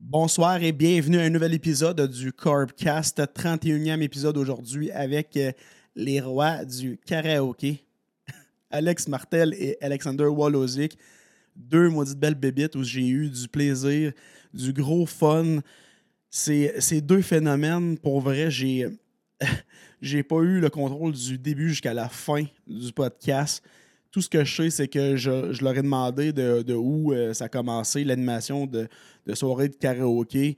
Bonsoir et bienvenue à un nouvel épisode du Carbcast, 31e épisode aujourd'hui avec euh, les rois du karaoké, Alex Martel et Alexander Wolozik. Deux maudites belles bébites où j'ai eu du plaisir, du gros fun. Ces, ces deux phénomènes, pour vrai, j'ai j'ai pas eu le contrôle du début jusqu'à la fin du podcast. Tout ce que je sais, c'est que je, je leur ai demandé de, de où euh, ça a commencé, l'animation de, de soirées de karaoké,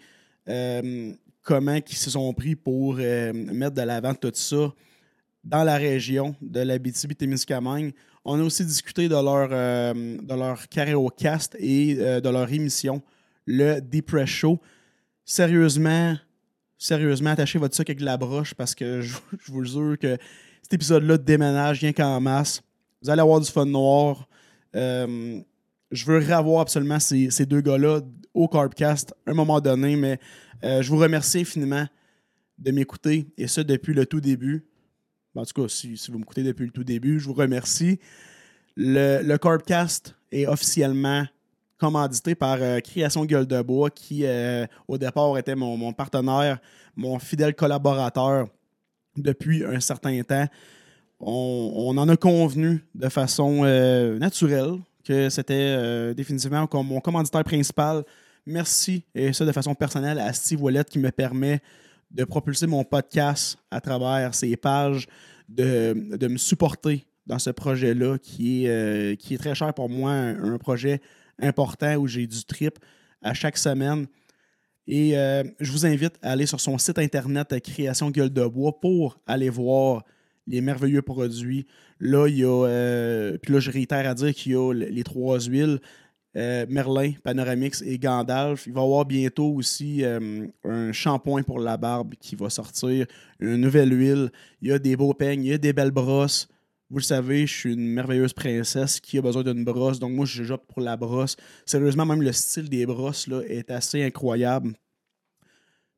euh, comment ils se sont pris pour euh, mettre de l'avant tout ça dans la région de l'Abitibi-Témiscamingue. On a aussi discuté de leur, euh, de leur karaokast et euh, de leur émission, le Depress Show. Sérieusement, sérieusement, attachez votre sac avec de la broche parce que je, vous- je vous le jure que cet épisode-là déménage rien qu'en masse. Vous allez avoir du fun noir. Euh, je veux revoir absolument ces, ces deux gars-là au Carbcast à un moment donné, mais euh, je vous remercie infiniment de m'écouter et ça depuis le tout début. En tout cas, si, si vous m'écoutez depuis le tout début, je vous remercie. Le, le Carbcast est officiellement commandité par euh, Création Gueule de Bois, qui euh, au départ était mon, mon partenaire, mon fidèle collaborateur depuis un certain temps. On, on en a convenu de façon euh, naturelle que c'était euh, définitivement comme mon commanditaire principal. Merci, et ça de façon personnelle, à Steve Wallet qui me permet de propulser mon podcast à travers ses pages, de, de me supporter dans ce projet-là qui, est, euh, qui est très cher pour moi, un, un projet important où j'ai du trip à chaque semaine. Et euh, je vous invite à aller sur son site internet euh, Création Gueule de Bois pour aller voir les merveilleux produits. Là, il y a. euh, puis là, je réitère à dire qu'il y a le- les trois huiles. euh, Merlin, Panoramix et Gandalf. Il va y avoir bientôt aussi euh, un shampoing pour la barbe qui va sortir, une nouvelle huile. Il y a des beaux peignes, il y a des belles brosses. Vous le savez, je suis une merveilleuse princesse qui a besoin d'une brosse. Donc, moi, je j'opte pour la brosse. Sérieusement, même le style des brosses là, est assez incroyable.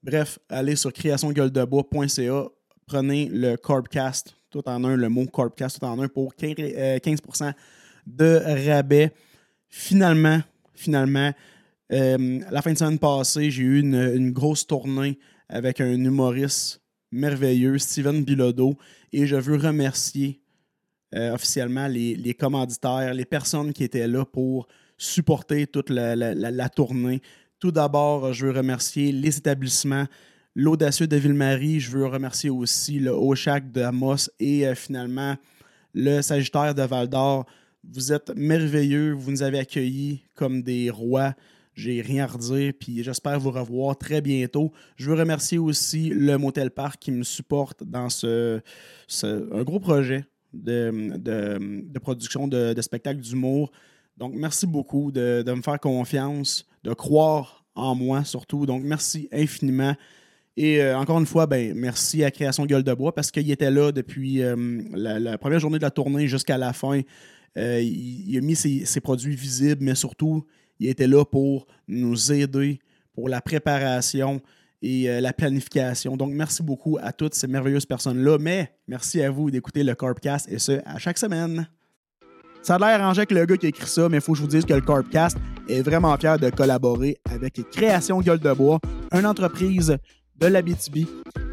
Bref, allez sur créationgueuledebois.ca, prenez le Corbcast, tout en un, le mot Corbcast, tout en un, pour 15 euh, 15% de rabais. Finalement, finalement, euh, la fin de semaine passée, j'ai eu une, une grosse tournée avec un humoriste merveilleux, Steven Bilodeau, et je veux remercier euh, officiellement les, les commanditaires, les personnes qui étaient là pour supporter toute la, la- la- la tournée. Tout d'abord, je veux remercier les établissements, l'Audacieux de Ville-Marie, je veux remercier aussi le Oshak de Amos et euh, finalement le Sagittaire de Val-d'Or. Vous êtes merveilleux, vous nous avez accueillis comme des rois. J'ai rien à redire, puis j'espère vous revoir très bientôt. Je veux remercier aussi le Motel Park qui me supporte dans ce, ce- un gros projet de, de- de production de, de spectacles d'humour. Donc, merci beaucoup de, de me faire confiance, de croire en moi surtout. Donc, merci infiniment. Et euh, encore une fois, ben, merci à Création Gueule de Bois parce qu'il était là depuis euh, la, la première journée de la tournée jusqu'à la fin. Euh, il, il a mis ses, ses produits visibles, mais surtout, il était là pour nous aider pour la préparation et euh, la planification. Donc, merci beaucoup à toutes ces merveilleuses personnes-là, mais merci à vous d'écouter le Corpcast et ce, à chaque semaine. Ça a l'air arrangé avec le gars qui a écrit ça, mais il faut que je vous dise que le Corpcast est vraiment fier de collaborer avec Création Gueule de Bois, une entreprise de l'Abitibi.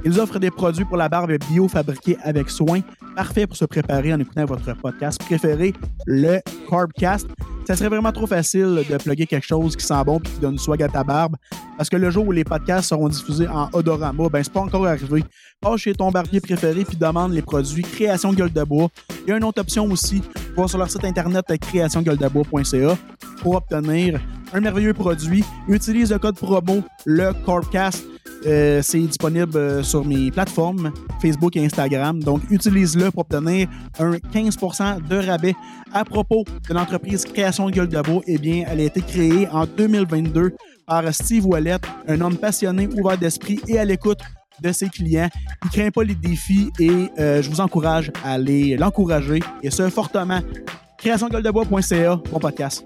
Ils offrent des produits pour la barbe bio fabriqués avec soin, parfaits pour se préparer en écoutant votre podcast préféré, le Carbcast. Ça serait vraiment trop facile de plugger quelque chose qui sent bon et qui donne du swag à ta barbe, parce que le jour où les podcasts seront diffusés en odorama, ben c'est pas encore arrivé. Passe chez ton barbier préféré puis demande les produits Création Gueule de Bois. Il y a une autre option aussi, va sur leur site internet créationgueuledebois.ca pour obtenir un merveilleux produit. Utilise le code promo, le Corpcast. Euh, c'est disponible euh, sur mes plateformes Facebook et Instagram. Donc, utilise-le pour obtenir un 15% de rabais. À propos de l'entreprise Création de Gueule de Bois, eh bien, elle a été créée en 2022 par Steve Wallet, un homme passionné, ouvert d'esprit et à l'écoute de ses clients. Il ne craint pas les défis et euh, je vous encourage à aller l'encourager et ce fortement. CréationGueuleDeBois.ca, mon podcast.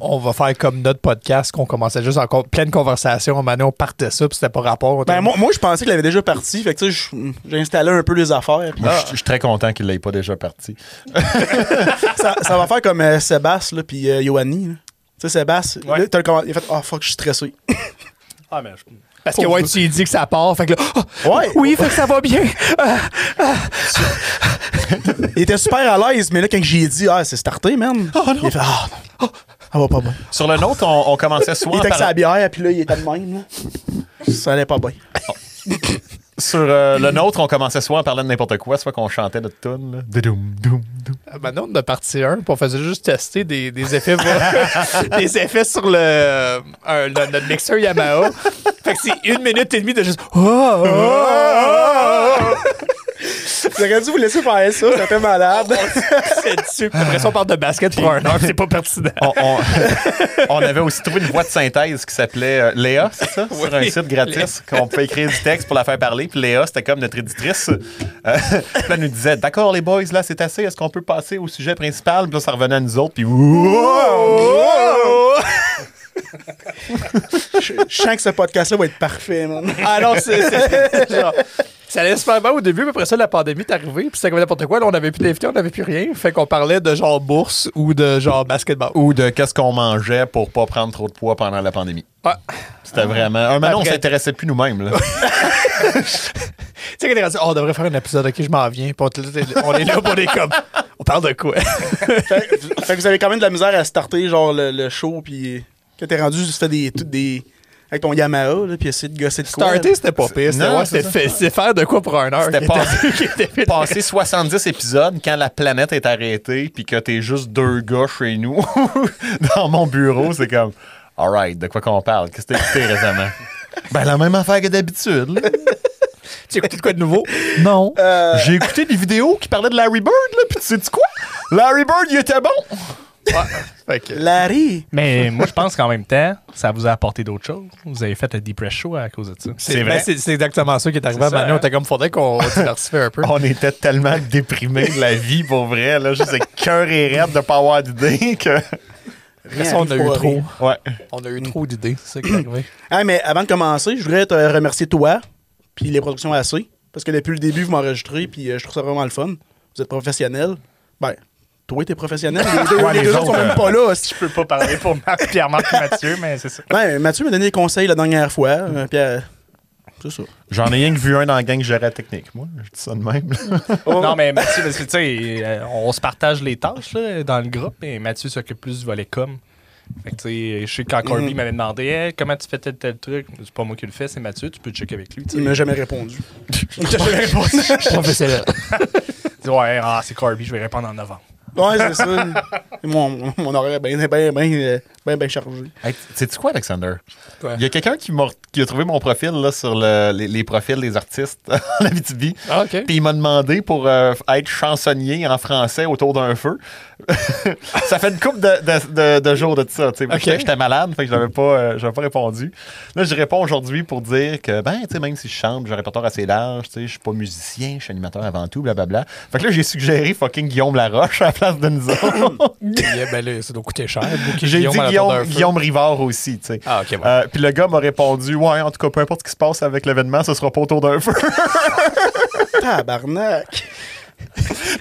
on va faire comme notre podcast qu'on commençait juste en co- pleine conversation. Un moment donné, on partait ça, puis c'était pas rapport. Ben, moi, moi, je pensais qu'il avait déjà parti. Fait que, tu sais, je- j'installais un peu les affaires. puis Moi, je- je suis très content qu'il l'ait pas déjà parti. ça, ça va faire comme euh, Sébastien, là, puis euh, Yoanni. là. Tu sais, Sébastien, Ouais. là, t'as le comment- il a fait « Ah, fuck, je suis stressé. Ah, mais je... Parce que ouais, tu lui dis que ça part. Fait que là, Ah, Ouais. Oh, oui, fait que ça va bien. Il était super à l'aise, mais là, quand j'y ai dit « Ah, c'est starté, man. Oh, Il a fait « Ah, non. ça va pas bien. Sur le nôtre, on, on commençait Il souvent était avec par... sa bière, puis là, il était de même. là. Ça allait pas bien. Sur euh, le nôtre, on commençait soit en parlant de n'importe quoi, soit qu'on chantait notre tune. là. Doudoum, doum, doum. Maintenant, on a parti un, puis on faisait juste tester des, des effets vo- des effets sur le, euh, un- le- notre mixeur Yamaha. Fait que c'est une minute et demie de juste. Oh, oh, oh, Ah! oh, oh. J'aurais dû vous laisser faire ça, c'était malade. C'est dessus. Puis Après ça, on parle de basket pour un heure, c'est pas pertinent. On, on- on avait aussi trouvé une voix de synthèse qui s'appelait euh, Léa, c'est ça? Sur un Oui. site gratis qu'on pouvait écrire du texte pour la faire parler. Puis Léa, c'était comme notre éditrice. Euh, puis elle nous disait D'accord, les boys, là, c'est assez. Est-ce qu'on peut passer au sujet principal? Puis là, ça revenait à nous autres. Puis oh, je, je sens que ce podcast-là va être parfait, man. Ah non, c'est- c'est genre. Ça allait super bien au début, mais après ça, la pandémie est arrivée, puis c'était comme n'importe quoi. Là, on n'avait plus d'invités, on n'avait plus rien. Fait qu'on parlait de genre bourse ou de genre basketball. Ou de qu'est-ce qu'on mangeait pour pas prendre trop de poids pendant la pandémie. Ah. C'était vraiment. Un moment, on Après- s'intéressait plus nous-mêmes. là. Tu sais, quand t'es rendu, oh, on devrait faire un épisode, ok, je m'en viens. Puis on, te- on est là, puis on est comme. On parle de quoi? Fait, fait que vous avez quand même de la misère à starter, genre, le, le show, puis quand t'es rendu, tu fais des, toutes des... Avec ton Yamaha, là, puis essayer de gosser de quoi. là. Starter, c'était pas pire. C'était Non, ouais, c'est c'était fait- c'est faire de quoi pour un heure. C'était qui pas- était- qui était fait- Passer 70 épisodes quand la planète est arrêtée puis que t'es juste deux gars chez nous dans mon bureau, c'est comme Alright, de quoi qu'on parle? Qu'est-ce que t'as écouté récemment? Ben la même affaire que d'habitude. là. Euh. Tu écoutais de quoi de nouveau? Non. J'ai écouté des vidéos qui parlaient de Larry Bird, là, pis tu sais quoi? Larry Bird, il était bon! Fait que- Larry! Mais moi, je pense qu'en même temps, ça vous a apporté d'autres choses. Vous avez fait le Deep Press Show à cause de ça. C'est vrai. Ben, C'est c'est exactement ça qui est arrivé à ça, Manon. hein. On était comme, faudrait qu'on diversifie un peu. On était tellement déprimés de la vie pour vrai, là, juste avec cœur et rêve de pas avoir d'idée que. Rien Ça, on a arrive eu pour trop. rien. Ouais. On a eu trop d'idées, c'est ça qui est arrivé. Ah, mais avant de commencer, je voudrais te remercier toi, puis les productions AC, parce que depuis le début, vous m'enregistrez, puis euh, je trouve ça vraiment le fun. Vous êtes professionnel. Ben, toi, t'es professionnel. Les deux, Ouais, les les deux autres autres, sont même euh, pas là. hostie. Je peux pas parler pour Marc, Pierre-Marc et Mathieu, mais c'est ça. Ben, Mathieu m'a donné des conseils la dernière fois, euh, puis euh, c'est ça. J'en ai rien que vu un dans la gang gérée technique, moi. Je dis ça de même. là. Oh. Non, mais Mathieu, parce que, tu sais, euh, on se partage les tâches là, dans le groupe, et Mathieu s'occupe plus du volet com. Fait que, tu sais, je sais quand Corby Mm-hmm. Mhm. m'avait demandé Hey, comment tu fais tel tel truc, c'est pas moi qui le fais, c'est Mathieu, tu peux checker avec lui. tu sais. Il m'a jamais répondu. Professionnel. Il dit, Ouais, ah, c'est Corby, je vais répondre en novembre. Ouais, c'est ça. Mon, mon horaire est bien, bien, bien, euh, bien, bien chargé. Hey, sais-tu quoi, Alexander? Quoi? Il y a quelqu'un qui, m'a- qui a trouvé mon profil là, sur le- les, les profils des artistes en Abitibi. Ah, ok. Puis il m'a demandé pour euh, être chansonnier en français autour d'un feu. ça fait une couple de, de- de- de jours de ça. tu sais. Ok. J'étais- J'étais malade, fait que je n'avais pas, euh, j'avais pas répondu. Là, je réponds aujourd'hui pour dire que ben, tu sais, même si je chante, j'ai un répertoire assez large. tu sais, Je suis pas musicien, je suis animateur avant tout, blablabla. Fait que là, j'ai suggéré fucking Guillaume Laroche à la place de nous autres. Yeah, ben là, ça doit coûter cher. booker J'ai dit à la tour d'un Guillaume, feu. Guillaume Rivard aussi, tu sais. Ah, ok, ouais. Euh, Puis le gars m'a répondu Ouais, en tout cas, peu importe ce qui se passe avec l'événement, ce sera pas autour d'un feu. Tabarnak!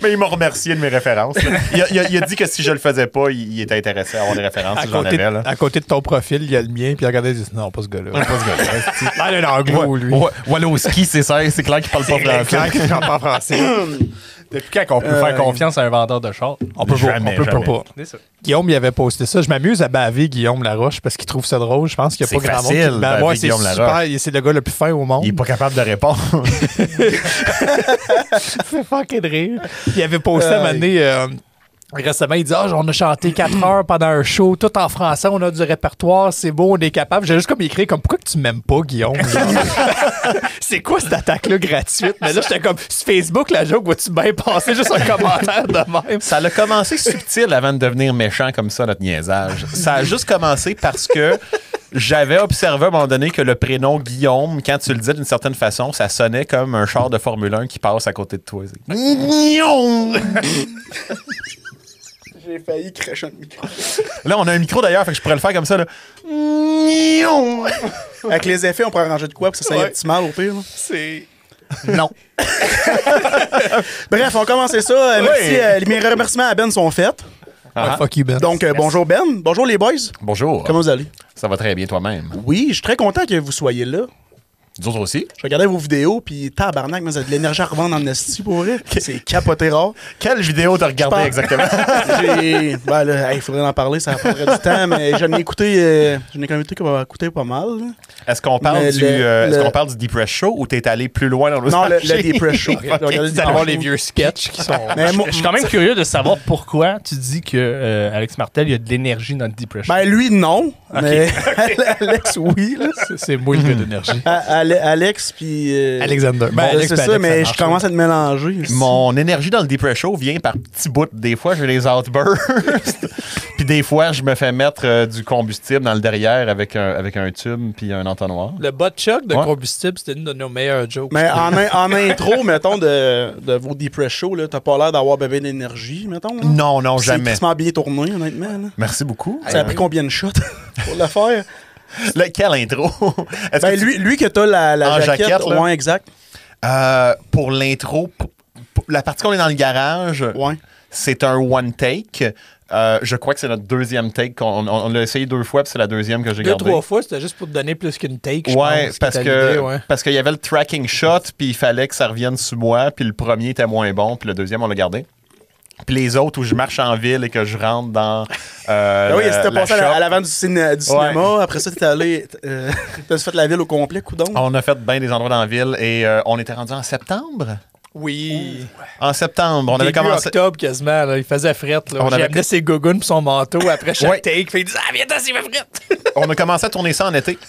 Mais il m'a remercié de mes références. Il a, il a- il a dit que si je le faisais pas, il, il était intéressé à avoir des références. à si j'en côté, avais, là. à côté de ton profil, il y a le mien, puis regardez, il dit non, pas ce gars-là. Pas ce gars-là, esti. Ah, il a un Ouais, gros, lui. ouais, Walowski, c'est ça, c'est clair qu'il parle pas C'est français. clair qu'il parle pas français. Depuis quand on peut Euh, faire confiance à un vendeur de char On peut, pas, Jamais, on peut jamais. pas. C'est ça. Guillaume, il avait posté ça. Je m'amuse à baver Guillaume Laroche parce qu'il trouve ça drôle. Je pense qu'il n'y a C'est pas grand facile, monde qui baver bave. Ouais, c'est Guillaume super. Laroche. Il- C'est le gars le plus fin au monde. Il est pas capable de répondre. fait fucking rire. Il avait posté à un moment donné, euh, Récemment, il dit Ah, on a chanté 4 heures pendant un show, tout en français, on a du répertoire, c'est beau, on est capable. J'ai juste comme écrit comme Pourquoi que tu m'aimes pas, Guillaume C'est quoi cette attaque-là gratuite Mais là, j'étais comme Sur Facebook, la joke, vois-tu bien passer juste un commentaire de même Ça a commencé subtil avant de devenir méchant comme ça, notre niaisage. Ça a juste commencé parce que j'avais observé à un moment donné que le prénom Guillaume, quand tu le disais d'une certaine façon, ça sonnait comme un char de Formule 1 qui passe à côté de toi. C'est- Guillaume! J'ai failli cracher un micro. Là, on a un micro d'ailleurs, fait que je pourrais le faire comme ça. Là. Miaou! Avec les effets, on pourrait arranger de quoi, puis ça, ça a un Ouais. petit mal au pire. là. C'est. Non. Bref, on commence ça. Euh, Merci. euh, les- mes remerciements à Ben sont faits. Ah, fuck you, Ben. Donc, euh, bonjour Ben. Bonjour les boys. Bonjour. Comment vous allez? Ça va très bien toi-même. Oui, je suis très content que vous soyez là. Nous autres aussi. Je regardais vos vidéos, puis tabarnak, mais vous avez de l'énergie à revendre en esti pour vrai. C'est capoté rare. Quelle vidéo t'as regardé Pas- exactement? J'ai. Ben là, il faudrait en parler, ça prendrait du temps, mais j'en ai écouté. euh, j'en ai quand même écouté, écouté pas mal. là. Est-ce qu'on parle, Mais du, le- euh, est-ce le- qu'on parle du Deep Press Show ou t'es allé plus loin dans le Non, le, le marché? Deep Press Show. J'ai regardé le Deep Vous allez voir Press les Show. vieux sketchs qui sont. Mais moi- Je suis quand même curieux de savoir pourquoi tu dis que euh, Alex Martel, il y a de l'énergie dans le depression. Ben lui, non. Mais Alex, oui. là. C'est- C'est moi le gars d'énergie. A- Ale- Alex, puis. euh, Alexander. Ben, bon, Alex, c'est puis ça, Alex, mais marche, je commence à te mélanger. aussi. Mon énergie dans le Deep Press Show vient par petits bouts. Des fois, j'ai les outbursts. puis des fois, je me fais mettre euh, du combustible dans le derrière avec un, avec un tube puis un entonnoir. Le bot choc de Ouais. combustible, c'était une de nos meilleures jokes. Mais en, in- en intro, mettons, de, de vos Deep Press Show, là, t'as pas l'air d'avoir bébé d'énergie, mettons. là. Non, non, jamais. C'est quasiment bien tourné, honnêtement. là. Merci beaucoup. Euh, Ça a pris combien de shots pour le faire? Le- quelle intro? Est-ce Ben, que tu- lui, lui que t'as la, la En jaquette, jaquette, là. ouais, exact. Euh, pour l'intro, p- p- la partie qu'on est dans le garage, Ouais. c'est un one take. Euh, je crois que c'est notre deuxième take. qu'on- On, on l'a essayé deux fois, puis c'est la deuxième que j'ai Deux, gardée. trois fois, c'était juste pour te donner plus qu'une take. je Ouais, pense, parce c'était que l'idée, ouais. parce qu'il y avait le tracking shot, puis il fallait que ça revienne sur moi, puis le premier était moins bon, puis le deuxième on l'a gardé. Puis les autres où je marche en ville et que je rentre dans euh, Ben oui, la- c'était la passé à la- shop. à l'avant du, ciné- du Ouais. cinéma. Après ça, t'es allé. t- euh, T'as fait la ville au complet, coudon. On a fait bien des endroits dans la ville et euh, on était rendu en septembre. Oui. En septembre, on avait Début commencé. octobre quasiment, là, il faisait frette. Là. On J'ai avait- amené ses gougounes pis son manteau après chaque Ouais. take. Fait, il disait Ah, viens, t'as, c'est ma frette. on a commencé à tourner ça en été.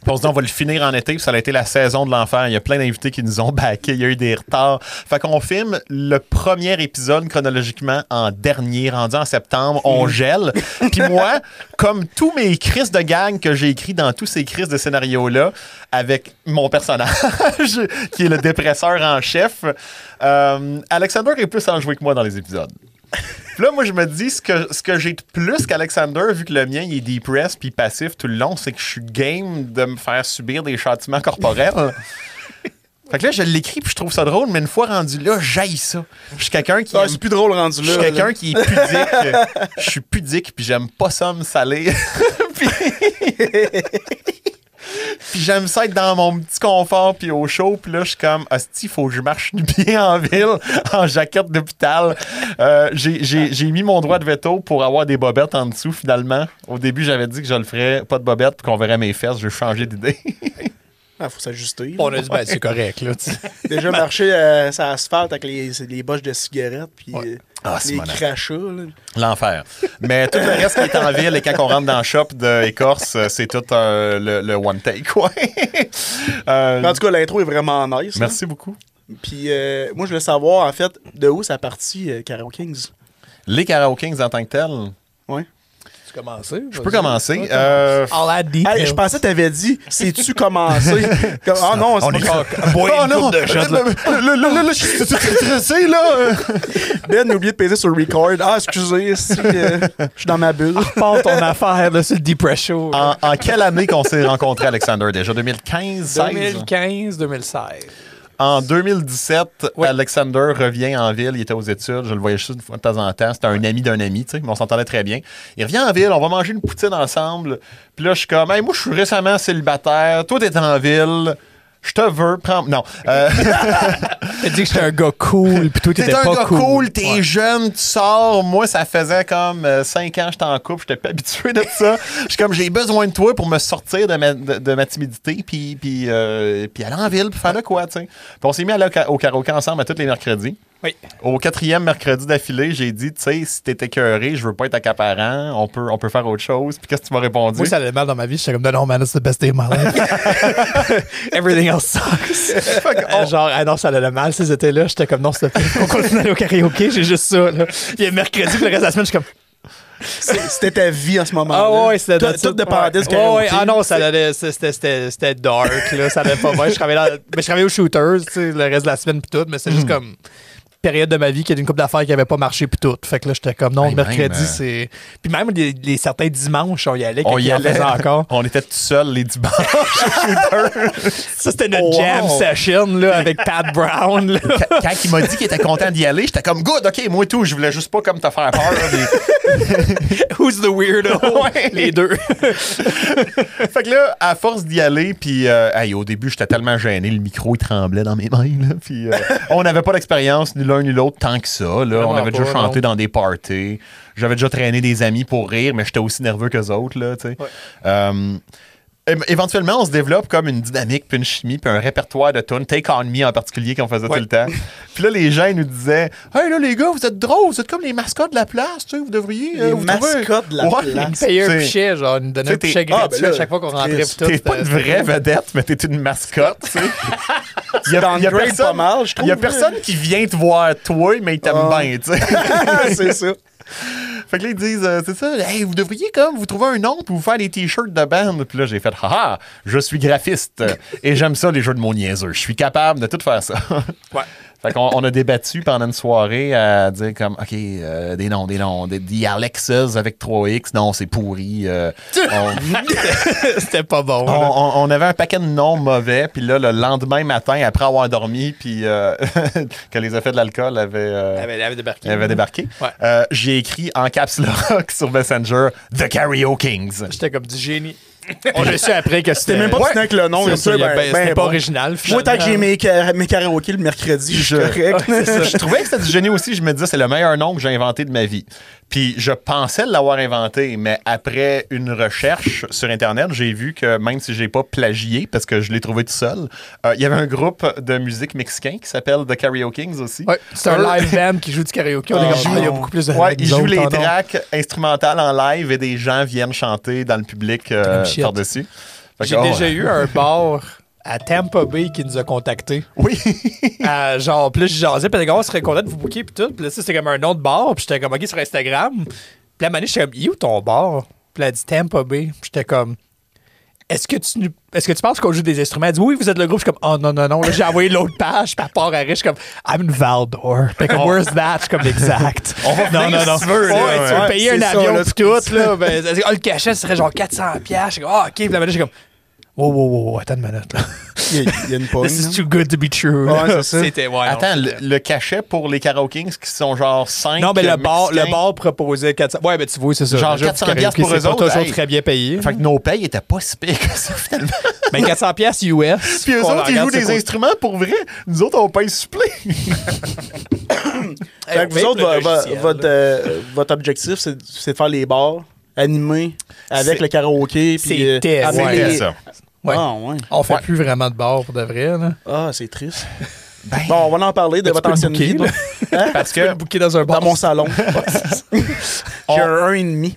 Puis On se dit, on va le finir en été, puis ça a été la saison de l'enfer. Il y a plein d'invités qui nous ont backés, il y a eu des retards. Fait qu'on filme le premier épisode chronologiquement en dernier, rendu en septembre, on gèle. Puis moi, comme tous mes crises de gang que j'ai écrits dans tous ces crises de scénario-là, avec mon personnage, qui est le dépresseur en chef, euh, Alexander est plus enjoué que moi dans les épisodes. Puis là, moi, je me dis, ce que, ce que j'ai de plus qu'Alexander, vu que le mien, il est depressed puis passif tout le long, c'est que je suis game de me faire subir des châtiments Ah. corporels. fait que là, je l'écris puis je trouve ça drôle, mais une fois rendu là, j'aille ça. Je suis quelqu'un qui Ah, aime- c'est plus drôle rendu je là. suis là. quelqu'un qui est pudique. Je suis pudique, puis j'aime pas ça me saler. puis... puis j'aime ça être dans mon petit confort, puis au chaud. Puis là, je suis comme, hostie, faut que je marche du bien en ville, en jaquette d'hôpital. Euh, j'ai- J'ai j'ai mis mon droit de veto pour avoir des bobettes en dessous, finalement. Au début, j'avais dit que je le ferais pas de bobettes, puis qu'on verrait mes fesses. Je vais changer d'idée. Ah, faut s'ajuster. on a dit Ben, c'est correct. Là, tu sais. Déjà marché euh, sur l'asphalte avec les, les boches de cigarettes, puis euh, Ah, c'est les mon affaire. crachats. là. L'enfer. Mais tout le reste qui est en ville et quand on rentre dans le shop de Écorce, euh, c'est tout euh, le, le one take. ouais. Euh, Mais En tout cas, l'intro est vraiment nice. là. merci beaucoup. Puis euh, moi, je voulais savoir, en fait, de où ça partit euh, Caro Kings. Les karaokings en tant que tels, Ouais. tu commences. je peux commencer. Euh, Ah, All that detail. Hey, je pensais que t'avais dit, sais-tu commencer? Comme, ah non, c'est on pas est grave. Oh non! Là, là, là, là, je suis stressé, là! Ben, j'ai oublié de peser sur record. Ah, excusez, si, euh, je suis dans ma bulle. Parle ton affaire là, sur le Depression. En, en quelle année qu'on s'est rencontrés, Alexander? Déjà 2015, 16? 2015-2016. En 2017, Oui. Alexander revient en ville. Il était aux études. Je le voyais juste une fois de temps en temps. C'était un ami d'un ami, tu sais, mais on s'entendait très bien. Il revient en ville. On va manger une poutine ensemble. Puis là, je suis comme, hey, moi, je suis récemment célibataire. Toi, t'es en ville. Je te veux. Prends. Non. T'as Euh, dit que j'étais un gars cool, pis toi, t'es t'étais un pas gars cool. cool. T'es Ouais. jeune. Tu sors. Moi, ça faisait comme 5 ans que j'étais en couple. J'étais pas habitué de ça. Je suis comme, j'ai besoin de toi pour me sortir de ma, de, de ma timidité. Puis, puis, euh, puis aller en ville. Puis faire de quoi, tu sais. Puis on s'est mis à aller au ca- au karaoké ensemble à tous les mercredis. Oui. Au quatrième mercredi d'affilée, j'ai dit, tu sais, si t'es écœuré, je veux pas être accaparant, on peut, on peut faire autre chose. Puis qu'est-ce que tu m'as répondu? Moi, ça allait mal dans ma vie. J'étais comme, non, non, man, that's the best day of my life. Everything else sucks. Euh, Genre, ah non, ça allait mal ces étés-là. J'étais comme, non, s'il te plaît, on continue d'aller au karaoké, j'ai juste ça. Là. Il y a mercredi, puis le reste de la semaine, je suis comme, C'est- C'était ta vie en ce moment. ah ouais, c'était Tout, notre- tout dépendait de ce Ouais, Caro ouais, Kings. ah non, ça allait, c'est- c'était- c'était c'était Hmm. dark, là, ça allait pas mal. Je travaillais, dans- mais je travaillais aux shooters, tu sais, le reste de la semaine, puis tout, mais c'est juste comme. période de ma vie qu'il y a une coupe d'affaires qui n'avait pas marché puis tout. Fait que là, j'étais comme non, Hey, mercredi, même, euh, c'est. Puis même les, les certains dimanches, on y allait, quand On y il en allait faisait encore. On était tout seuls les dimanches. Ça, c'était notre Wow. jam session là, avec Pat Brown. là. Quand- quand il m'a dit qu'il était content d'y aller, j'étais comme good, ok, moi et tout, je voulais juste pas comme te faire peur. là, mais- Who's the weirdo? Ouais. Les deux. fait que là, à force d'y aller, puis euh, hey, au début, j'étais tellement gêné, le micro il tremblait dans mes mains. là, puis euh, on n'avait pas d'expérience ni l'un ni l'autre tant que ça. Là, on avait pas, déjà chanté non. dans des parties. J'avais déjà traîné des amis pour rire, mais j'étais aussi nerveux que autres là, tu sais. Euh, é- Éventuellement, on se développe comme une dynamique, puis une chimie, puis un répertoire de tunes. Take On Me en particulier qu'on faisait Ouais. tout le temps. Puis là, les gens ils nous disaient Hey là, les gars, vous êtes drôles, vous êtes comme les mascottes de la place, tu sais, vous devriez. euh, Les vous trouver- mascottes de la Ouais, place. Payer un c'est- pichet, genre, il nous donnait un t'sais, pichet t'es- ah, gratuit ben là, à chaque fois qu'on rentrait. Chris, pis tout, T'es pas une c'était- vraie vedette, mais t'es une mascotte, tu sais. Il y a, il y a downgrade personne, pas mal, je il y a trouve, là. personne qui vient te voir, toi, mais il t'aime Ah. bien, tu sais. c'est ça. Fait que là, ils disent, euh, c'est ça, hey, vous devriez comme vous trouver un nom pour vous faire des t-shirts de bande. Puis là, j'ai fait, haha, je suis graphiste et j'aime ça, les jeux de mots niaiseux. Je suis capable de tout faire ça. Ouais. Fait qu'on on a débattu pendant une soirée à dire comme, OK, euh, des noms, des noms, des, des Alexas avec 3X, non, c'est pourri. euh, on- C'était pas bon. on, là. on- on avait un paquet de noms mauvais, puis là, le lendemain matin, après avoir dormi, puis euh, que les effets de l'alcool avaient, euh, Elle avait- elle avait débarqué. avaient débarqué, Ouais. euh, j'ai écrit en caps lock sur Messenger The Karaoke Kings. J'étais comme du génie. On le su après que c'était T'es même pas Ouais. tenu avec le nom, C'est comme ça, ça. il y a- ben- ben, ben c'était pas bon. original. Moi, tant que j'ai finalement. mes, kara- mes karaokés le mercredi, je suis Je- correct. je trouvais que c'était du génie aussi. Je me disais, c'est le meilleur nom que j'ai inventé de ma vie. Puis je pensais l'avoir inventé, mais après une recherche sur Internet, j'ai vu que même si j'ai pas plagié, parce que je l'ai trouvé tout seul, euh, il y avait un groupe de musique mexicain qui s'appelle The Karaoke Kings aussi. Ouais, c'est Eux- un live band qui joue du karaoké. On est Ah, comme, non. ah, il y a beaucoup plus de Ouais, ils nous jouent autres, les en or. tracks instrumentales en live et des gens viennent chanter dans le public euh, Comme shit. par-dessus. Fait que, J'ai oh, déjà ouais. eu un bar à Tampa Bay qui nous a contactés. Oui. à, genre, plus je jasais, puis les gars, on serait content de vous booker, puis tout. Puis là, ça, c'était comme un nom de bar, puis j'étais comme, OK, sur Instagram. Puis la manée, j'étais comme, il est où ton bar? Puis elle a dit Tampa Bay. Puis j'étais comme, est-ce que tu est-ce que tu penses qu'on joue des instruments? Elle dit, oui, vous êtes le groupe. Je suis comme, oh non, non, non. Là, j'ai envoyé l'autre page, puis elle part à Rich, je suis comme, I'm in Valdor. Puis comme, where's that? Je suis comme, exact. On va non, venir non, non. si tu veux, là, Ouais, tu veux ouais. payer C'est un ça, avion, là, puis tout, là. Ben, elle dit, Ah, le cachet, ce serait genre 400$. piastres. Je suis comme, ah, OK. Puis la manée, j'ai comme, wow, wow, wow, attends une minute, là. Il y a- il y a une pogne. This is là. too good to be true. Ouais, c'est ça. C'était, ouais, non, Attends, le, le cachet pour les Karaoke Kings qui sont genre 5 Non, mais le bar, le bar proposait 400. Ouais, ben, mais tu vois, c'est ça. Genre Le job 400 du karaoké, pour c'est eux pas autres, toujours hey. très bien payé. Fait que nos payes étaient pas si pires que ça, finalement. Mais 400 pièces US. Puis eux on autres, ils regarde jouent ce des qu'on- instruments pour vrai. Nous autres, on paye supplé. Fait que vous Vape, autres, le vo- vo- logiciel, votre, euh, votre objectif, c'est c'est de faire les bars animés avec C'est- le karaoké. puis, euh, C'était Ah, amener ouais. les- Ouais. Ah, ouais. On fait plus vraiment de bar pour de vrai. Là. Ah, c'est triste. Ben, Bon, on va en parler de Tu votre peux le ancienne booker, vie. là. donc. Hein? parce que Booké dans un bar. Dans mon salon. J'ai On- un et demi.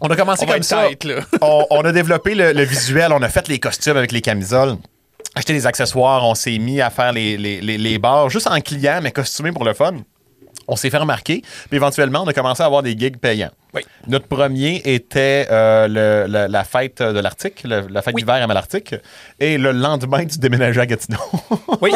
on a commencé On va comme être ça. tight, là. on, on a développé le, le visuel, on a fait les costumes avec les camisoles. Acheté des accessoires, on s'est mis à faire les, les, les, les bars juste en client, mais costumé pour le fun. On s'est fait remarquer, puis éventuellement, on a commencé à avoir des gigs payants. Oui. Notre premier était euh, le- le- la fête de l'Arctique, le- la fête Oui. d'hiver à Malartic, et le lendemain du déménagement à Gatineau. Oui.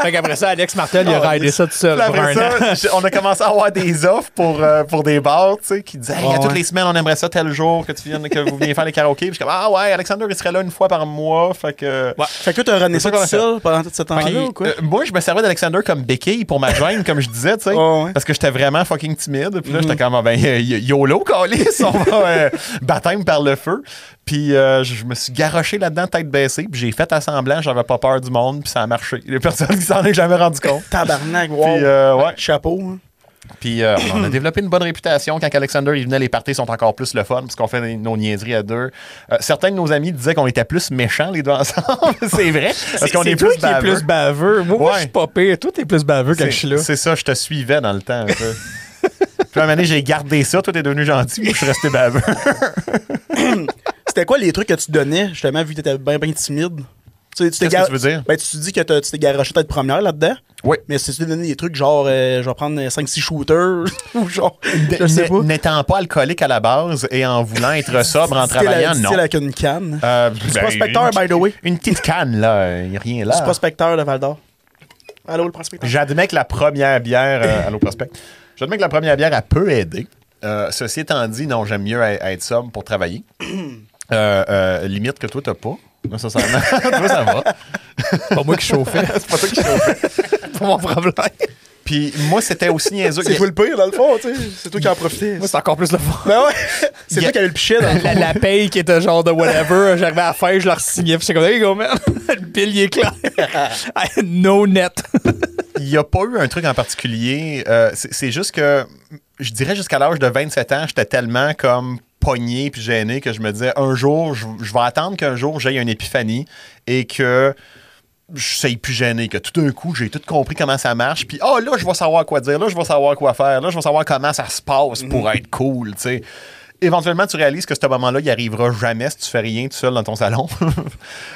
fait qu'après ça, Alex Martel, il a Ah, raidé ça tout seul Puis pour après un an. ça, j- on a commencé à avoir des offres pour, euh, pour des bars, tu sais, qui disaient Hey, à Ouais, toutes ouais. les semaines, on aimerait ça tel jour que tu viennes, que vous veniez faire les karaokés. Puis je suis comme Ah ouais, Alexander, il serait là une fois par mois. Fait que. Fait que toi, t'as rené ça C'est ça qu'on a tout fait. seul pendant tout ce Puis, temps-là ou quoi? euh, moi, je me servais d'Alexander comme béquille pour ma gêne, comme je disais, tu sais. Ouais, Mm-hmm. ouais. Parce que j'étais vraiment fucking timide. Puis là, j'étais comme, Ah, ben, euh, y- YOLO, Calis, on va euh, baptême par le feu. Puis euh, je je me suis garoché là-dedans, tête baissée. Puis j'ai fait à semblant, j'avais pas peur du monde, puis ça a marché. Il y a personne qui s'en est jamais rendu compte. Tabarnak, wow. euh, Puis, euh, ouais. Chapeau. hein. Puis euh, on a développé une bonne réputation. Quand Alexander il venait, les parties sont encore plus le fun parce qu'on fait nos niaiseries à deux. Euh, certains de nos amis disaient qu'on était plus méchants les deux ensemble. c'est vrai. Parce qu'on est, plus toi qui est baveux. plus baveux. Moi, moi, Ouais. je suis pas pire. Toi, t'es plus baveux quand C'est- je suis là. C'est ça, je te suivais dans le temps un peu. Puis à un moment donné, j'ai gardé ça. Toi, t'es devenu gentil. puis Je suis resté baveux. C'était quoi les trucs que tu donnais, justement, vu que t'étais bien, bien timide? Tu sais, tu t'es Qu'est-ce gar- que tu veux dire? Ben, tu te dis que t'as- tu t'es garoché tête première là-dedans. Oui. Mais si tu donnes des trucs genre, euh, je vais prendre 5-6 shooters, ou genre, je sais N- pas. N'étant pas alcoolique à la base et en voulant être sobre en Style à- travaillant, style non. avec une canne. Euh, prospecteur, une- by the way. Une petite canne, là. Il a rien Je là. suis prospecteur de Val d'Or. Allô, le prospect. J'admets que la première bière, euh, allô prospect, j'admets que la première bière, elle peut aider. Euh, ceci étant dit, non, j'aime mieux être, être somme pour travailler. Euh, euh, limite que toi, t'as pas. Non, ça, ça, toi, ça va. C'est pas moi qui chauffais. C'est pas toi qui chauffais. C'est pas mon problème. Puis moi, c'était aussi niaiseux. C'est toi le pire, dans le fond, tu sais. C'est toi qui en profitais. Moi, c'est encore plus le fun. Ben ouais. C'est Il y toi a- qui avais le pichet, dans le La, fond. la paye qui était genre de whatever, j'arrivais à la fin, je leur signais, puis j'étais comme, hey go man, le bill il est clair. no net. Il n'y a pas eu un truc en particulier. Euh, c'est c'est juste que, je dirais jusqu'à l'âge de 27 ans, j'étais tellement comme pogné puis gêné que je me disais, un jour, je, je vais attendre qu'un jour j'aie une épiphanie et que je sais plus gêné, que tout d'un coup, j'ai tout compris comment ça marche. Puis, ah, là, je vais savoir quoi dire, là, je vais savoir quoi faire, là, je vais savoir comment ça se passe pour être cool, tu sais. Éventuellement, tu réalises que ce moment-là, il arrivera jamais si tu fais rien tout seul dans ton salon.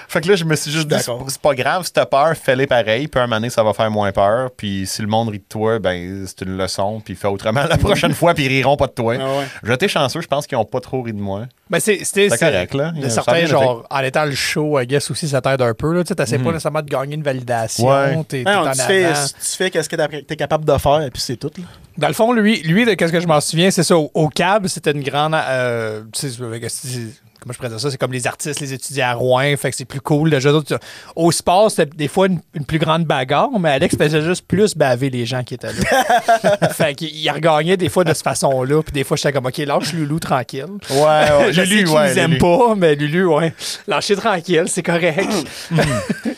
fait que là, je me suis juste dit, c'est d'accord. c'est pas grave, si t'as peur, fais-les pareil. Puis, à un moment donné, ça va faire moins peur. Puis, si le monde rit de toi, ben, c'est une leçon. Puis, fais autrement la prochaine fois, puis ils riront pas de toi. Ah ouais. J'étais chanceux, je pense qu'ils ont pas trop ri de moi. Mais c'est c'était- C'est correct, là. de Il y a- ça a certains, bien genre, en étant le show, I guess aussi, ça t'aide un peu. Là. Tu sais, t'essaies pas nécessairement de gagner une validation. Ouais. T'es, t'es Non, en tu, fais, avant. tu fais qu'est-ce que t'as- t'es capable de faire, et puis c'est tout. là. Dans le fond, lui, lui de- qu'est-ce que je m'en souviens, c'est ça. Au, au CAB, c'était une grande. euh, tu sais, euh, c'est- comment je présente ça? C'est comme les artistes, les étudiants à Rouen. Fait que c'est plus cool. Le jeu d'autres- Au sport, c'était des fois une, une plus grande bagarre, mais Alex faisait juste plus baver les gens qui étaient là. fait qu'il il regagnait des fois de cette façon-là. Puis des fois, j'étais comme, OK, lâche Loulou tranquille. Ouais, ouais, Lulu, Lulu, qui ouais, nous aime Lulu. pas, mais Lulu, ouais. Lâchez tranquille, c'est correct.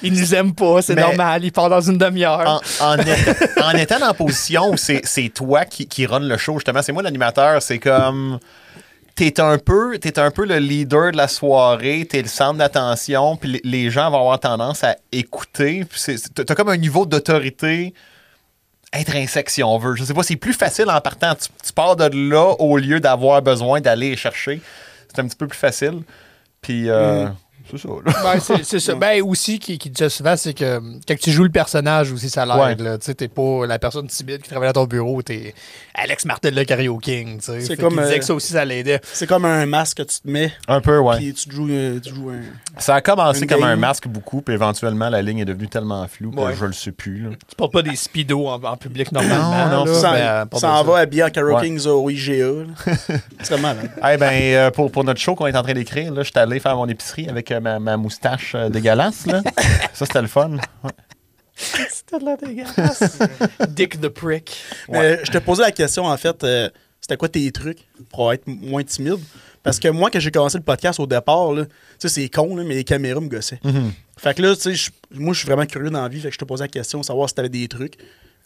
il nous aime pas, c'est Mm. Mais- normal. Il part dans une demi-heure. en, en étant- en étant dans la position où c'est c'est toi qui, qui run le show, justement, c'est moi l'animateur, c'est comme. T'es un, peu, t'es un peu le leader de la soirée, t'es le centre d'attention, puis les, les gens vont avoir tendance à écouter. puis c'est- c'est- T'as t'as comme un niveau d'autorité intrinsèque, si on veut. Je sais pas, c'est plus facile en partant. Tu, tu pars de là au lieu d'avoir besoin d'aller chercher. C'est un petit peu plus facile. Puis, euh, c'est ça. là. Bah, Ben, c'est c'est ça. Ben, aussi, qui, qui disait souvent, c'est que euh, quand tu joues le personnage aussi, ça Ouais. l'aide. là. Tu sais, t'es pas la personne timide qui travaille dans ton bureau, t'es Alex Martel, le karaoke king. C'est C'est comme, comme. Il disait euh, que ça aussi, ça l'aidait. C'est comme un masque que tu te mets, Un peu, ouais. puis tu te joues, euh, tu joues un. Ça a commencé Une comme game. un masque beaucoup, puis éventuellement la ligne est devenue tellement floue que Ouais. je le sais plus. là. Tu portes pas des speedos en, en public normalement. Non, non, là, Ça mais, ben, euh, ça porte en ça. va habillé en Carol Ouais. Kings au IGA. là. C'est vraiment malade. Eh ben, euh, pour, pour notre show qu'on est en train d'écrire, là, j'étais allé faire mon épicerie avec euh, ma, ma moustache euh, dégueulasse. Là. Ça, c'était le fun. Ouais. C'était de la dégueulasse. Dick the prick. Mais je te posais la question, en fait, euh, c'était quoi tes trucs pour être m- moins timide? Parce que moi, quand j'ai commencé le podcast au départ, là, tu sais, c'est con, là, mais les caméras me gossaient. Mm-hmm. Fait que là, tu sais, je- moi, je suis vraiment curieux dans la vie. Fait que je te posais la question, savoir si t'avais des trucs.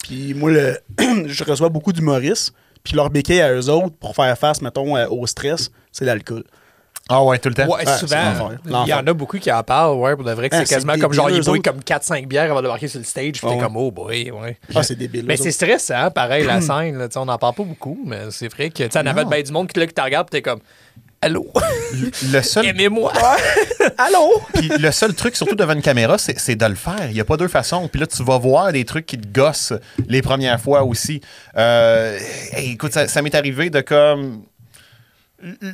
Puis moi, le- je reçois beaucoup d'humoristes. Puis leur béquille à eux autres pour faire face, mettons, euh, au stress, c'est l'alcool. Ah ouais, tout le temps. Ouais, Ouais, c'est souvent. l'enfer, Il y l'enfer. en a beaucoup qui en parlent, ouais, pour de vrai, que Hein, c'est c'est quasiment des comme genre, ils vieux, boivent autres. comme 4-5 bières avant de marquer sur le stage, puis Ah t'es ouais. comme, oh boy, ouais. Ah, c'est débile. Mais eux c'est autres. Mm. stressant, hein, pareil, la scène. Là, tu sais, on n'en parle pas beaucoup, mais c'est vrai que tu en avais bien du monde qui, là, qui te regarde et t'es comme Allô, Le seul, aimez-moi. Allô? puis le seul truc, surtout devant une caméra, c'est c'est de le faire. Il n'y a pas deux façons. Puis là, tu vas voir des trucs qui te gossent les premières fois aussi. Euh, hey, écoute, ça, ça m'est arrivé de comme.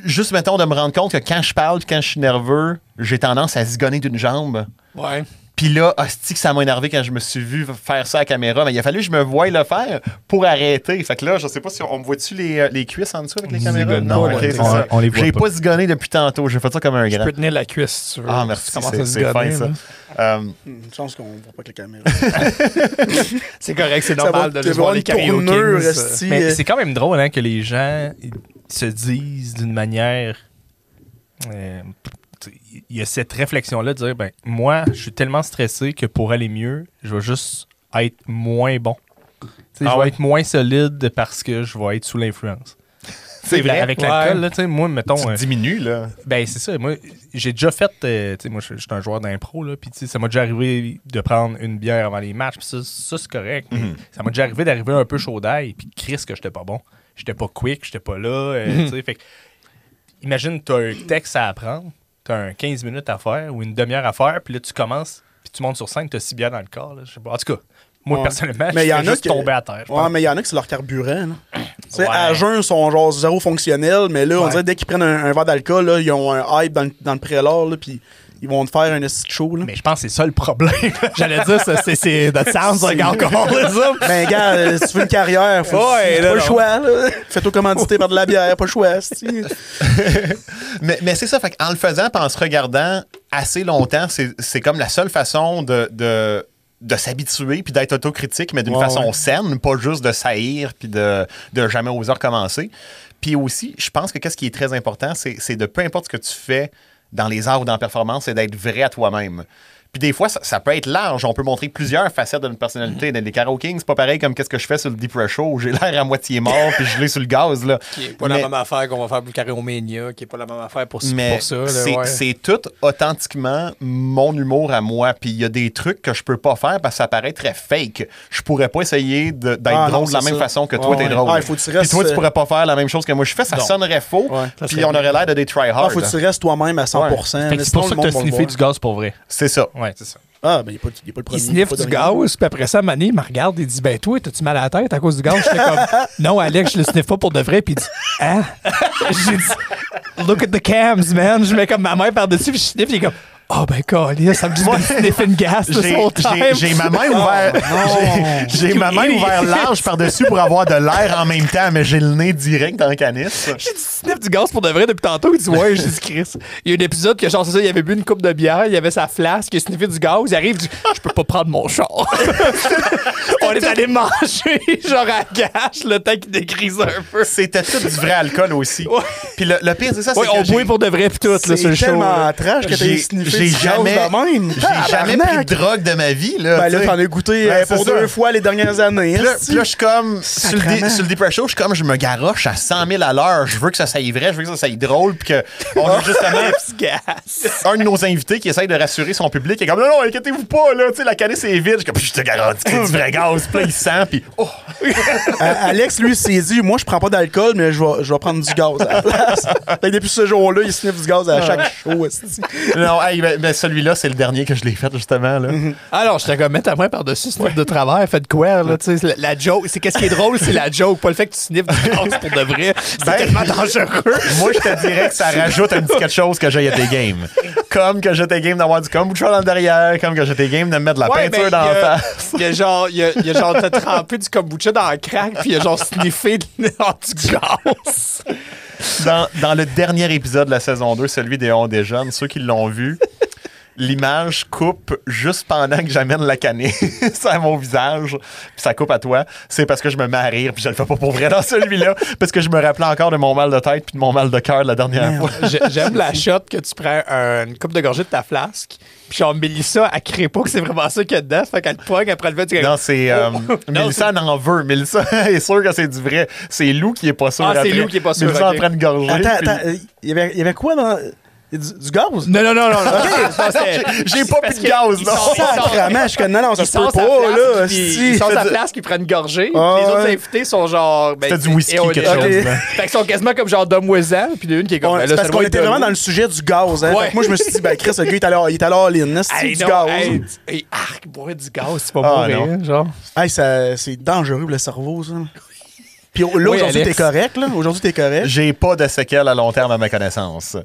Juste, mettons, de me rendre compte que quand je parle, puis quand je suis nerveux, j'ai tendance à zigonner d'une jambe. Ouais. Puis là, hostie que ça m'a énervé quand je me suis vu faire ça à la caméra. Mais il a fallu que je me voie le faire pour arrêter. Fait que là, je sais pas si on, on me voit-tu les, euh, les cuisses en dessous avec les caméras? Zigonne, non, ok, on- c'est on- ça. on les voit J'ai pas. pas zigonné depuis tantôt. J'ai fait ça comme un Je grand. peux tenir la cuisse si tu veux. Ah, merci, Tu commences c'est à se c'est fin gonner, ça. là. Euh, hmm, Je pense qu'on voit pas que la caméra. C'est correct, c'est Ça normal va, de t'es le vraiment voir les une karaokés. tournure, ça. esti. Mais euh, c'est quand même drôle hein, que les gens ils se disent d'une manière. euh, tu sais, Il y a cette réflexion-là de dire ben, Moi, je suis tellement stressé que pour aller mieux, je vais juste être moins bon. Tu sais, Ah je vais ouais? être moins solide parce que je vais être sous l'influence. C'est vrai? Avec Ouais. l'alcool, là, tu sais, moi, mettons. tu euh, diminues, là. ben, c'est ça. Moi, j'ai déjà fait. euh, tu sais, moi, je je suis un joueur d'impro, là. Puis, tu sais, ça m'a déjà arrivé de prendre une bière avant les matchs. Puis, ça, ça, c'est correct. mais Mhm. Ça m'a déjà arrivé d'arriver un peu chaud d'ail. Puis, Chris, que j'étais pas bon. J'étais pas quick, j'étais pas là. euh, Mhm. Tu sais, fait que, imagine, t'as un texte à apprendre. T'as un 15 minutes à faire ou une demi-heure à faire. Puis là, tu commences. Puis, tu montes sur scène, t'as 6 bières dans le corps, là. Je sais pas. En tout cas, moi, Ouais. personnellement, Mais je y en suis a juste que- tombé à terre. je pense. Ouais, mais il y en a qui c'est leur carburant. là. Tu sais, Ouais. à jeun, ils sont genre zéro fonctionnel, mais là, on Ouais. dirait dès qu'ils prennent un, un verre d'alcool, là, ils ont un hype dans le, dans le prélat, là, puis Ils vont te faire un esti de show, là. Mais je pense que c'est ça le problème. J'allais dire, ça, c'est- c'est. That sounds like alcoholism. Ben, gars, euh, si tu veux une carrière, faut Ouais, c'est là, pas le non. choix, là. Fais-toi commanditer par de la bière, pas le choix, esti. Mais, mais c'est ça, fait en le faisant puis en se regardant assez longtemps, c'est c'est comme la seule façon de, de, de s'habituer puis d'être autocritique, mais d'une Ouais, façon ouais. saine, pas juste de saillir puis de, de jamais oser recommencer. Puis aussi, je pense que qu'est-ce qui est très important, c'est c'est de peu importe ce que tu fais dans les arts ou dans la performance, c'est d'être vrai à toi-même. Puis des fois, ça, ça peut être large. On peut montrer plusieurs facettes d'une Mm-hmm. personnalité. Dans les karaokings, c'est pas pareil comme qu'est-ce que je fais sur le Deep Red Show où j'ai l'air à moitié mort puis je l'ai sur le gaz. Là. Qui est pas Mais- la même affaire qu'on va faire pour Carré Mania, qui est pas la même affaire pour, mais pour ça. là, c'est ouais. c'est tout authentiquement mon humour à moi. Puis il y a des trucs que je peux pas faire parce que ça paraît très fake. Je pourrais pas essayer de- d'être Ah, non, drôle de la c'est même ça. façon que Ouais, toi, t'es ouais. drôle. Ah, il faut que tu Puis restes, toi, euh, tu pourrais pas faire la même chose que moi je fais. Ça sonnerait faux. Ouais, ça puis serait on aurait l'air de des Ah, try-hard. faut que tu restes toi-même à 100%. Fait que là, c'est pour sinon, le ça que monde t'as va le sniffé voir. du gaz pour vrai. c'est ça. Ouais, c'est ça. Ah, ben, il est pas, il est pas le premier. Il sniffe est pas du dernier. gaz, puis après ça, Mané, il me regarde et dit Ben, toi, t'as-tu mal à la tête à cause du gaz J'étais comme Non, Alex, je le sniffe pas pour de vrai. Puis il dit Hein J'ai dit Look at the cams, man. Je mets comme ma main par-dessus, puis je sniffe, puis il est comme Oh, ben, calé, ça me dit de sniffer une gas, J'ai- le whole J'ai time. j'ai ma main ouverte. Ah, J'ai ma main ouverte large par-dessus pour avoir de l'air en même temps, mais j'ai le nez direct dans le canis. J'ai dit sniff du gaz pour de vrai depuis tantôt. Il dit Ouais, j'ai dit Chris. Il y a un épisode que, genre, c'est ça, il avait bu une coupe de bière, il avait sa flasque, il a sniffé du gaz, il arrive, il dit Je peux pas prendre mon char. On est allé manger, genre, à gâche, le temps qu'il dégrise un peu. C'était tout du vrai alcool aussi. Ouais. Puis le, le pire, c'est ça, c'est Ouais, que on j'ai- bouille pour de vrai pis tout, là, sur le C'est show. tellement là. trash que t'as J'ai- sniffé j'ai du gaz de jamais- même. J'ai jamais pris de drogue de ma vie. Là, Ben tu là, sais. t'en as goûté Ouais, euh, c'est pour ça. deux fois les dernières années. Puis là, esti. puis là, je suis comme, sur le, dé- Sacrement. sur le Deep Red Show, je suis comme, je me garoche à 100 000 à l'heure. Je veux que ça s'aille vrai, je veux que ça s'aille drôle. Puis que, on a justement un de nos invités qui essaye de rassurer son public. qui est comme, non, non, inquiétez-vous pas, là, tu sais, la canisse est vide. Je suis comme, je te garantis que c'est du vrai gaz. Puis là, il sent, puis oh, Euh, Alex, lui, s'est dit Moi, je prends pas d'alcool, mais je vais, je vais prendre du gaz à la place. Fait que depuis ce jour-là, il sniffe du gaz à chaque show. esti. non, hey, ben, ben, celui-là, c'est le dernier que je l'ai fait, justement, là. Mm-hmm. Alors, je te comme, mets ta main par-dessus, sniff de travers, faites quoi, là, tu sais, la, la joke, c'est qu'est-ce qui est drôle, c'est la joke, pas le fait que tu sniffes du gaz pour de vrai, c'est Ben, tellement dangereux. Moi, je te dirais que ça rajoute un petit quelque chose que j'ai à tes games. Comme que j'étais game d'avoir du kombucha dans le derrière, comme que j'étais game de me mettre de la Ouais, ben, peinture dans il la y a- face. Il y a genre, il y a, il y a genre, t'as trempé du kombucha dans la craque, puis il y a genre sniffé de- du gaz. dans, dans le dernier épisode de la saison 2, celui des On des jeunes, ceux qui l'ont vu, l'image coupe juste pendant que j'amène la canisse à mon visage, puis ça coupe à toi. C'est parce que je me mets à rire, puis je le fais pas pour vrai dans celui-là, parce que je me rappelais encore de mon mal de tête puis de mon mal de cœur de la dernière fois. J'ai- J'aime la shot que tu prends euh, une coupe de gorgée de ta flasque, puis genre Mélissa, elle crée pas que c'est vraiment ça qu'il y a dedans, fait qu'elle te pogne, après le fait, tu Non, c'est. euh, Mélissa en veut. Mélissa est sûre que c'est du vrai. C'est Lou qui est pas sûr. Ah, c'est après. Lou qui est pas sûr, Mélissa ok. en train de gorger. Attends, puis- attends, euh, il y avait- il y avait quoi dans. Du, du gaz Non, non, non, non. non. Non, c'est- J'ai- J'ai pas parce plus de que gaz, ils non. sont- Sacrement, je connais. Non, non, ça Ils se peut sont sa pas, là. place, qui- esti. ils sont C'est à du- place, qui prennent une gorgée. Ah, puis les autres ouais. invités sont genre. Ben, C'était du whisky, et on- quelque Ok. chose. là. Fait qu'ils sont quasiment comme genre demoiselles, puis l'une qui est comme. On- ben là, c'est parce ça qu'on doit être était de vraiment l'eau. dans le sujet du gaz. Hein. Ouais. Fait que Moi, je me suis dit, ben, Chris, le gars, il est allé à- il est allé à l'in. C'est Hey, du non, gaz. hey, hey, arc, boire du gaz, c'est pas Ah, mourir, non. genre. Hey, ça- c'est dangereux pour le cerveau, ça. Puis là, aujourd'hui, Alex. t'es correct, là. Aujourd'hui, t'es correct. J'ai pas de séquelles à long terme à ma connaissance.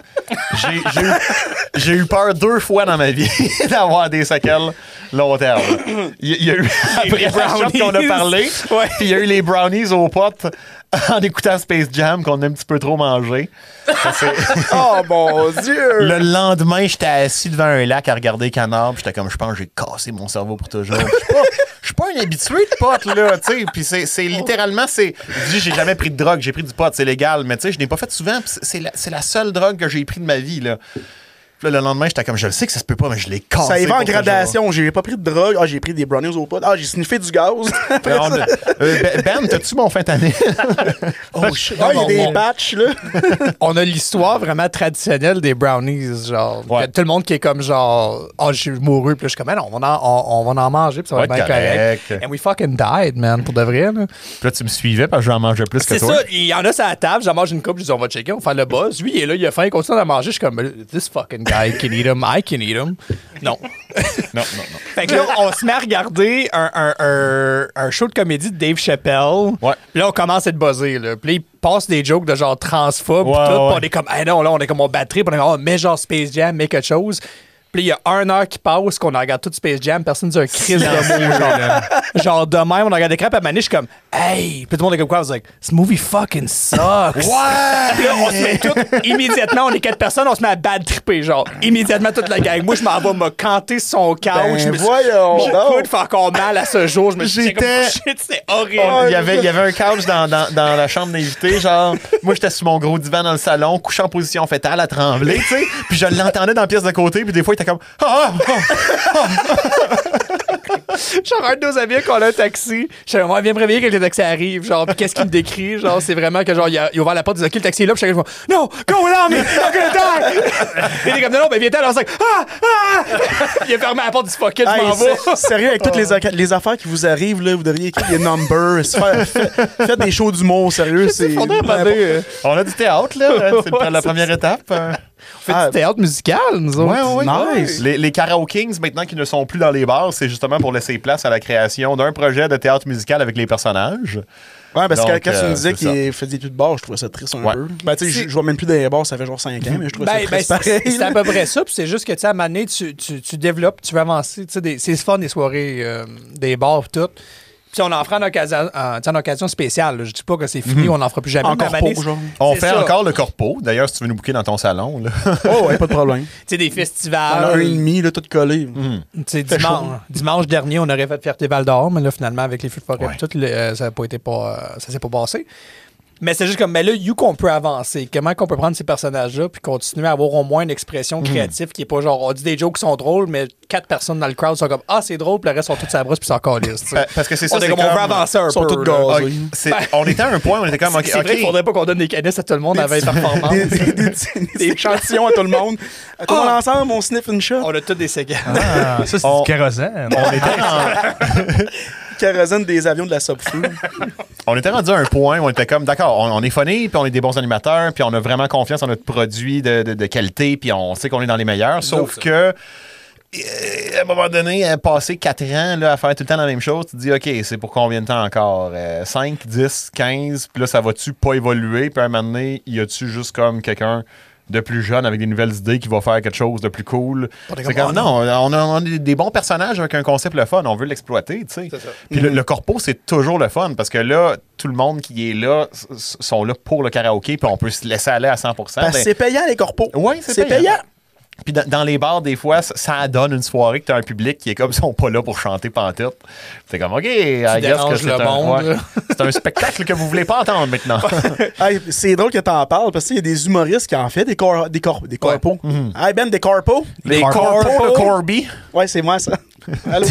J'ai- j'ai eu- J'ai eu peur deux fois dans ma vie d'avoir des séquelles long terme. Il y, il y a eu après la shot brownies. qu'on a parlé, Ouais. puis il y a eu les brownies aux potes en écoutant Space Jam qu'on a un petit peu trop mangé. Ça, c'est- Oh, mon Dieu! Le lendemain, j'étais assis devant un lac à regarder Canard, puis j'étais comme, je pense que j'ai cassé mon cerveau pour toujours. Je suis pas- je suis pas un habitué de potes, là, tu sais. Puis c'est, c'est littéralement, c'est. Je dis, j'ai jamais pris de drogue, j'ai pris du pot, c'est légal, mais tu sais, je n'ai pas fait souvent, puis c'est- c'est la, c'est la seule drogue que j'ai pris de ma vie, là. Puis là, le lendemain, j'étais comme, je le sais que ça se peut pas, mais je l'ai cassé. Ah, Ça y va en pour toujours. gradation. J'ai pas pris de drogue. Ah, j'ai pris des brownies au pot. Ah, j'ai sniffé du gaz. Mais on- euh, ben, ben, t'as-tu mon fentanyl? oh, shit. Non, Ah, il y a non, des non. patchs, là. On a l'histoire vraiment traditionnelle des brownies, genre. Ouais. que Tout le monde qui est comme genre, oh, je suis mouru, puis là, je suis comme, Ah non, on va en, on, on va en manger, puis ça va Ouais, être bien correct. correct. And we fucking died, man, pour de vrai, là. Puis là, tu me suivais parce que j'en mangeais plus que Ah, C'est toi. ça, il y en a sur la table, j'en mange une coupe, je dis on va checker, on va faire le buzz. Lui, il est là, il a faim, il continue à manger. Je suis comme, this fucking guy can eat him, I can eat him. Non. Non, non, non. Fait que là, on se met à regarder un, un- un- un show de comédie de Dave Chappelle. Ouais. Puis là, on commence à être buzzé. Là. Puis là, il passe des jokes de genre transphobe. Ouais, puis tout. ouais. Puis on est comme, hey, non, là, on est comme on batterie. Puis on est comme, oh, mets genre Space Jam, mets quelque chose. Puis il y a une heure qui passe, qu'on en regarde tout Space Jam, personne ne dit un crise de mot. là. Genre, de même, on regarde l'écran, puis à un moment donné, je suis comme, hey! Puis tout le monde est comme quoi? Vous êtes like, this movie fucking sucks! Puis là, on se met tout, immédiatement, on est quatre personnes, on se met à bad tripper, genre, immédiatement toute la gang. Moi, je m'en vais me canter sur son couch. Ben, je me suis- voyons Mon donc. coude fait encore mal à ce jour. Je me suis dit, comme, oh, J'étais- Oh, shit, c'est horrible. Il y, avait, il y avait un couch dans, dans- dans la chambre d'invité, genre, moi j'étais sur mon gros divan dans le salon, couché en position fétale à trembler, tu sais, puis je l'entendais dans la pièce de côté, puis des fois il était comme Ah, ah, ah. Genre, un de nos amis qu'on a un taxi. Je suis comme, Ouais, viens me réveiller quand le taxi arrive. Genre, puis qu'est-ce qu'il me décrit? Genre, c'est vraiment que, genre, il a, il a ouvert la porte, il a dit, OK, le taxi est là. Puis chacun, fait, No, go là, mais I'm gonna die! Et il est comme, non, non, ben, viens t'en, alors, c'est comme, ah, ah! Il a fermé la porte du fuck it, je Hey, m'en vais. sé- sérieux, avec toutes les, a- les affaires qui vous arrivent, là, vous devriez écrire des numbers. se faire- fait- Faites des shows d'humour, sérieux. C'est Faudrait demander, euh, On a du théâtre, là, c'est le- Ouais, la c'est première étape. hein. on fait du théâtre musical, nous autres. ouais, ouais. Nice. Les, les karaokings, maintenant qui ne sont plus dans les bars, c'est justement pour laisser place à la création d'un projet de théâtre musical avec les personnages. Ouais, parce que Donc, quand tu euh, me disais c'est ça. qu'il faisait plus de bars, je trouvais ça triste un Ouais. peu. Ben, tu sais, C'est- je- je vois même plus dans les bars, ça fait genre 5 ans, mais je trouvais Ben, ça ben, triste pareil. c'est c'est à peu près ça. Puis c'est juste que, tu sais, à un moment donné, tu, tu, tu développes, tu veux avancer. Tu sais, des- c'est fun, des soirées, euh, des bars, tout. Puis on en fera en occasion, en, tu sais, en occasion spéciale. là. Je dis pas que c'est fini, on en fera plus jamais. Mhm. Encore mais à un moment donné, pas, genre. On c'est fait ça. encore le corpo. D'ailleurs, si tu veux nous bouquer dans ton salon, là. Oh, ouais, pas de problème. Tu sais, des On a un et festivals. demi, là, tout collé. Hmm. Tu sais, hein. dimanche, dimanche dernier, on aurait fait Fierté Val d'Or, mais là, finalement, avec les feux de forêt et tout, le- euh, ça n'a pas été pas. euh, ça s'est pas passé. Mais c'est juste comme, mais là, you qu'on peut avancer. Comment qu'on peut prendre ces personnages-là puis continuer à avoir au moins une expression Hmm. créative qui est pas genre, on dit des jokes qui sont drôles, mais quatre personnes dans le crowd sont comme, ah, c'est drôle, puis le reste sont toutes sa brosse puis c'est encore liste. Euh, parce que c'est ça, on est c'est comme, on comme- veut avancer un sont peu. toutes là. gazées. Ah, oui. c'est- on était à un point, on était comme, C'est OK, c'est vrai qu'il OK, faudrait pas qu'on donne des canisses à tout le monde avant les performances. Des, des, des- des échantillons à tout le monde. À tout le monde Ah! ensemble, on sniff une shot. on a toutes des séquences. Ah, ça, c'est On- du kérosène. on était en- Kérosène des avions de la Subflu. on était rendu à un point où on était comme, d'accord, on, on est funny, puis on est des bons animateurs, puis on a vraiment confiance en notre produit de, de- de qualité, puis on sait qu'on est dans les meilleurs. Sauf que, euh, à un moment donné, euh, passer 4 ans là, à faire tout le temps la même chose, tu te dis, OK, c'est pour combien de temps encore Euh, 5, 10, 15, puis là, ça va-tu pas évoluer? Puis à un moment donné, y a-tu juste comme quelqu'un de plus jeune avec des nouvelles idées qui va faire quelque chose de plus cool? On est C'est comme, oh comme, non, on a, on a des bons personnages avec un concept le fun, on veut l'exploiter, tu sais. Puis le, le corpo, c'est toujours le fun parce que là, tout le monde qui est là s- s- sont là pour le karaoké, puis on peut se laisser aller à 100 Parce que Ben, Ah, c'est payant, les corpos. Ouais, c'est C'est payant. payant. Puis dans, dans les bars, des fois, ça, ça donne une soirée que t'as un public qui est comme, ils sont pas là pour chanter pantoute. C'est comme, OK, I guess déranges que c'est le un, monde, là. c'est un spectacle que vous voulez pas entendre maintenant. Hey, c'est drôle que t'en parles parce qu'il y a des humoristes qui en fait des, cor des, cor- des corpos. Hey Ben, des corpos. Les corpos de Corby. Ouais, c'est moi ça. Allô?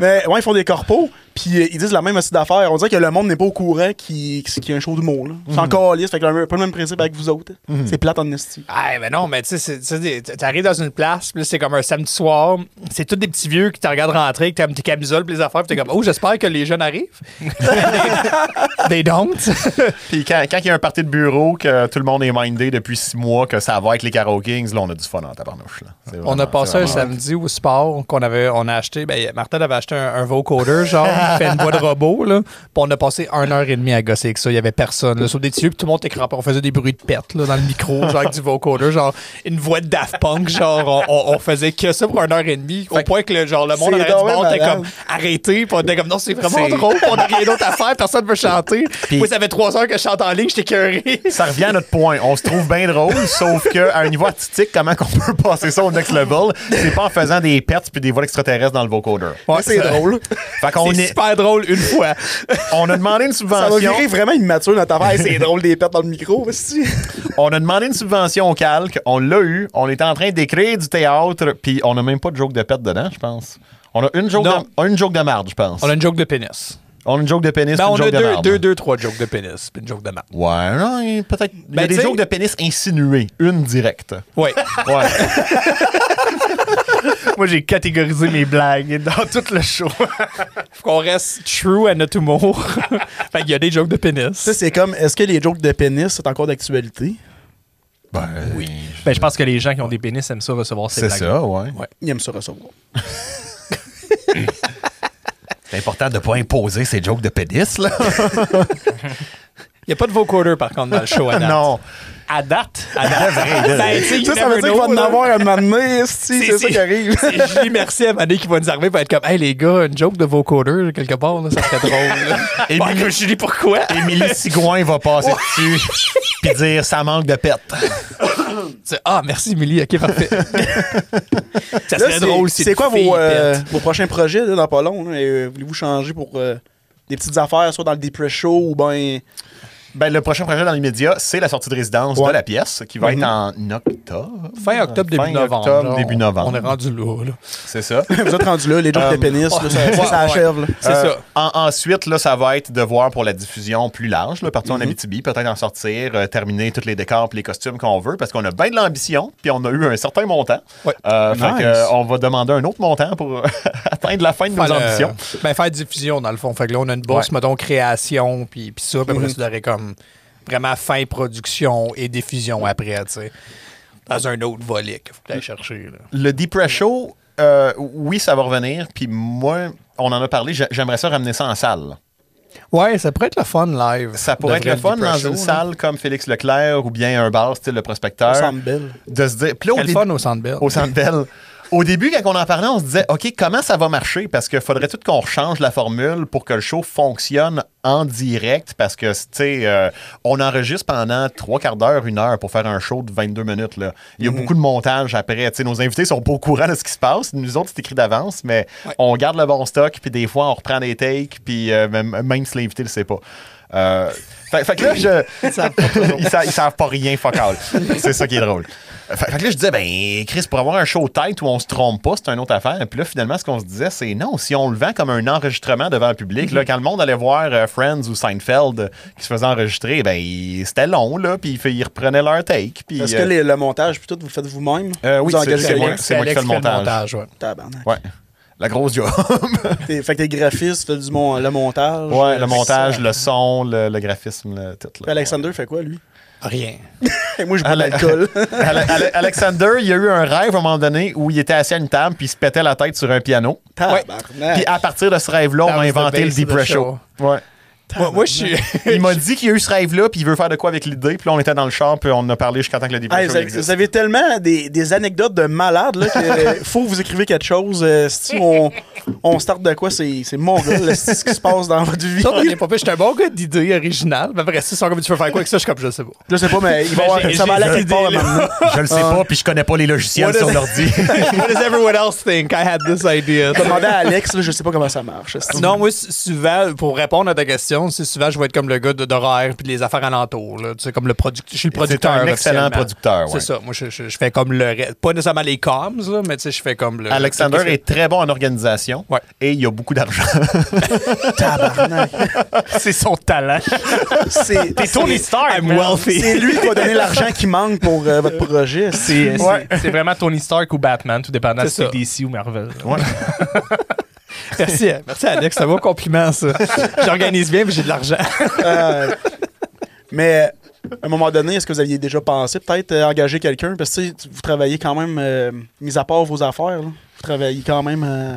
Mais ouais, ils font des corpos, puis euh, ils disent la même astuce d'affaires. On dirait que le monde n'est pas au courant qu'il qu'il y a un show d'humour. là. C'est encore lisse, fait que le- pas le même principe avec vous autres. hein. C'est plate en esti. Ah, ben non, mais tu sais, c'est- tu sais, des- t'arrives dans une place, puis là, c'est comme un samedi soir, c'est tous des petits vieux qui te regardent rentrer, qui t'aiment tes camisoles, puis les affaires, puis t'es comme, oh, j'espère que les jeunes arrivent. Des don't. Puis quand quand il y a un party de bureau que tout le monde est mindé depuis six mois, que ça va être les karaokings, là, on a du fun en tabarnouche. là. C'est On a vraiment- passé c'est un vraiment- samedi au sport qu'on avait, on a acheté, ben, Martin avait acheté un, un vocoder, genre, il fait une voix de robot, là, puis on a passé une heure et demie à gosser avec ça, il y avait personne, là, sur des tuyaux, puis tout le monde était crampé, on faisait des bruits de perte, là, dans le micro, genre, avec du vocoder, genre, une voix de Daft Punk, genre, on, on- on faisait que ça pour une heure et demie, au point que, le, genre, le monde C'est arrête du donc bord, était malade. comme, arrêté. Puis on était comme, non, c'est vraiment C'est- drôle. On n'a rien d'autre à faire. Personne ne veut chanter. Moi, ça fait trois heures que je chante en ligne. J'étais curé. Ça revient à notre point. On se trouve bien drôle, sauf qu'à un niveau artistique, comment qu'on peut passer ça au next level? C'est pas en faisant des pertes puis des voix extraterrestres dans le vocoder. Mais c'est drôle. Fait qu'on C'est est- super drôle une fois. on a demandé une Ça va subvention. virer vraiment immature dans ta affaire. Hey, c'est drôle des pertes dans le micro, esti. On a demandé une subvention au calque. On l'a eu. On est en train d'écrire du théâtre puis on a même pas de joke de perte dedans, je pense. On a une joke, Non. de, une joke de marde, je pense. On a une joke de pénis. On a une joke de pénis Ben, puis on une a joke de deux, marde. deux, deux, trois jokes de pénis. puis une joke de marde. Ouais, non, il- peut-être. Il y Ben, a des t'sais- jokes de pénis insinués. Une directe. Oui. Ouais. Moi, j'ai catégorisé mes blagues dans tout le show. Faut qu'on reste true à notre humour. fait qu'il y a des jokes de pénis. Ça, c'est comme, est-ce que les jokes de pénis, c'est encore d'actualité? ben, oui. Ben, je pense que les gens qui ont des pénis aiment ça recevoir ces C'est blagues. ça, ouais. Ils aiment se recevoir. C'est important de pas imposer ces jokes de pénis, là. Il n'y a pas de vocodeur, par contre, dans le show à date. Non. À date. À date. Ben, tu sais, you Ça, ça never veut dire qu'il know, va en là. avoir un moment donné, esti, c'est ça qui arrive. C'est Julie Mercier à Mané qui va nous arriver pour être comme Hey les gars, une joke de vocodeur quelque part, là, ça serait drôle. là. Et Ouais, comme Julie, pourquoi? Émilie Sigouin va passer dessus puis dire ça manque de pète. Tu- Ah, merci, Émilie. OK, parfait. ça Là, serait c'est- drôle si C'est une quoi fille vos, euh, pète. vos prochains projets là, dans pas long? là? Et, euh, Voulez-vous changer pour euh, des petites affaires, soit dans le Depress Show ou ben Ben, le prochain projet dans les médias, c'est la sortie de résidence Ouais. de la pièce qui va Mhm. être en octobre. Fin octobre, début Fin novembre. octobre, là, début on- novembre. On est rendu lourd, là. C'est ça. vous êtes rendu là, les jokes de Euh, pénis, là, ça, ça, ça ouais. achève. là. C'est Euh, ça. en- ensuite, là, ça va être de voir pour la diffusion plus large, là, partir en Abitibi, peut-être en sortir, euh, terminer tous les décors et les costumes qu'on veut, parce qu'on a bien de l'ambition, puis on a eu un certain montant. Ouais. Euh, fait Nice. que, euh, on va demander un autre montant pour euh, atteindre la fin de nos Faire, euh, ambitions. ben, faire diffusion, dans le fond. Fait que là, on a une bourse, mettons, création, puis puis ça. Puis après, Mhm. ça devrait comme vraiment fin production et diffusion après, tu sais. Dans un autre volet qu'il faut aller chercher, là. Le Deep Press Show, euh, oui, ça va revenir, puis moi, on en a parlé, j'a- j'aimerais ça ramener ça en salle. Ouais, ça pourrait être le fun live. Ça pourrait être le fun dans hein. une salle comme Félix Leclerc ou bien un bar style le prospecteur. Ça me belle. De se dire. Puis là, au Quel début- fun au Centre Bell. au Centre Bell. Au début, quand on en parlait, on se disait, OK, comment ça va marcher? Parce qu'il faudrait tout qu'on change la formule pour que le show fonctionne en direct. Parce que, tu sais, euh, on enregistre pendant trois quarts d'heure, une heure pour faire un show de 22 minutes. Là. Il Mhm. y a beaucoup de montage après. Tu sais, nos invités sont pas au courant de ce qui se passe. Nous autres, c'est écrit d'avance, mais on garde le bon stock. Puis des fois, on reprend des takes. Puis euh, même, même si l'invité le sait pas. Euh, fait, fait que là, je. ils, savent, ils savent pas rien, fuck all. C'est ça qui est drôle. Fait, fait que là, je disais, ben, Chris, pour avoir un show tête où on se trompe pas, c'est une autre affaire. Puis là, finalement, ce qu'on se disait, c'est non, si on le vend comme un enregistrement devant le public, Mhm. là, quand le monde allait voir euh, Friends ou Seinfeld euh, qui se faisait enregistrer, ben, il- c'était long, là, puis il fait- ils reprenaient leur take. Puis, Est-ce euh, que les- le montage, puis tout, vous le faites vous-même? Euh, oui, vous c'est- engagez c'est moi. quelqu'un? c'est qui fais le montage. ouais. Tabarnak. Ouais. La grosse job. T'es- Fait que t'es graphiste, fais du mon, le montage. euh, ouais, le montage, Ça. le son, le, le graphisme, le titre. Puis là. Alexander fait quoi, lui? Rien. Moi, je bois de Ale- l'alcool. Ale- Ale- Alexander, il y a eu un rêve à un moment donné où il était assis à une table puis il se pétait la tête sur un piano. Puis Tabarnak. à partir de ce rêve-là, on That a was the inventé le base of Deep the Press Show. show. Ouais. Moi, moi, je suis. Il m'a dit qu'il y a eu ce rêve-là, puis il veut faire de quoi avec l'idée. Puis là, on était dans le champ, puis on en a parlé jusqu'à temps que le Deep Hey, Ah, vous, Press Show avez, vous existe. avez tellement des, des anecdotes de malades là, que euh, faut que vous écrivez quelque chose. euh, si on, on start de quoi, c'est c'est mon gars, là, c'est ce qui se passe dans votre vie. Ça, on est pas pire. J'étais un bon gars d'idées originales. Mais après, ça, comme tu veux faire quoi avec ça, je suis comme, je sais pas. Je sais pas, mais il va avoir- Ben, j'ai- ça va j'ai- aller à j'ai quelque part à un idée, là. moment donné. Je le sais pas, puis je connais pas les logiciels What is- ordi. What does everyone else think? I had this idea. Demandez à Alex, là, je sais pas comment ça marche. c'est- Non, moi, s- souvent, pour répondre à ta question, c'est souvent, je vais être comme le gars de- d'horaire puis les affaires alentour. Là. Tu sais, comme le producteur. Je suis le producteur. un excellent officiellement. producteur, ouais. C'est ça. Moi, je, je- je fais comme le. re- Pas nécessairement les comms, là, mais tu sais, je fais comme le. Alexander est très bon en organisation Ouais. et il y a beaucoup d'argent. Tabarnak. C'est son talent. C'est T'es Tony Stark. I'm wealthy. c'est lui qui va donner l'argent qui manque pour euh, votre projet. C'est C'est c'est vraiment Tony Stark ou Batman, tout dépendant C'est si c'est ça. DC ou Marvel. Merci, hein. merci Alex, c'est un beau compliment ça. J'organise bien, mais j'ai de l'argent. Euh, mais à un moment donné, est-ce que vous aviez déjà pensé peut-être euh, engager quelqu'un? Parce que tu sais, tu- vous travaillez quand même, euh, mis à part vos affaires, là, vous travaillez quand même euh,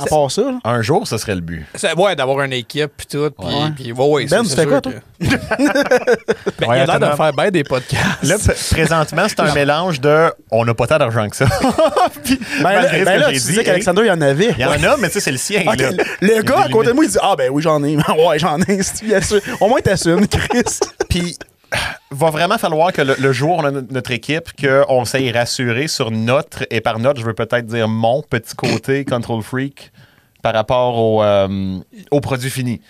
à part ça. là. Un jour, ce serait le but. C'est- Ouais, d'avoir une équipe puis tout, puis Ouais. puis- ouais, ouais, Ben, ça, tu c'est fais sûr quoi, toi? que- Ben, il a l'air de attends. faire bien des podcasts. Là, p- présentement, c'est un mélange de on n'a pas tant d'argent que ça. Puis, Ben, malgré là, ce ben que là, tu j'ai dit, disais hey, qu'Alexander, il y en avait. Il y en a, mais tu sais, c'est le sien. Ok, là. le- Il y a le des gars à côté de limites. moi, il dit Ah, ben oui, j'en ai. ouais, j'en ai. Si tu bien sûr. Au moins, t'assumes, Chris. Puis, va vraiment falloir que le, le jour, on a no- notre équipe, qu'on s'aille rassurer sur notre, et par notre, je veux peut-être dire mon petit côté Control Freak par rapport au, euh, au produit fini.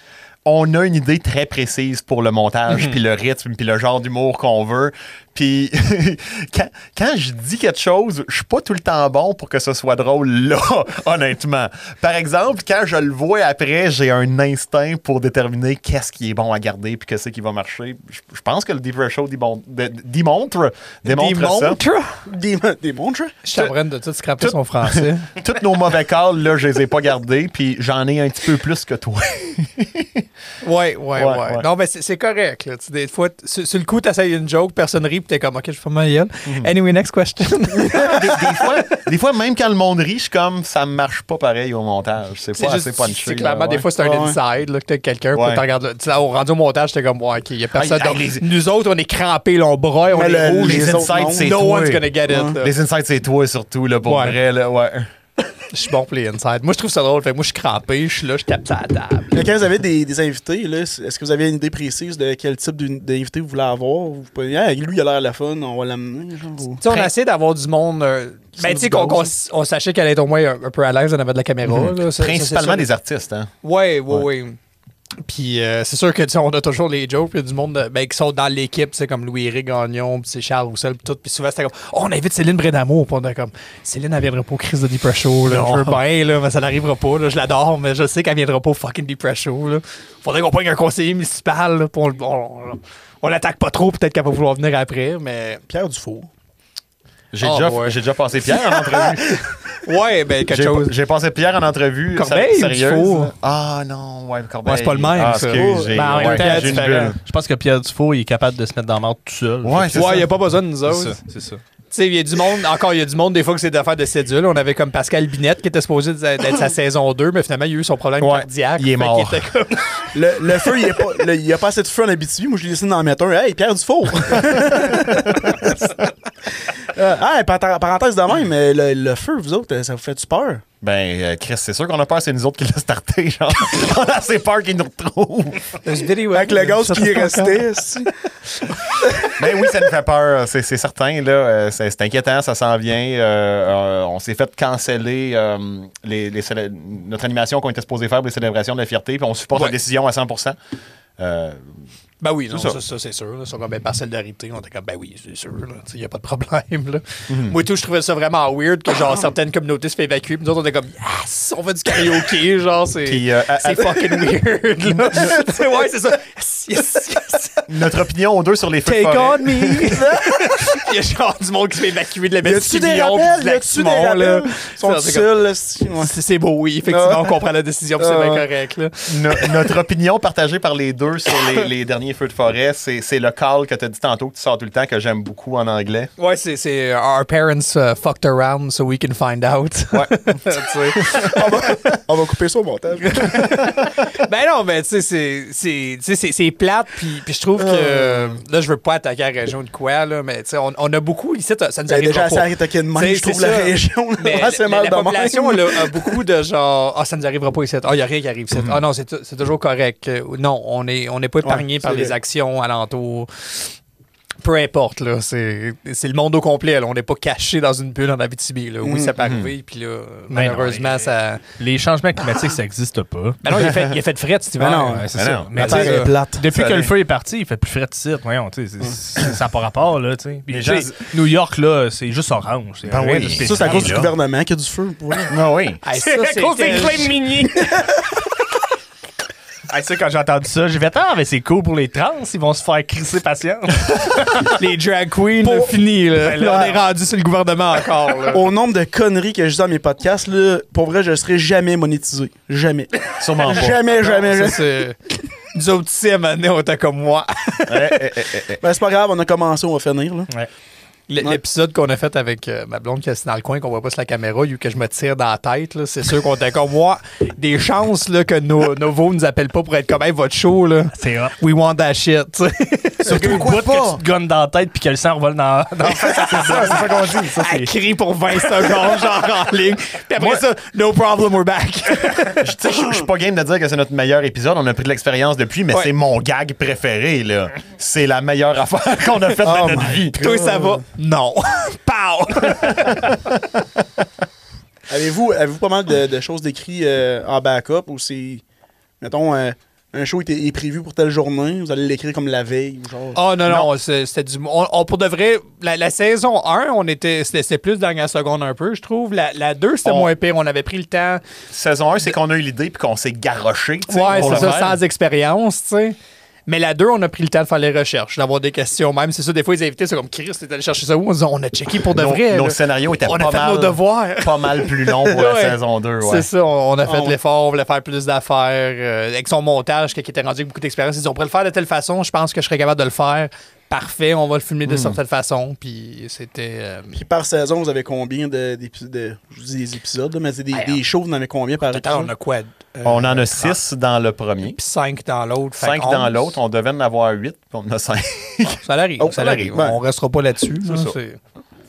On a une idée très précise pour le montage, puis le rythme, puis le genre d'humour qu'on veut. Puis quand, quand je dis quelque chose, je suis pas tout le temps bon pour que ce soit drôle là, honnêtement. Par exemple, quand je le vois après, j'ai un instinct pour déterminer qu'est-ce qui est bon à garder puis qu'est-ce qui va marcher. Je, je pense que le Deep Red Show démon- dé- démontre, démontre, ça. Des, des montres. Je suis en train de tout scraper son français. Tous nos mauvais calls, là, je les ai pas gardés, puis j'en ai un petit peu plus que toi. Ouais, ouais, ouais. ouais. Non, mais c'est c'est correct. Là. Tu sais, Des fois, t- sur, sur le coup, t'essayes une joke, personne rit, puis t'es comme, OK, je fais ma gueule. Mhm. Anyway, next question. des, des fois, des fois, même quand le monde rit, je suis comme ça marche pas pareil au montage. C'est C'est pas juste, assez punché. tu sais, là, clairement, des ouais. fois, c'est un Ouais. inside, là, que t'as quelqu'un, puis Ouais. t'en regardes, là. Tu sais, là, au rendu au montage, t'es comme, ouais, OK, il y a personne. Aïe, aïe, Donc, les- nous autres, on est crampés, là, on braille, on Mais est le- rouge. les les autres insights, mondes, c'est No toi. one's gonna get it. là. Les insights, c'est toi surtout, là, pour Ouais. vrai. Là, ouais. Je suis bon pour les insides. Moi, je trouve ça drôle. Fait que moi, je suis crampé, je suis là, je tape ça à la table. Mais quand vous avez des, des invités, là, c- est-ce que vous avez une idée précise de quel type d'uni- d'invité vous voulez avoir? Vous pouvez dire, Ah, lui, il a l'air le fun, on va l'amener. genre, ou- Tu sais, on essaie d'avoir du monde. euh, sont ben, tu sais, du qu'on bon, qu'on s- on sachait qu'elle est au moins un, un peu à l'aise en avait de la caméra. là, ça- ça, Mhm. Principalement c'est des artistes. Hein. sûr. Ouais, ouais, ouais. Puis euh, c'est sûr que tu sais, on a toujours les jokes puis du monde euh, ben, qui sont dans l'équipe, c'est comme Louis Ré Gagnon, puis c'est Charles Roussel, puis tout. Puis souvent c'était comme Oh, on invite Céline Brédamour, puis on est comme Céline elle viendra pas au crise de Depression, là, je veux bien là, mais ça n'arrivera pas, là, je l'adore, mais je sais qu'elle viendra pas au fucking Depression, là. Faudrait qu'on prenne un conseiller municipal, là, puis on, on- on l'attaque pas trop, peut-être qu'elle va vouloir venir après, mais Pierre Dufour. J'ai Ah, déjà, ouais. j'ai déjà passé Pierre en entrevue. ouais, ben quelque J'ai chose. j'ai passé Pierre en entrevue. Corbeil ou Dufour? sérieuse. Ah non, ouais, Corbeil. Ouais, c'est pas le même, Ah, ça. excuse, j'ai- Ben, en même ouais, temps, j'ai une différent. bulle. Je pense que Pierre Dufault, il est capable de se mettre dans la merde tout seul. Ouais, c'est Ouais, ça. il n'y a pas besoin de nous c'est autres. ça. Tu C'est ça. sais, il y a du monde, encore, il y a du monde des fois que c'est des affaires de cédule. On avait comme Pascal Binette qui était supposé d'être sa saison 2, mais finalement, il y a eu son problème Ouais, cardiaque. il est Fait qu'il Oh. mort. était comme- Le, le feu, il n'y a, pas- le- il y a pas assez de feu en Abitibi. Moi, je lui ai décidé d'en mettre un. Hey, Pierre Dufour! Euh, ah, et par- parenthèse de même, mais le, le feu, vous autres, euh, ça vous fait-tu peur? Ben, euh, Chris, c'est sûr qu'on a peur, c'est nous autres qui l'a starté. Genre, on a assez peur qu'ils nous retrouvent. Avec le gaz qui est resté. Ben oui, ça nous fait peur, c'est c'est certain. là. Euh, C'est c'est inquiétant, ça s'en vient. Euh, euh, on s'est fait canceller euh, les, les célé- notre animation qu'on était supposé faire pour les célébrations de la fierté, puis on supporte Ouais. la décision à 100 Euh, Ben oui, non, C'est ça, ça. ça, c'est sûr. là. Ils sont comme ben, par solidarité. On était comme ben oui, c'est sûr. là. Tu sais, Il n'y a pas de problème. Là. Mhm. Moi et tout, je trouvais ça vraiment weird que genre certaines communautés se fait évacuer. Puis nous autres, on était comme Yes, on va du karaoké, genre c'est. Puis, euh, à- c'est fucking weird. Là. Tu sais, ouais, c'est ça. Yes, yes, yes. notre opinion aux deux sur les feux de Take forêt. on me! Il y a genre du monde qui se fait évacuer de la Y belle a-tu des rappels? Y a-tu des rappels? Ils sont seuls, là, c'est- ouais. C'est c'est beau, oui. Effectivement, on comprend la décision, puis c'est Ah. bien correct. Là. No- notre opinion partagée par les deux sur les, les derniers feux de forêt, c'est c'est le call que tu as dit tantôt que tu sors tout le temps, que j'aime beaucoup en anglais. Ouais, c'est- c'est euh, Our parents uh, fucked around so we can find out. Ouais. Tu sais. on, va, on va couper ça au montage. ben non, mais tu sais, c'est- c'est- tu sais, c'est c'est plate, puis, puis je trouve que. euh, Là, je veux pas attaquer la région de quoi, là, mais tu sais, on, on a beaucoup ici, ça- ça nous J'ai arrive déjà assez pas. attaqué de C'est- même, je trouve, c'est la ça. région. là. Mais Ouais, c'est la- mal la de même. population là, a beaucoup de genre ah ça nous arrivera pas ici ah il y a rien qui arrive ici ah non c'est t- c'est toujours correct Euh, non on est on n'est pas épargné Ouais, par c'est les vrai. actions alentour peu importe là c'est c'est le monde au complet là. on n'est pas caché dans une bulle en Abitibi là. oui ça peut arriver puis là malheureusement non, ça Les changements climatiques, ça n'existe pas. mais non il a fait il a fait fret cet hiver non, Ouais, c'est Ben ça. non. Mais La tu sais, terre est euh, plate. Depuis Ça que le l'est. feu est parti, il fait plus frais de site. Voyons, tu sais, c'est- c'est- ça n'a pas rapport, là, tu sais. Puis, Les tu sais, gens- New York, là, c'est juste orange. c'est Ben rien oui. de spécial, Ça, c'est à cause du là. gouvernement qui a du feu. ouais. Non, Ah oui. Hey, ça, C'est à cause des c'était- claims miniers. Hey, ça, quand j'ai entendu ça, j'ai fait Ah, mais c'est cool pour les trans, ils vont se faire crisser patience. les drag queens fini là. Ben là, on est rendu sur le gouvernement encore là. Au nombre de conneries que je dis dans mes podcasts, là, pour vrai, je serai jamais monétisé. Jamais. Sûrement pas. Jamais, jamais, Ça, jamais. c'est- nous autres ici à un moment donné, on était comme moi Eh, eh, eh, eh, eh. Ben, c'est pas grave, on a commencé, on va finir. Là. L- Ouais. L'épisode qu'on a fait avec euh, ma blonde qui est dans le coin, qu'on voit pas sur la caméra, il y a eu que je me tire dans la tête, là, c'est sûr qu'on était comme moi. Des chances là, que nos, nos veaux nous appellent pas pour être comme hey, votre show, là. c'est hot. We want that shit. tu sais. Surtout le bout que tu te gonnes dans la tête puis que le sang revole dans, dans la face. C'est ça, c'est ça qu'on dit. Ça, Elle crie pour 20 secondes, genre en ligne. Puis après ça, no problem, we're back. Je tu sais, je- je suis pas game de dire que c'est notre meilleur épisode. On a pris de l'expérience depuis, mais Ouais. c'est mon gag préféré. là. C'est la meilleure affaire qu'on a faite Oh de notre my vie. Toi, ça va? Non. Pow! Avez-vous avez pas mal de, de choses décrites euh, en backup ou c'est. Mettons, euh, un show était, est prévu pour telle journée, vous allez l'écrire comme la veille ou Ah. genre. Oh non, non, c'est- c'était du. On, on- pour de vrai, la, la saison 1, on était. C'était c'était plus dans la seconde un peu, je trouve. La, la 2, c'était On- moins pire. On avait pris le temps. Saison 1, c'est qu'on a eu l'idée puis qu'on s'est garoché. tu sais, Ouais, pour c'est le ça, faire. sans expérience, tu sais. Mais la 2, on a pris le temps de faire les recherches, d'avoir des questions même. C'est ça, des fois, les invités, c'est comme Chris, t'es allé chercher ça où? On on a checké pour de Nos- vrai. nos là. scénarios étaient on pas a fait mal. nos devoirs. Pas mal plus long pour la Ouais. saison 2. Ouais. C'est ça, on on a fait Ah ouais. l'effort, on voulait faire plus d'affaires. euh, avec son montage, qui qui était rendu avec beaucoup d'expérience, ils ont pourrait le faire de telle façon, je pense que je serais capable de le faire. parfait, on va le Hmm. filmer de certaine façon. Puis c'était. euh, Puis par saison, vous avez combien de- d'épisodes de, Je vous dis des épisodes, là, mais c'est des, Ben, Ah, des shows, vous en avez combien par au total, on épisode a quoi On en a six dans le premier, Puis 5 dans l'autre. fait cinq que dans onze. l'autre. On devait en avoir huit, puis on en a cinq. Ça l'arrive. Oh, ça ça l'arrive. l'arrive, ouais. On restera pas là-dessus. là, ça. c'est-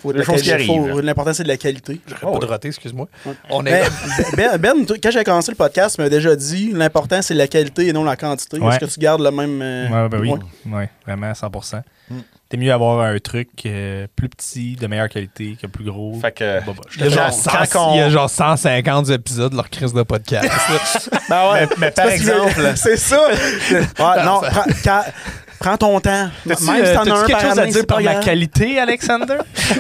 Faut de des la choses qui quali- faut- arrivent. L'important, c'est de la qualité. J'aurais pas de roté, excuse-moi. On est. Ben, ben, Ben, toi, quand j'ai commencé le podcast, tu m'as déjà dit l'important, c'est la qualité et non la quantité. Ouais. Est-ce que tu gardes le même. euh, Ouais, ben oui. point? Ouais, vraiment, 100%. Mm. T'es mieux avoir un truc euh, plus petit, de meilleure qualité, que plus gros. Fait que- Bah, bah, je- Il y, a genre Quand- quand 100 on- il y a genre 150 épisodes de leur crise de podcast. là. Ben ouais. Mais- mais par C'est parce que- exemple- c'est ça. Ouais, non, prends, quand- prends ton temps. Même T'as-tu, euh, si t'en t'as-tu as un quelque par chose à année, dire c'est par pas ma grave. qualité, Alexander?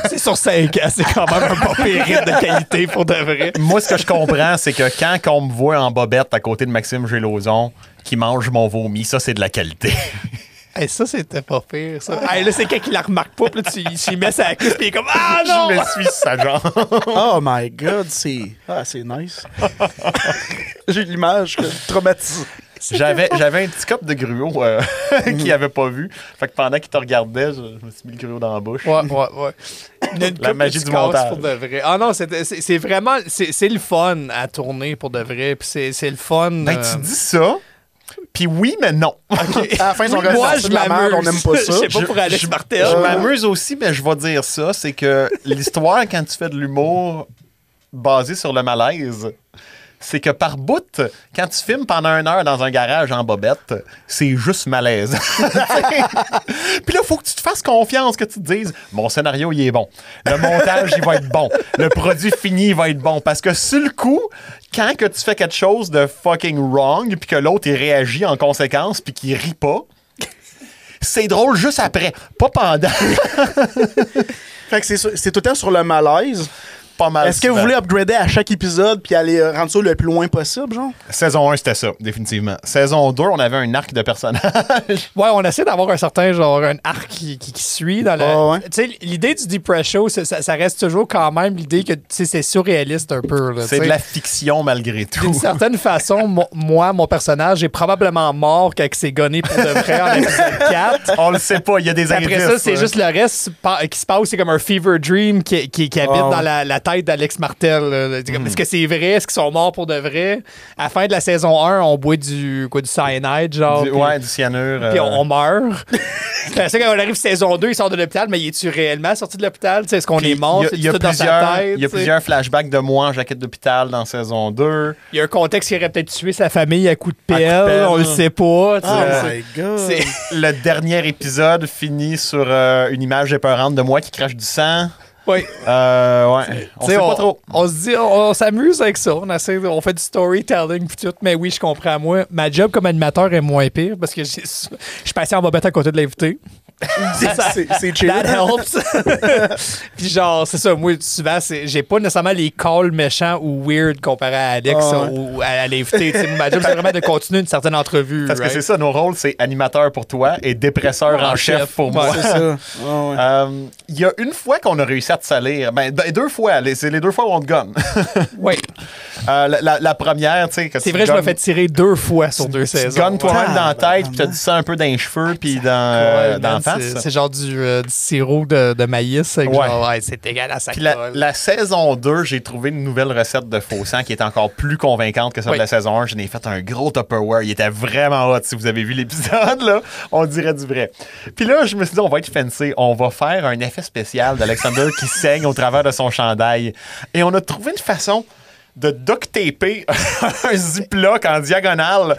c'est sur 5 ans, c'est quand même un pas pire rythme de qualité pour de vrai. Moi, ce que je comprends, c'est que quand on me voit en bobette à côté de Maxime Gélozon qui mange mon vomi, ça, c'est de la qualité. Hey, ça, c'était pas pire, ça. Hey, là, c'est quelqu'un qui la remarque pas, puis là, tu tu y mets sa cuisse, puis il est comme Ah non! je me suis sa jambe. Oh my god, c'est. Ah, c'est nice. j'ai l'image que- traumatisée. J'avais, j'avais un petit cop de gruau euh, Mm. qu'il avait pas vu. Fait que pendant qu'il te regardait, je, je me suis mis le gruau dans la bouche. Ouais, ouais, ouais. Il y a une La coupe magie qui du casse montage. Pour de vrai. Ah non, c'était- c'est c'est vraiment. C'est c'est le fun à tourner pour de vrai, puis c'est c'est le fun. Ben, euh, tu dis ça, puis oui, mais non. À la fin, ils ont regardé Moi, ça, je de la merde, m'amuse. on n'aime pas ça. Je sais pas pour Je- Alex je- Martel. Je m'amuse aussi, mais je vais dire ça, c'est que l'histoire, quand tu fais de l'humour basé sur le malaise, c'est que par bout, quand tu filmes pendant une heure dans un garage en bobette, c'est juste malaise. Puis là, il faut que tu te fasses confiance, que tu te dises mon scénario, il est bon. Le montage, il va être bon. Le produit fini, il va être bon. Parce que sur le coup, quand que tu fais quelque chose de fucking wrong, puis que l'autre, il réagit en conséquence, puis qu'il rit pas, c'est drôle juste après, pas pendant. Fait que c'est sur- c'est tout le temps sur le malaise. pas mal. Est-ce que vous souvent. voulez upgrader à chaque épisode puis aller euh, rendre ça le plus loin possible, genre? Saison 1, c'était ça, définitivement. Saison 2, on avait un arc de personnage. Ouais, on essaie d'avoir un certain genre un arc qui, qui- qui suit dans le. Ah ouais. Tu sais, l'idée du Deep Press Show, c'est- ça, ça reste toujours quand même l'idée que tu sais, c'est surréaliste un peu. là, tu C'est de sais. la fiction malgré tout. D'une certaine façon, mo- moi, mon personnage est probablement mort quand il s'est gonné pour de vrai en épisode 4. On le sait pas, il y a des indices. Après ça, c'est là. juste le reste pa- qui se passe. C'est comme un fever dream qui, qui- qui habite Ah ouais. dans la, la tête d'Alex Martel. là. Hmm. C'est comme, Est-ce que c'est vrai? Est-ce qu'ils sont morts pour de vrai? À la fin de la saison 1, on boit du, quoi, du cyanide, genre. Du- puis- ouais, du cyanure. puis euh, on, on meurt. c'est ça quand on arrive saison 2, il sort de l'hôpital, mais il est-tu réellement sorti de l'hôpital? Tu sais, Est-ce qu'on puis est mort? il y a- C'est Il y a tout dans sa plusieurs- tête? il y a tu sais? plusieurs flashbacks de moi en jaquette d'hôpital dans saison 2. Il y a un contexte qui aurait peut-être tué sa famille à coups de À coups de pelle, pelle. Ah, on le sait pas. tu sais. Oh god. C'est- Le dernier épisode finit sur euh, une image épeurante de moi qui crache du sang. ouais. Euh, ouais. On Tu sais, sait pas trop. on se dit, on, on s'amuse avec ça. On, essaie, de- on fait du storytelling puis tout. Mais oui, je comprends. Moi, ma job comme animateur est moins pire parce que j'ai- je suis passé en bobette à côté de l'invité. C'est c'est chill. That helps. Puis genre, c'est ça, moi, souvent, c'est- j'ai pas nécessairement les calls méchants ou weird comparé à Alex Ah ouais. ou ou à, à l'invité. Tu sais, Ma job, c'est vraiment de continuer une certaine entrevue. Parce right? que c'est ça, nos rôles, c'est animateur pour toi et dépresseur En en chef, chef. pour Ouais. moi. C'est ça. Ouais, ouais. Euh, Il y a une fois qu'on a réussi à te salir. Ben, d- deux fois. les- C'est les deux fois où on te gomme. Ouais. Euh, la, la- la première, tu sais, que C'est tu vrai, je me gonnes- fais tirer deux fois sur deux Tu saisons. gonnes toi-même dans la tête, Ah, puis t'as du sang un peu dans les cheveux, puis dans, euh, Ouais, dans la ah, man, face. c'est- C'est genre du, euh, du sirop de, de maïs. avec Ouais. genre, ouais, c'est égal à ça. Puis la, la saison 2, j'ai trouvé une nouvelle recette de faux sang qui est encore plus convaincante que celle Oui. de la saison 1. J'en ai fait un gros Tupperware. Il était vraiment hot. Si vous avez vu l'épisode, là, on dirait du vrai. Puis là, je me suis dit, on va être fancy. On va faire un effet spécial d'Alexander qui saigne au travers de son chandail. Et on a trouvé une façon de duct taper un ziploc en diagonale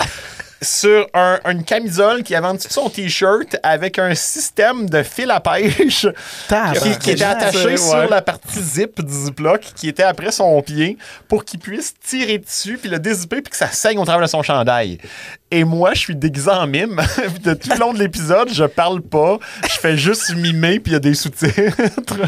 sur un- une camisole qui avait en dessous de son t-shirt avec un système de fil à pêche Ah, qui, qui était attaché Ouais. sur la partie zip du ziploc qui était après son pied pour qu'il puisse tirer dessus puis le dézipper puis que ça saigne au travers de son chandail. Et moi, je suis déguisé en mime. Puis de tout le long de l'épisode, je parle pas. Je fais juste mimer puis il y a des sous-titres.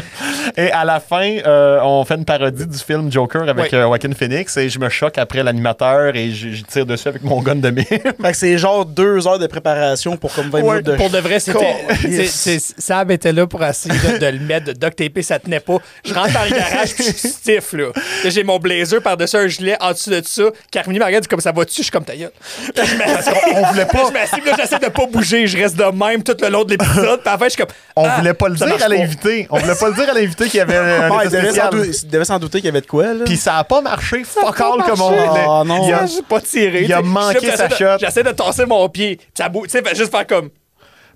Et à la fin, euh, on fait une parodie du film Joker avec Ouais. euh, Joaquin Phoenix et je me choque après l'animateur et je, je tire dessus avec mon gun de mime. Fait que c'est genre deux heures de préparation pour comme 20 Ouais, minutes de Pour de vrai, c'était. Calice. c'est- c'est- Sam était là pour essayer de, de le mettre, de duct taper, ça tenait pas. Je rentre dans le garage, puis je suis stiff, là. Là, J'ai mon blazer par-dessus un gilet, en dessous de ça. Carmine me regarde, dit comme ça va-tu? Je suis comme ta gueule. Puis je mets- Parce qu'on on voulait pas. je m'assieds, puis là, j'essaie de pas bouger. Je reste de même tout le long de l'épisode. Puis à la fin, je suis comme. On ah, voulait pas le ça dire marche à l'invité. On voulait pas le dire à l'invité qu'il y avait euh, un Ouais, il, épisode devait s'en spécial. dou- il devait s'en douter qu'il y avait de quoi, là. Puis ça a pas marché, fuck pas all comme on marché. voulait. Ah, non. Il y a- Je suis pas tiré. Il a tu sais. manqué Je suis là, sa j'essaie de- shot. J'essaie de tasser mon pied. Puis ça bouge. Tu sais, fait juste faire comme.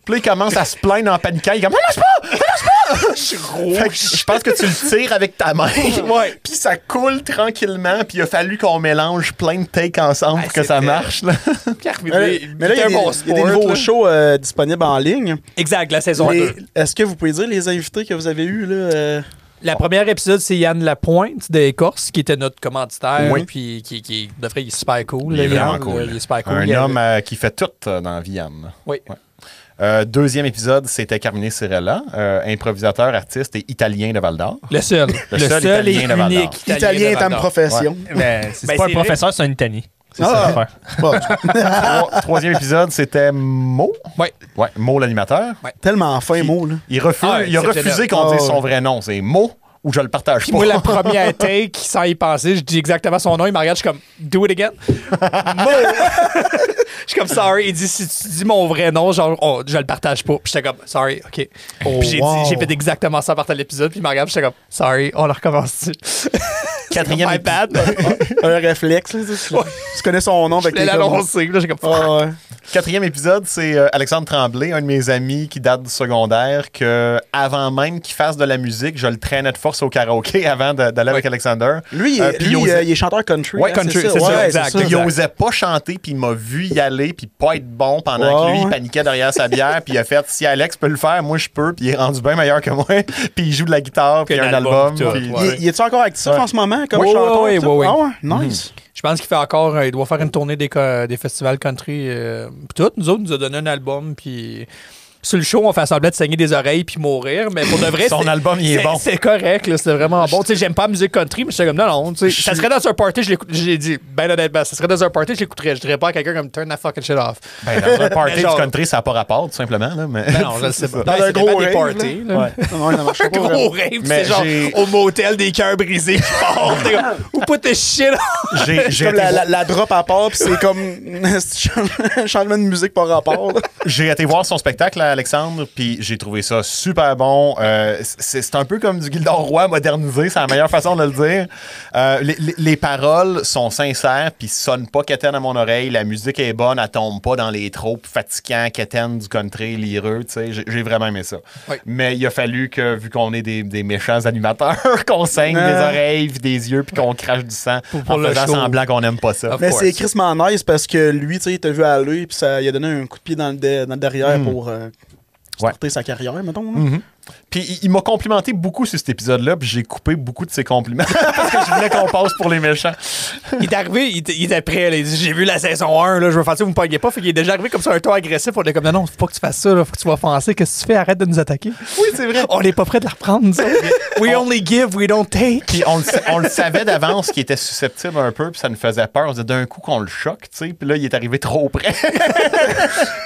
Puis là, il commence à se plaindre en paniquant. Il est comme, ça marche pas! Ça marche pas! Je suis gros. je pense que tu le tires avec ta main. Ouais. Puis ça coule tranquillement. Puis il a fallu qu'on mélange plein de takes ensemble pour que ça c'était- marche. Là. Puis arrivé, Mais là, il mais là, il y était a un des, bon il y a des sport, nouveaux là. shows euh, disponibles en ligne. Exact, la saison Les- 2. Est-ce que vous pouvez dire les invités que vous avez eus, là? euh, La première épisode, c'est Yann Lapointe de Écorce, qui était notre commanditaire. Oui. Puis qui, qui, de vrai, il est super cool. Il est là, vraiment Yann, cool. là, Il est super cool. Un Il a- homme euh, qui fait tout euh, dans la vie, Yann. Oui. Ouais. Euh, deuxième épisode, c'était Carmine Cirella, euh, improvisateur, artiste et italien de Val d'Or. Le seul. Le seul et Italien de Val d'Or. unique. Italien de est Val en d'Or. profession. Ben, c'est Ben, pas un c'est vrai. professeur, c'est un Itanie. C'est Ah. ça l'affaire. Bon, Trois- troisième épisode, c'était Mo. Ouais. Ouais, Mo l'animateur. tellement fin mot, là. Il, refuse, Ah ouais, il a c'était refusé là. qu'on Ah dise ouais. son vrai nom. C'est Mo ou je le partage Puis pas. moi, la première take, sans y penser, je dis exactement son nom. Il me regarde, je suis comme, do it again. Mo! je suis comme, sorry. Il dit, si tu dis mon vrai nom, genre, on- je le partage pas. Puis j'étais comme, sorry, OK. Oh, puis j'ai wow. dit- j'ai fait exactement ça à partir de l'épisode. Puis il me regarde, puis j'étais comme, sorry, on le recommence-tu? Quatrième My épisode. bad. Un réflexe, là. Tu, tu- tu connais son nom je avec voulais les gars. l'annoncer. Puis là, j'ai comme, fuck. Ah, ouais. Quatrième épisode, c'est euh, Alexandre Tremblay, un de mes amis qui date du secondaire, que avant même qu'il fasse de la musique, je le traînais de force au karaoké avant de- d'aller avec Alexander. Lui, il, Euh, est- puis lui, il euh, osait- il est chanteur country. Ouais, hein, country, c'est ça, c'est ça, ouais, exact, c'est ça. il osait pas chanter, puis il m'a vu y aller, puis pas être bon pendant Ouais, que lui, il ouais. paniquait derrière sa bière, puis il a fait si Alex peut le faire, moi je peux, puis il est rendu bien meilleur que moi, puis il joue de la guitare, puis il y a un un album, album. tout, puis- ouais. Il, il est-tu encore actif en ce moment comme Oui, chanteur? oui, tout ça? oui, oui. Ah ouais, nice. Je pense qu'il fait encore, euh, il doit faire une tournée des, co- des festivals country. euh, pis tout. Nous autres, il nous a donné un album, puis sur le show, on fait semblant de saigner des oreilles puis mourir, mais pour de vrai, Son c'est- album, il est c'est- bon. C'est correct, là, c'est vraiment bon. Tu sais, j'aime pas la musique country, mais je suis comme, non, non, tu sais, ça serait dans un party, je l'écoute, j'ai dit, ben honnêtement, ça serait dans un party, je l'écouterais, je dirais pas à quelqu'un comme turn that fucking shit off. Ben, dans un party Mais genre- du country, ça n'a pas rapport, tout simplement. Là, mais... Ben non, je le sais pas. C'est ça. Ben, un ça gros dépend des rave, parties, là. Ouais. Ah, Non, il en marche Un pas, euh, vraiment. gros rave, Mais c'est genre j'ai- au motel des cœurs brisés. Oh, t'es comme, Ou pas tes shit off. J'ai C'est j'ai comme été la, voir- la- la drop à part, puis c'est comme un changement de musique par rapport. là. j'ai été voir son spectacle à Alexandre, puis j'ai trouvé ça super bon. Euh, c'est c'est un peu comme du Gildor Roy modernisé, c'est la meilleure façon de le dire. Euh, les, les- les paroles sont sincères, puis sonnent pas quétaine à mon oreille. La musique est bonne, elle tombe pas dans les tropes fatigants, quétaine du country, lireux. tu sais. J'ai j'ai vraiment aimé ça. Oui. Mais il a fallu que, vu qu'on est des, des méchants animateurs, qu'on saigne des Ah. oreilles, puis des yeux, puis qu'on crache du sang pour en le faisant show. semblant qu'on aime pas ça. Of Mais course. c'est Chris nice parce que lui, tu sais, il t'a vu aller, puis ça il a donné un coup de pied dans le, de- dans le derrière pour euh, starter sa carrière, mettons. là. Puis il, il m'a complimenté beaucoup sur cet épisode-là, puis j'ai coupé beaucoup de ses compliments parce que je voulais qu'on passe pour les méchants. Il est arrivé, il était, il était prêt. là. Il dit, J'ai vu la saison 1, là, je veux faire ça, vous me pognez pas. Fait qu'il est déjà arrivé comme ça, un ton agressif. On est comme, non, non, faut pas que tu fasses ça, là, faut que tu vas offenser. Qu'est-ce que tu fais? Arrête de nous attaquer. Oui, c'est vrai. On n'est pas prêt de la reprendre, ça. We only give, we don't take. Puis on le, sa- on le savait d'avance qu'il était susceptible un peu, puis ça nous faisait peur. On se disait d'un coup qu'on le choque, tu sais, puis là, il est arrivé trop près. Fait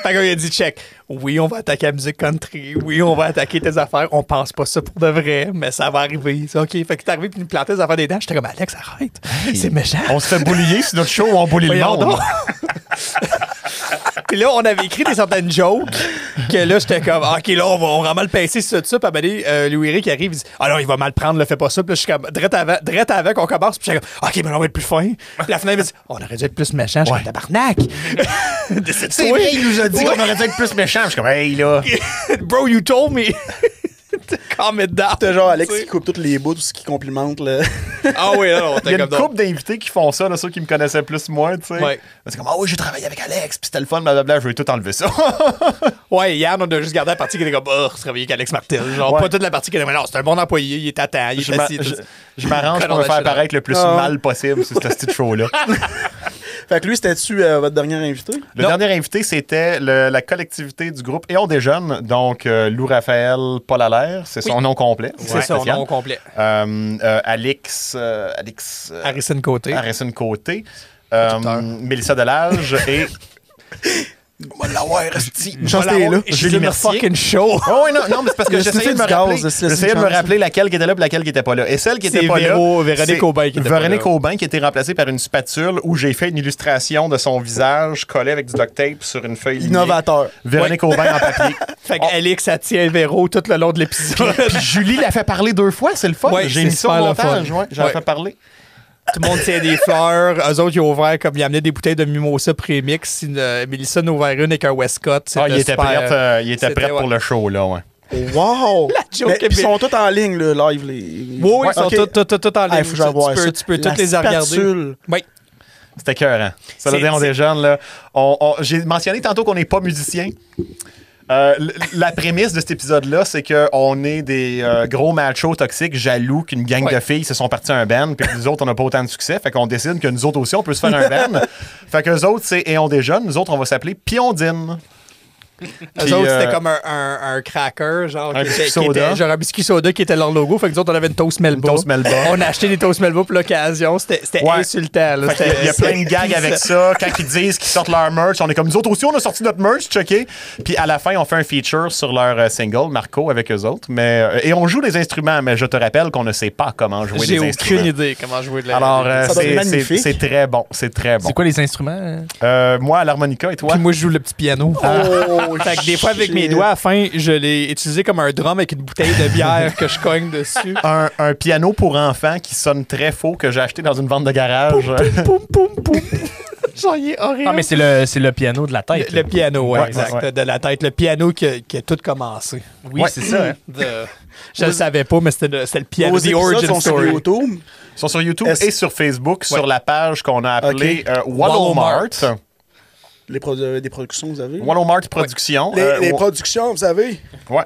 qu'il a dit, check. Oui, on va attaquer la musique country. Oui, on va attaquer tes affaires. On pense pas ça pour de vrai, mais ça va arriver. C'est OK. Fait qu'il est arrivé, puis il me plantait des affaires des dents. J'étais comme, Alex, arrête. C'est méchant. On se fait boulier sur notre show, on boulie le Voyons monde. donc. Puis là, on avait écrit des certaines jokes que là, j'étais comme, OK, là, on va, on va mal pincer sur ça. Puis à un moment donné, euh, Louis-Éric arrive, il dit, ah non, il va mal prendre, le fais pas ça. Puis là, je suis comme, drette avant, drette avant qu'on commence. Puis j'étais comme, OK, mais là, on va être plus fin. Puis la finale, il dit, on aurait dû être plus méchant. Je suis comme, tabarnak. C'est Décide-toi. vrai, il nous a dit qu'on aurait dû être plus méchants. Je suis comme, hey, là. Bro, you told me. Calm it down. T'as genre Alex qui coupe toutes les bouts, tout ce qui complimente. Là. Ah oui, non, non, Il y t'es a une comme donc. couple d'invités qui font ça, là, ceux qui me connaissaient plus moi, tu sais. Ouais. C'est comme, ah oui, j'ai travaillé avec Alex, puis c'était le fun, blablabla, je vais tout enlever ça. Ouais, Yann, on a juste gardé la partie qui était comme, oh, se réveiller avec Alex Martel. Genre, Ouais. pas toute la partie qui était, mais non, c'est un bon employé, il est à temps, il Je est m'a- assis. tout je- ça. je m'arrange pour Colonel me faire Shadow. paraître le plus Ah. mal possible sur ce petit show-là. fait que lui, c'était-tu euh, votre dernier invité? Le dernier invité, c'était le- la collectivité du groupe Et on déjeune, donc euh, Lou Raphaël Paul Allaire, c'est son nom complet. C'est ça, on spécial. nom complet. Euh, euh, Alix, euh, Alix euh, Harrison Côté. Harrison Côté, euh, Mélissa Delage et On va l'avoir, esti. Une chance que t'es là. Julie Mercier. fucking show. Oh, oui, non, non, mais c'est parce que Le j'essayais sniffer de me du gaz, rappeler, c'est- j'essayais c'est de me une chance. rappeler laquelle qui était là et laquelle qui était pas là. Et celle qui était C'est pas Véro- là, Véronique c'est Aubin qui était pas Véronique là. Aubin qui était remplacée par une spatule où j'ai fait une illustration de son visage collée avec du duct tape sur une feuille. lignée. Innovateur. Véronique Aubin en papier. Fait qu'Alex, ça tient Véro tout le long de l'épisode. Puis Julie l'a fait parler deux fois, c'est le fun. Ouais, j'ai c'est mis ça au super le montage, fun. ouais, j'en Ouais. fais parler. tout le monde tient des fleurs. Eux autres, ils ont ouvert comme ils amenaient des bouteilles de mimosa prémix. Euh, Mélissa en a ouvert une avec un Westcott. Ah, il était prêt, euh, il était c'était, prêt pour ouais. le show, là, ouais. Wow! joke Mais- est puis Ils belle. sont tous en ligne, le live. Les... Oui, oui, ils sont ok. tous- tous- tous- tous en ligne. Ah, il faut que j'aille Tu- voir tu peux- ça. tu peux La toutes les regarder. spatule. Oui. C'était écœurant. Ça veut C'est- dire, on c'est- déjeune, là. On- on- J'ai mentionné tantôt qu'on n'est pas musicien. Euh, l- la prémisse de cet épisode-là, c'est qu'on est des euh, gros machos toxiques jaloux qu'une gang Ouais. de filles se sont partis un band, puis que nous autres, on n'a pas autant de succès. Fait qu'on décide que nous autres aussi, on peut se faire un band. fait qu'eux autres, c'est Et on déjeune. Nous autres, on va s'appeler Piondine. Puis, Eux autres, euh, c'était comme un, un, un cracker, genre, un qui biscuit était, qui soda. était- genre un biscuit soda qui était leur logo. Fait que nous autres, on avait une Toast Melba. Toast Melba. on a acheté des Toast Melba pour l'occasion. C'était c'était Ouais. insultant. là. Fait qu'il y a- il y a C'était- plein de gags avec ça. Quand ils disent qu'ils sortent leur merch, on est comme nous autres aussi, on a sorti notre merch, checké. Puis à la fin, on fait un feature sur leur euh, single, Marco, avec eux autres. Mais, euh, et on joue des instruments, mais je te rappelle qu'on ne sait pas comment jouer J'ai des aucune instruments. idée comment jouer de la Alors, euh, Ça doit être c'est- c'est magnifique. c'est très bon. C'est très bon. C'est quoi les instruments? Euh, moi, à l'harmonica, et toi? Puis moi, je joue le petit piano. Ah. Oh, Fait que des fois, avec shit. mes doigts, à la fin, je l'ai utilisé comme un drum avec une bouteille de bière que je cogne dessus. Un, un piano pour enfants qui sonne très faux que j'ai acheté dans une vente de garage. poum, poum, poum. Genre, il est horrible. Ah, Non, Ah, mais c'est le, c'est le piano de la le, tête. le piano, ouais, Ouais, exact, ouais, ouais. de la tête. Le piano qui a, qui a tout commencé. Oui, Ouais. c'est ça. hein. De- je le savais pas, mais c'était le, c'était le piano, Vos the épisodes origin sont sur story. YouTube. Ils sont sur YouTube Est-ce- et sur Facebook, sur la page qu'on a appelée Ok. euh, Wallow Wallomart. Mart. Les produ- euh, des productions, vous avez. Wallow Mart Productions. Les, Euh, les wa- productions, vous savez. ouais.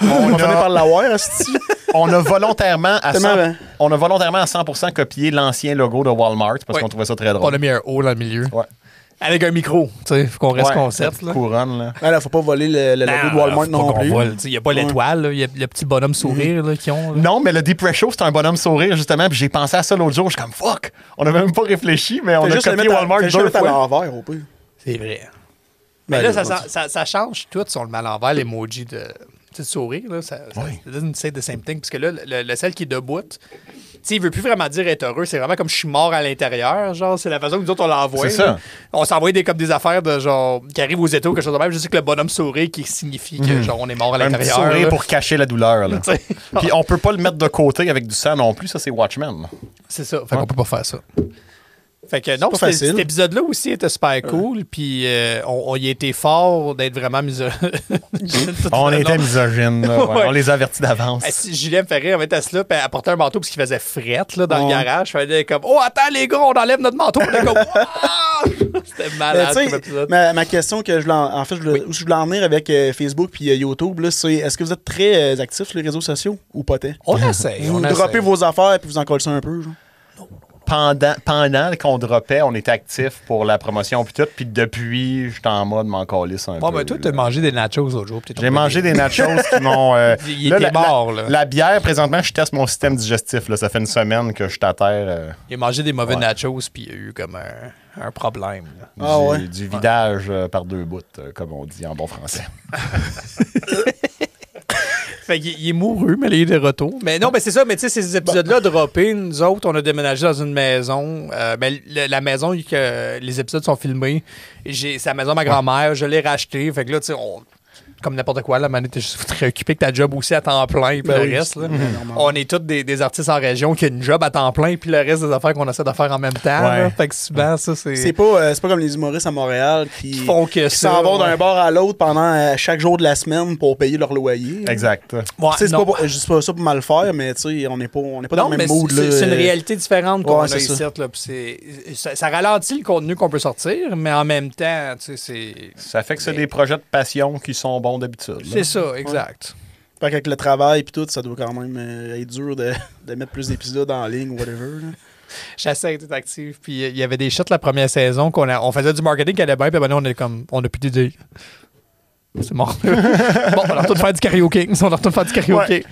On On va finir a- par l'avoir, asti. on a volontairement à 100, Tellement, hein? on a volontairement à 100% copié l'ancien logo de Walmart parce Ouais. qu'on trouvait ça très On drôle. a mis un haut dans le milieu. Ouais. Avec un micro, tu sais, faut qu'on reste Ouais, concept. petite Là. couronne là. Mais là, faut pas voler le, le logo de Walmart Non, non faut pas qu'on plus. vole, tu sais, Il n'y a pas l'étoile, là, il y a le petit bonhomme sourire là, qu'ils ont. là. Non, mais le Deep Red Show, c'est un bonhomme sourire justement, puis j'ai pensé à ça l'autre jour, je suis comme fuck. On n'avait même pas réfléchi, mais on Fais a juste le copié mettre à- Walmart fais deux juste le mettre à fois. l'envers, au pire. C'est vrai. Ben, Mais là, ça, bon, ça- ça- ça change tout sur le mal envers, l'emoji de, tu sais, de sourire. Là, ça, ça- Oui. ça doesn't say the same thing. Parce que là, le, le celle qui est debout, tu sais, il veut plus vraiment dire être heureux. C'est vraiment comme je suis mort à l'intérieur. Genre, c'est la façon que nous autres, on l'envoie. C'est ça. là. On s'envoie des, comme des affaires de genre qui arrivent aux États ou quelque chose de même. Je sais que le bonhomme sourire qui signifie que genre on est mort à Hmm. Un petit l'intérieur. sourire là. pour cacher la douleur là. Tu sais, Puis on peut pas le mettre de côté avec du sang non plus, ça c'est Watchmen. C'est ça. Fait qu'on peut pas faire ça. Fait que non, pas c'était- facile. cet épisode-là aussi était super cool. Puis euh, on, on y était fort d'être vraiment mis On était misogynes, là, ouais. Ouais. on les avertit d'avance. Ah, si Julien me fait rire, elle mettait cela, puis elle portait un manteau parce qu'il faisait frette là, dans Ouais. le garage. Elle était comme Oh, attends, les gars, on enlève notre manteau. On est comme Wow! C'était Mais malade tu sais, comme épisode. ma, ma question que je voulais en, en fait, je voulais, où je voulais en venir avec euh, Facebook puis euh, YouTube, là, c'est est-ce que vous êtes très euh, actifs sur les réseaux sociaux ou pas tant? On essaye. Vous on essaye. droppez vos affaires puis vous en collez ça un peu, genre. pendant, pendant qu'on dropait, on était actif pour la promotion puis tout. Puis depuis, j'étais en mode m'en calisse un Bon, peu. ben, toi, là. t'as mangé des nachos l'autre jour. puis t'es J'ai tombé mangé des nachos qui m'ont. euh, Il était la- la, mort, là. La bière, présentement, je teste mon système digestif. Là. Ça fait une semaine que je suis à terre euh, Il a mangé des mauvais Ouais. nachos, puis il y a eu comme un, un problème. là. Ah du, ouais? du vidage euh, par deux bouts, euh, comme on dit en bon français. Fait qu'il il est mouru, mais il est de retour. Mais non, mais c'est ça, mais tu sais, ces épisodes-là droppés, nous autres, on a déménagé dans une maison. Euh, ben, le- la maison que euh, les épisodes sont filmés, j'ai, c'est la maison de ma grand-mère, je l'ai rachetée. Fait que là, tu sais, on- Comme n'importe quoi, la manette t'es juste très occupé que ta job aussi à temps plein puis Ben le oui, reste. là. c'est bien normal. On est tous des, des artistes en région qui ont une job à temps plein puis le reste des affaires qu'on essaie de faire en même temps. Ouais. là. Fait que souvent, ça, c'est. C'est pas, euh, c'est pas comme les humoristes à Montréal qui, Qui font que qui ça, s'en vont ouais. d'un bar à l'autre pendant euh, chaque jour de la semaine pour payer leur loyer. Exact. Ouais, Tu sais, c'est non. pas, pour- je dis pas ça pour mal faire, mais tu sais, on n'est pas, on est pas dans le mais même mood. c'est- là. C'est c'est une Euh, réalité différente qu'on Ouais, a c'est ici. ça. Là, puis c'est- ça, ça ralentit le contenu qu'on peut sortir, mais en même temps, tu sais, c'est. Ça fait que c'est Mais- des projets de passion qui sont bons d'habitude. là. C'est ça, exact. Fait qu'avec le travail et tout, ça doit quand même euh, être dur de, de mettre plus d'épisodes en ligne ou whatever. là. J'essaie d'être actif. Puis euh, il y avait des shots la première saison qu'on a- on faisait du marketing qui allait bien, puis maintenant on est comme. On a plus d'idées. C'est mort. bon, on retourne faire du karaoké. On retourne faire du karaoké.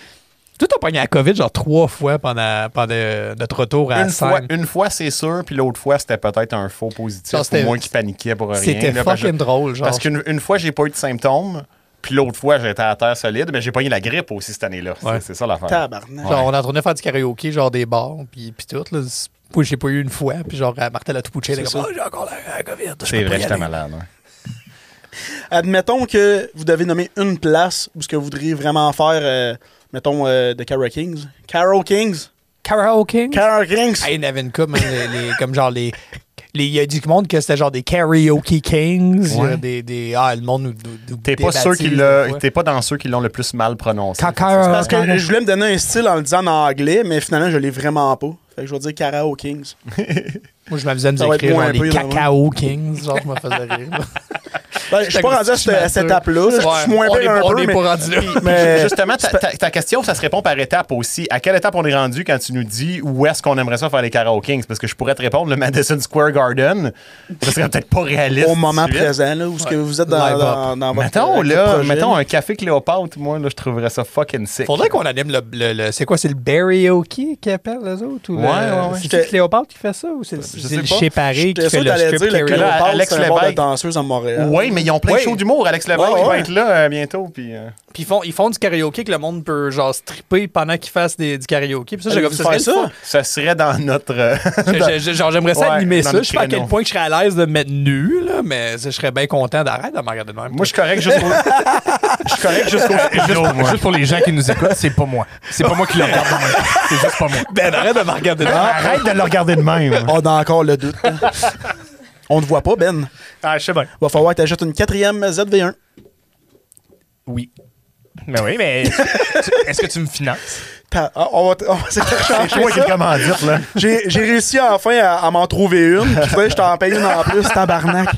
Tout a pogné la COVID genre trois fois pendant, pendant euh, notre retour à Une fois, scène. une fois, c'est sûr, puis l'autre fois, c'était peut-être un faux positif Ça, c'était- pour moi qui paniquais pour rien. C'était là, parce que- fucking drôle, genre. Parce qu'une une fois, j'ai pas eu de symptômes, puis l'autre fois, j'étais à terre solide, mais j'ai pas eu la grippe aussi cette année-là. C'est- Ouais. C'est ça l'affaire. Tabarnak. Genre, on est en train de faire du karaoké, genre des bars, puis puis tout. Là. C'est- Moi, j'ai pas eu une fois, puis genre, Martel a tout pouché. elle est comme, Ah, j'ai encore la, la COVID. je C'est peux pas vrai, y j'étais aller. malade. hein. Admettons que vous devez nommer une place où ce que vous voudriez vraiment faire, euh, mettons, euh, de Caro Kings. Caro Kings. Karaoke? Caro Kings. Hey, Navenka, man, hein, les- les- comme genre les. les- Il y a du monde que c'était genre des karaoke kings. il y a Ouais. des, des- ah, le monde nous. nous- nous T'es pas, débaptise ceux qui des l'ont- fois. t'es pas dans ceux qui l'ont le plus mal prononcé. Kakara. Parce que je voulais me donner un style en le disant en anglais, mais finalement, je l'ai vraiment pas. Fait que je vais dire Caro Kings. Moi, je m'amusais à nous Ça va être écrire moins genre, pire, les dans le cacao kings. Genre, je me faisais rire. Ben, je suis pas rendu à cette, à cette étape-là. Je suis moins on est, pire un pas- on peu, est mais... pas rendu là. mais- Euh, Justement, ta, ta- ta question, ça se répond par étapes aussi. À quelle étape on est rendu quand tu nous dis où est-ce qu'on aimerait ça faire les karaokings? Parce que je pourrais te répondre le Madison Square Garden. Ce serait peut-être pas réaliste. au moment tout de suite. présent, là, où ce que vous êtes dans, Live dans, dans votre Mettons, votre là, projet. mettons un café Cléopâtre, moi, là, je trouverais ça fucking sick. Faudrait qu'on anime le. le- le- c'est quoi, c'est le Barryoke qui appelle les autres? Ou le- Ouais, ouais, ouais. C'est Cléopâtre qui fait ça ou c'est le, Je c'est sais le pas. Chéparé qui J'étais sûr fait que le t'allais strip dire le karaoke? Là, Cléopâtre, Alex c'est un bar de Lévesque. danseuse à Montréal. Oui, mais ils ont plein de Ouais. shows d'humour. Alex Leblanc Ouais, il va ouais. être là euh, bientôt. Puis, euh, Puis ils font, ils font du karaoké que le monde peut genre stripper pendant qu'ils fassent des, du karaoké. Puis ça, j'ai comme Allez-vous ça. faire serait le ça? ça serait dans notre. euh, fun. Je- je- Genre, j'aimerais ça Ouais, animer dans ça. le Je sais pas à quel créneau. point que je serais à l'aise de me mettre nu, là, mais je serais bien content d'arrêter de me regarder de même. moi, je suis correct jusqu'au. Je suis correct jusqu'au. Juste, juste pour les gens qui nous écoutent, c'est pas moi. C'est pas moi qui le regarde. moi. C'est juste pas moi. ben, arrête de me regarder de même. Ah, Arrête de le regarder de même. Ah, On a encore le doute. hein. On ne voit pas, Ben. Ah, je sais bien. Va falloir que tu achètes une quatrième ZV1. Oui. Mais oui, mais tu- est-ce que tu me finances? Ta- ah, on va, t- on va essayer de changer Toi qui ça. le commandites, là. J'ai j'ai réussi enfin à, à m'en trouver une. Puis faudrait que je t'en paye une en plus, tabarnak.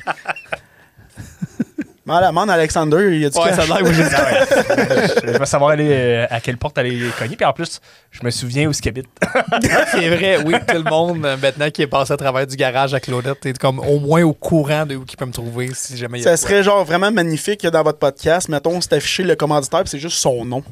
Malamande Alexander, il a dit Ouais, ça a l'air où j'ai Ah ouais. je, je vais savoir aller, euh, à quelle porte aller cogner. Puis en plus, je me souviens où ce qu'habite. C'est vrai, oui, tout le monde, euh, maintenant qui est passé à travers du garage à Claudette, t'es comme au moins au courant de où qui peut me trouver si jamais il y a. Ça de quoi. serait genre vraiment magnifique que dans votre podcast, mettons, c'est affiché le commanditaire, puis c'est juste son nom.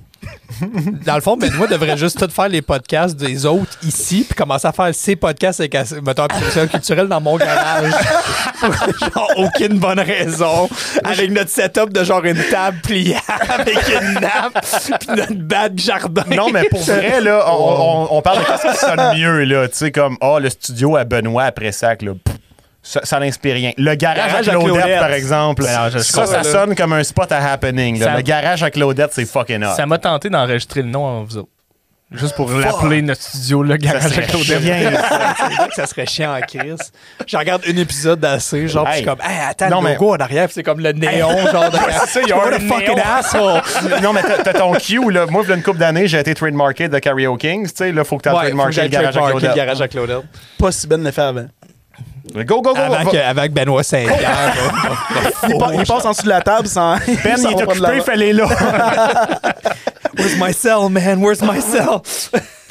Dans le fond, Benoît devrait juste tout faire les podcasts des autres ici, puis commencer à faire ses podcasts avec euh, mettons, production culturelle dans mon garage. Pour genre aucune bonne raison. Avec notre setup de genre une table pliable, avec une nappe, puis notre bad jardin. Non, mais pour vrai, là, on, on- on parle de qu'est-ce qui sonne mieux, là. Tu sais, comme, ah, le studio à Benoît après sac, là. pff, Ça, ça n'inspire rien. Le garage, Garage à à Claudette, Claudette. par exemple, Ben non, je- je ça, ça comprends, là. sonne comme un spot à happening. là. Ça- Le garage à Claudette, c'est fucking hot. Ça m'a tenté d'enregistrer le nom en vous autres. Juste pour l'appeler notre studio, le garage à serait Claudette. chiant, là. C'est vrai que ça serait chiant en crise. Je regarde un épisode d'assez, genre, puis je suis Hey. comme, hey, attends, Non, le mais- logo en arrière, puis c'est comme le néon, genre, de ça, il y a What un a fucking néon. asshole. non, mais t'as t'as ton cue, là. Moi, il y a une couple d'années, j'ai été trademarké de Karaoke Kings. Tu sais, là, faut que t'aies Ouais, faut que trademarké j'aille le garage à trademarker le Claudette. garage à Claudette. Pas si Ben le fait avant. Go, go, go. va- Avant que- avec Benoît Saint-Pierre. Il, pa- il passe en dessous de la table sans. Ben, il sans est prendre la- occupé, fallait là. Where's my cell, man? Where's my cell?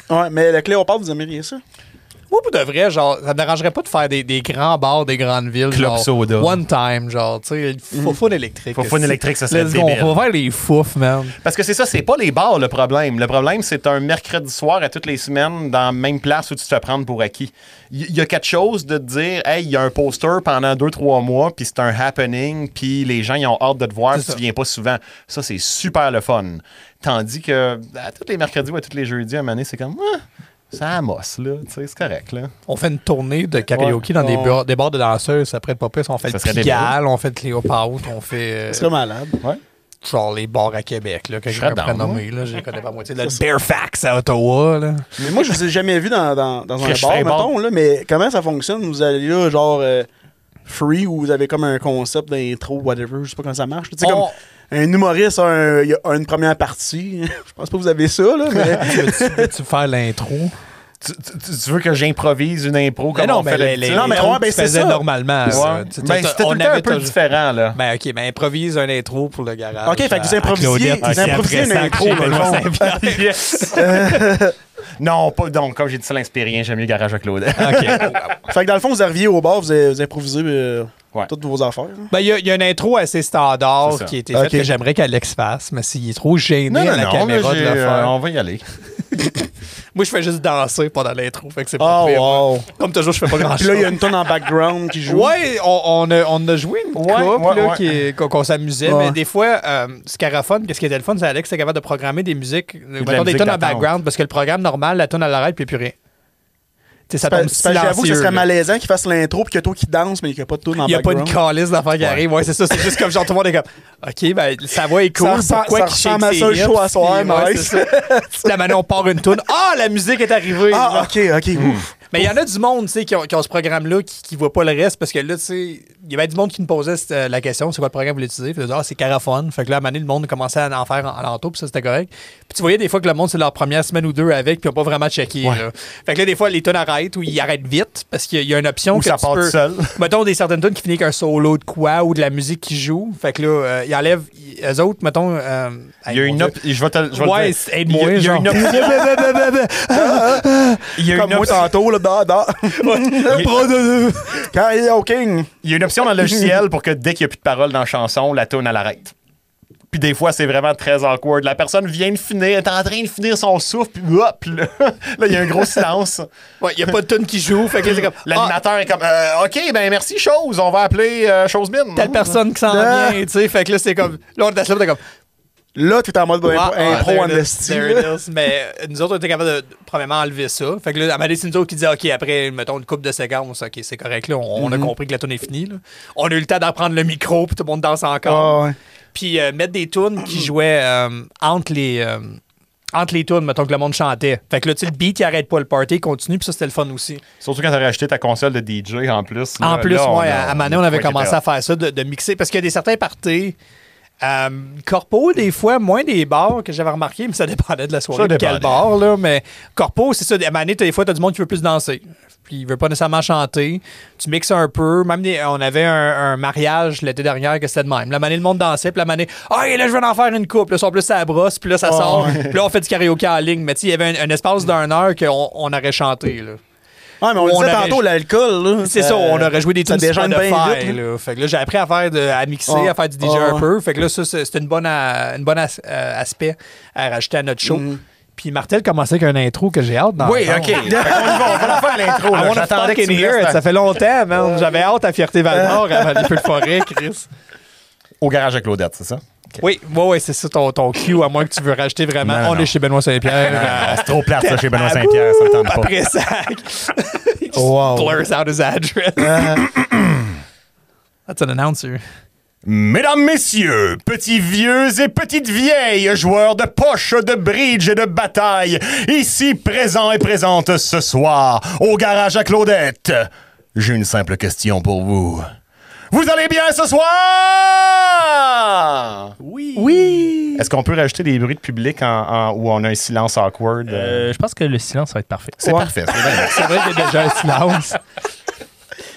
Ouais, mais le Cléopâtre, vous aimeriez ça? Moi, pour de vrai, genre, ça me dérangerait pas de faire des, des grands bars des grandes villes. Club genre, soda. One time, genre, tu sais, le foufoune électrique. Foufoune électrique, ça serait Let's go, débile. On va faire les fouf, man. Parce que c'est ça, c'est pas les bars le problème. Le problème, c'est un mercredi soir à toutes les semaines dans la même place où tu te fais prendre pour acquis. Il y, y a quelque chose de te dire, hey, il y a un poster pendant deux, trois mois, puis c'est un happening, puis les gens, ils ont hâte de te voir, C'est puis ça. tu viens pas souvent. Ça, c'est super le fun. Tandis que à tous les mercredis ou à tous les jeudis, à un moment donné, c'est comme, ah, ça amosse, là. Tu sais, c'est correct, là. On fait une tournée de karaoke dans des, on- bars, des bars de danseuses. Après, de pas on fait Ça le serait Pigalle, on fait le Cléopâtre, on fait euh, Ce serait malade. genre les bars à Québec, là, que Je je serais vais down, nommer. Là, je les connais pas à moitié. Le Fax à Ottawa. Là. Mais moi, je vous ai jamais vu dans, dans, dans un Fresh bar, Fray Bar. mettons, là, mais comment ça fonctionne? Vous allez là, genre, euh, free, ou vous avez comme un concept d'intro, whatever, je sais pas comment ça marche. Tu sais, On- comme un humoriste a, un- il a une première partie. je pense pas que vous avez ça, là, mais. tu veux-tu veux-tu faire l'intro? Tu, tu- tu veux que j'improvise une impro comme Mais non, on fait mais les, les, d'habitude? non, mais trucs ouais, ben, que tu c'est faisais ça. normalement. Ouais. là. Tu- tu- Ben, c'était tout on le temps un avait peu toujours- différent, là. Ben ok, ben improvise un intro pour le garage. Ah, Ok, fait que vous à- à improvisiez- Claudette, vous aussi, improvisiez après une ça, intro, chez dans le Benoît fond. Saint-Pierre. yes! non, pas donc. Comme j'ai dit, ça l'inspire rien. J'aime mieux Garage à Claude. Ok. fait que dans le fond, vous arriviez au bar, vous, avez- vous improvisez euh, Ouais. toutes vos affaires. hein. Ben, il y, a- il y a une intro assez standard C'est ça. qui a été faite Ok. que j'aimerais qu'Alex fasse, mais s'il est trop gêné à la caméra de le j'ai, euh, faire. on va y aller. Moi, je fais juste danser pendant l'intro, fait que c'est pas Oh, pire, moi. wow. Comme toujours, je fais pas Ah, Puis là, il y a grand-chose. une tonne en background qui joue. Ah, Ouais, on, on a, on a joué une Ouais, couple, ouais, là, ouais. qui est- qu'on qu'on s'amusait, Ouais. mais des fois, euh, Scaraphone, qu'est-ce qui était le fun, c'est Alex était capable de programmer des musiques, mettons, la des musique tonnes en d'attente. background, parce que le programme normal, la tonne à l'arrête, puis plus rien. Tu sais, ça Parce- tombe parce que J'avoue que ce silencieux. serait là. malaisant qu'il fasse l'intro puis que toi qui danse mais qu'il n'y a pas de tune en Il n'y a pas background. une calice d'affaires qui arrive. Ouais, c'est ça. C'est juste comme genre tout le monde est comme OK, ben sa voix est cool. Ça ressemble- pourquoi ça qu'il shake ressemble à ses ça le hips, show à puis soir, ouais, nice. c'est ça. Puis la manière, on part une toune. Ah, la musique est arrivée. Ah, Genre. ok, ok. ouf. Mais il y en a du monde, tu sais, qui ont, qui ont ce programme-là, qui, qui voit pas le reste, parce que là, tu sais, il y avait du monde qui me posait euh, la question, c'est quoi le programme que vous voulez utiliser? Puis ils disaient, ah, c'est Caraphone. Fait que là, à un moment donné, le monde commençait à en faire en, en entour, puis ça, c'était correct. Puis tu voyais des fois que le monde, c'est leur première semaine ou deux avec, puis ils ont pas vraiment checké. là. Fait que là, des fois, les tunes arrêtent ou ils arrêtent vite, parce qu'il y a- il y a une option Ou que ça tu part peux- tout seul. mettons des certaines tunes qui finissent avec un solo de quoi ou de la musique qui joue. Fait que là, euh, ils enlèvent. ils- Eux autres, mettons. euh, Il y a hey, une mon op... Je vais te, je vais Dieu. le Ouais, dire. aide Il y a- il y a une op- moi Il y a Comme une moi option- tantôt, là, dans, dans. Karaoke. il y a une option dans le logiciel pour que dès qu'il n'y a plus de paroles dans la chanson, la tune elle arrête. Puis des fois, c'est vraiment très awkward. La personne vient de finir, est en train de finir son souffle, puis hop, là, là, il y a un gros silence. Il n'y a pas de tunes qui joue. Fait que là, c'est comme. Ah, L'animateur est comme Euh, OK, ben merci, chose. On va appeler euh, Chose Mine. telle personne qui s'en Ah. vient, tu sais. Fait que là, c'est comme. Là, on était là, on était comme. Là, t'es en mode ben, impro- Ah, impro there en it is, esti, there là. it is. Mais euh, nous autres, on était capables de, premièrement, enlever ça. Fait que là, à Mané, c'est nous autres qui disaient, OK, après, mettons, une coupe de séquences, OK, c'est correct, là, on, Mm-hmm. on a compris que la tune est finie. là. On a eu le temps d'apprendre le micro, puis tout le monde danse encore. Ah, ouais. Puis euh, mettre des tunes qui jouaient euh, entre les... euh, entre les tunes, mettons que le monde chantait. Fait que là, tu sais, le beat, il arrête pas le party, il continue, puis ça, c'était le fun aussi. Surtout quand t'avais acheté ta console de DJ en plus. En là, plus, là, on moi, a- à Mané, on avait Ouais, commencé à faire ça, de, de mixer. Parce qu'il y a des certains parties. euh, corpo, des fois, moins des bars que j'avais remarqué, mais ça dépendait de la soirée, Ça de quel dépendait. bar, là. Mais Corpo, c'est ça. À Mané, t'as- des fois, t'as du monde qui veut plus danser. Puis il veut pas nécessairement chanter. Tu mixes un peu. Même des- on avait un, un mariage l'été dernier que c'était de même. La Mané, le monde dansait. Puis la Mané, ah, et là, je vais en faire une coupe. Là, ils sont plus à la brosse. Puis là, ça sort. Puis là, on fait du karaoké en ligne. Mais tu sais, il y avait un, un espace d'une heure qu'on on aurait chanté, là. Ah, mais on, On le disait aurait- tantôt, l'alcool, là. C'est ça, on aurait joué des ça tunes Spotify. déjeune bien vite, là. là. Fait que là, j'ai appris à faire de, à mixer, Ah. à faire du DJ Ah, un peu. Fait que là, ça, c'est- c'était une bonne, a- une bonne as- euh, aspect à rajouter à notre show. Puis Martel commençait avec un intro que j'ai hâte dans Oui, OK. On y va, on va la faire à l'intro. I là. wanna J'attendais que fucking tu me hear restes it. à- Ça fait longtemps, man. J'avais hâte à Fierté Val-Nord avant les feux de forêt, Chris. Au garage avec Claudette, c'est ça? Oui, ouais, ouais, c'est ça ton, ton cue, à moins que tu veux rajouter vraiment. Non, non, on non. est chez Benoît Saint-Pierre. euh, Ah, c'est trop plate, ça, chez Benoît Saint-Pierre. Ça me tente pas. Après ça, he just Wow. Uh-huh. blurs out his address. That's an announcer. Mesdames, messieurs, petits vieux et petites vieilles, joueurs de poche, de bridge et de bataille, ici présents et présentes ce soir, au garage à Claudette, j'ai une simple question pour vous. Vous allez bien ce soir? Oui. Est-ce qu'on peut rajouter des bruits de public en, en- où on a un silence awkward? Euh, je pense que le silence va être parfait. C'est parfait. c'est bien. C'est vrai qu'il y a déjà un silence.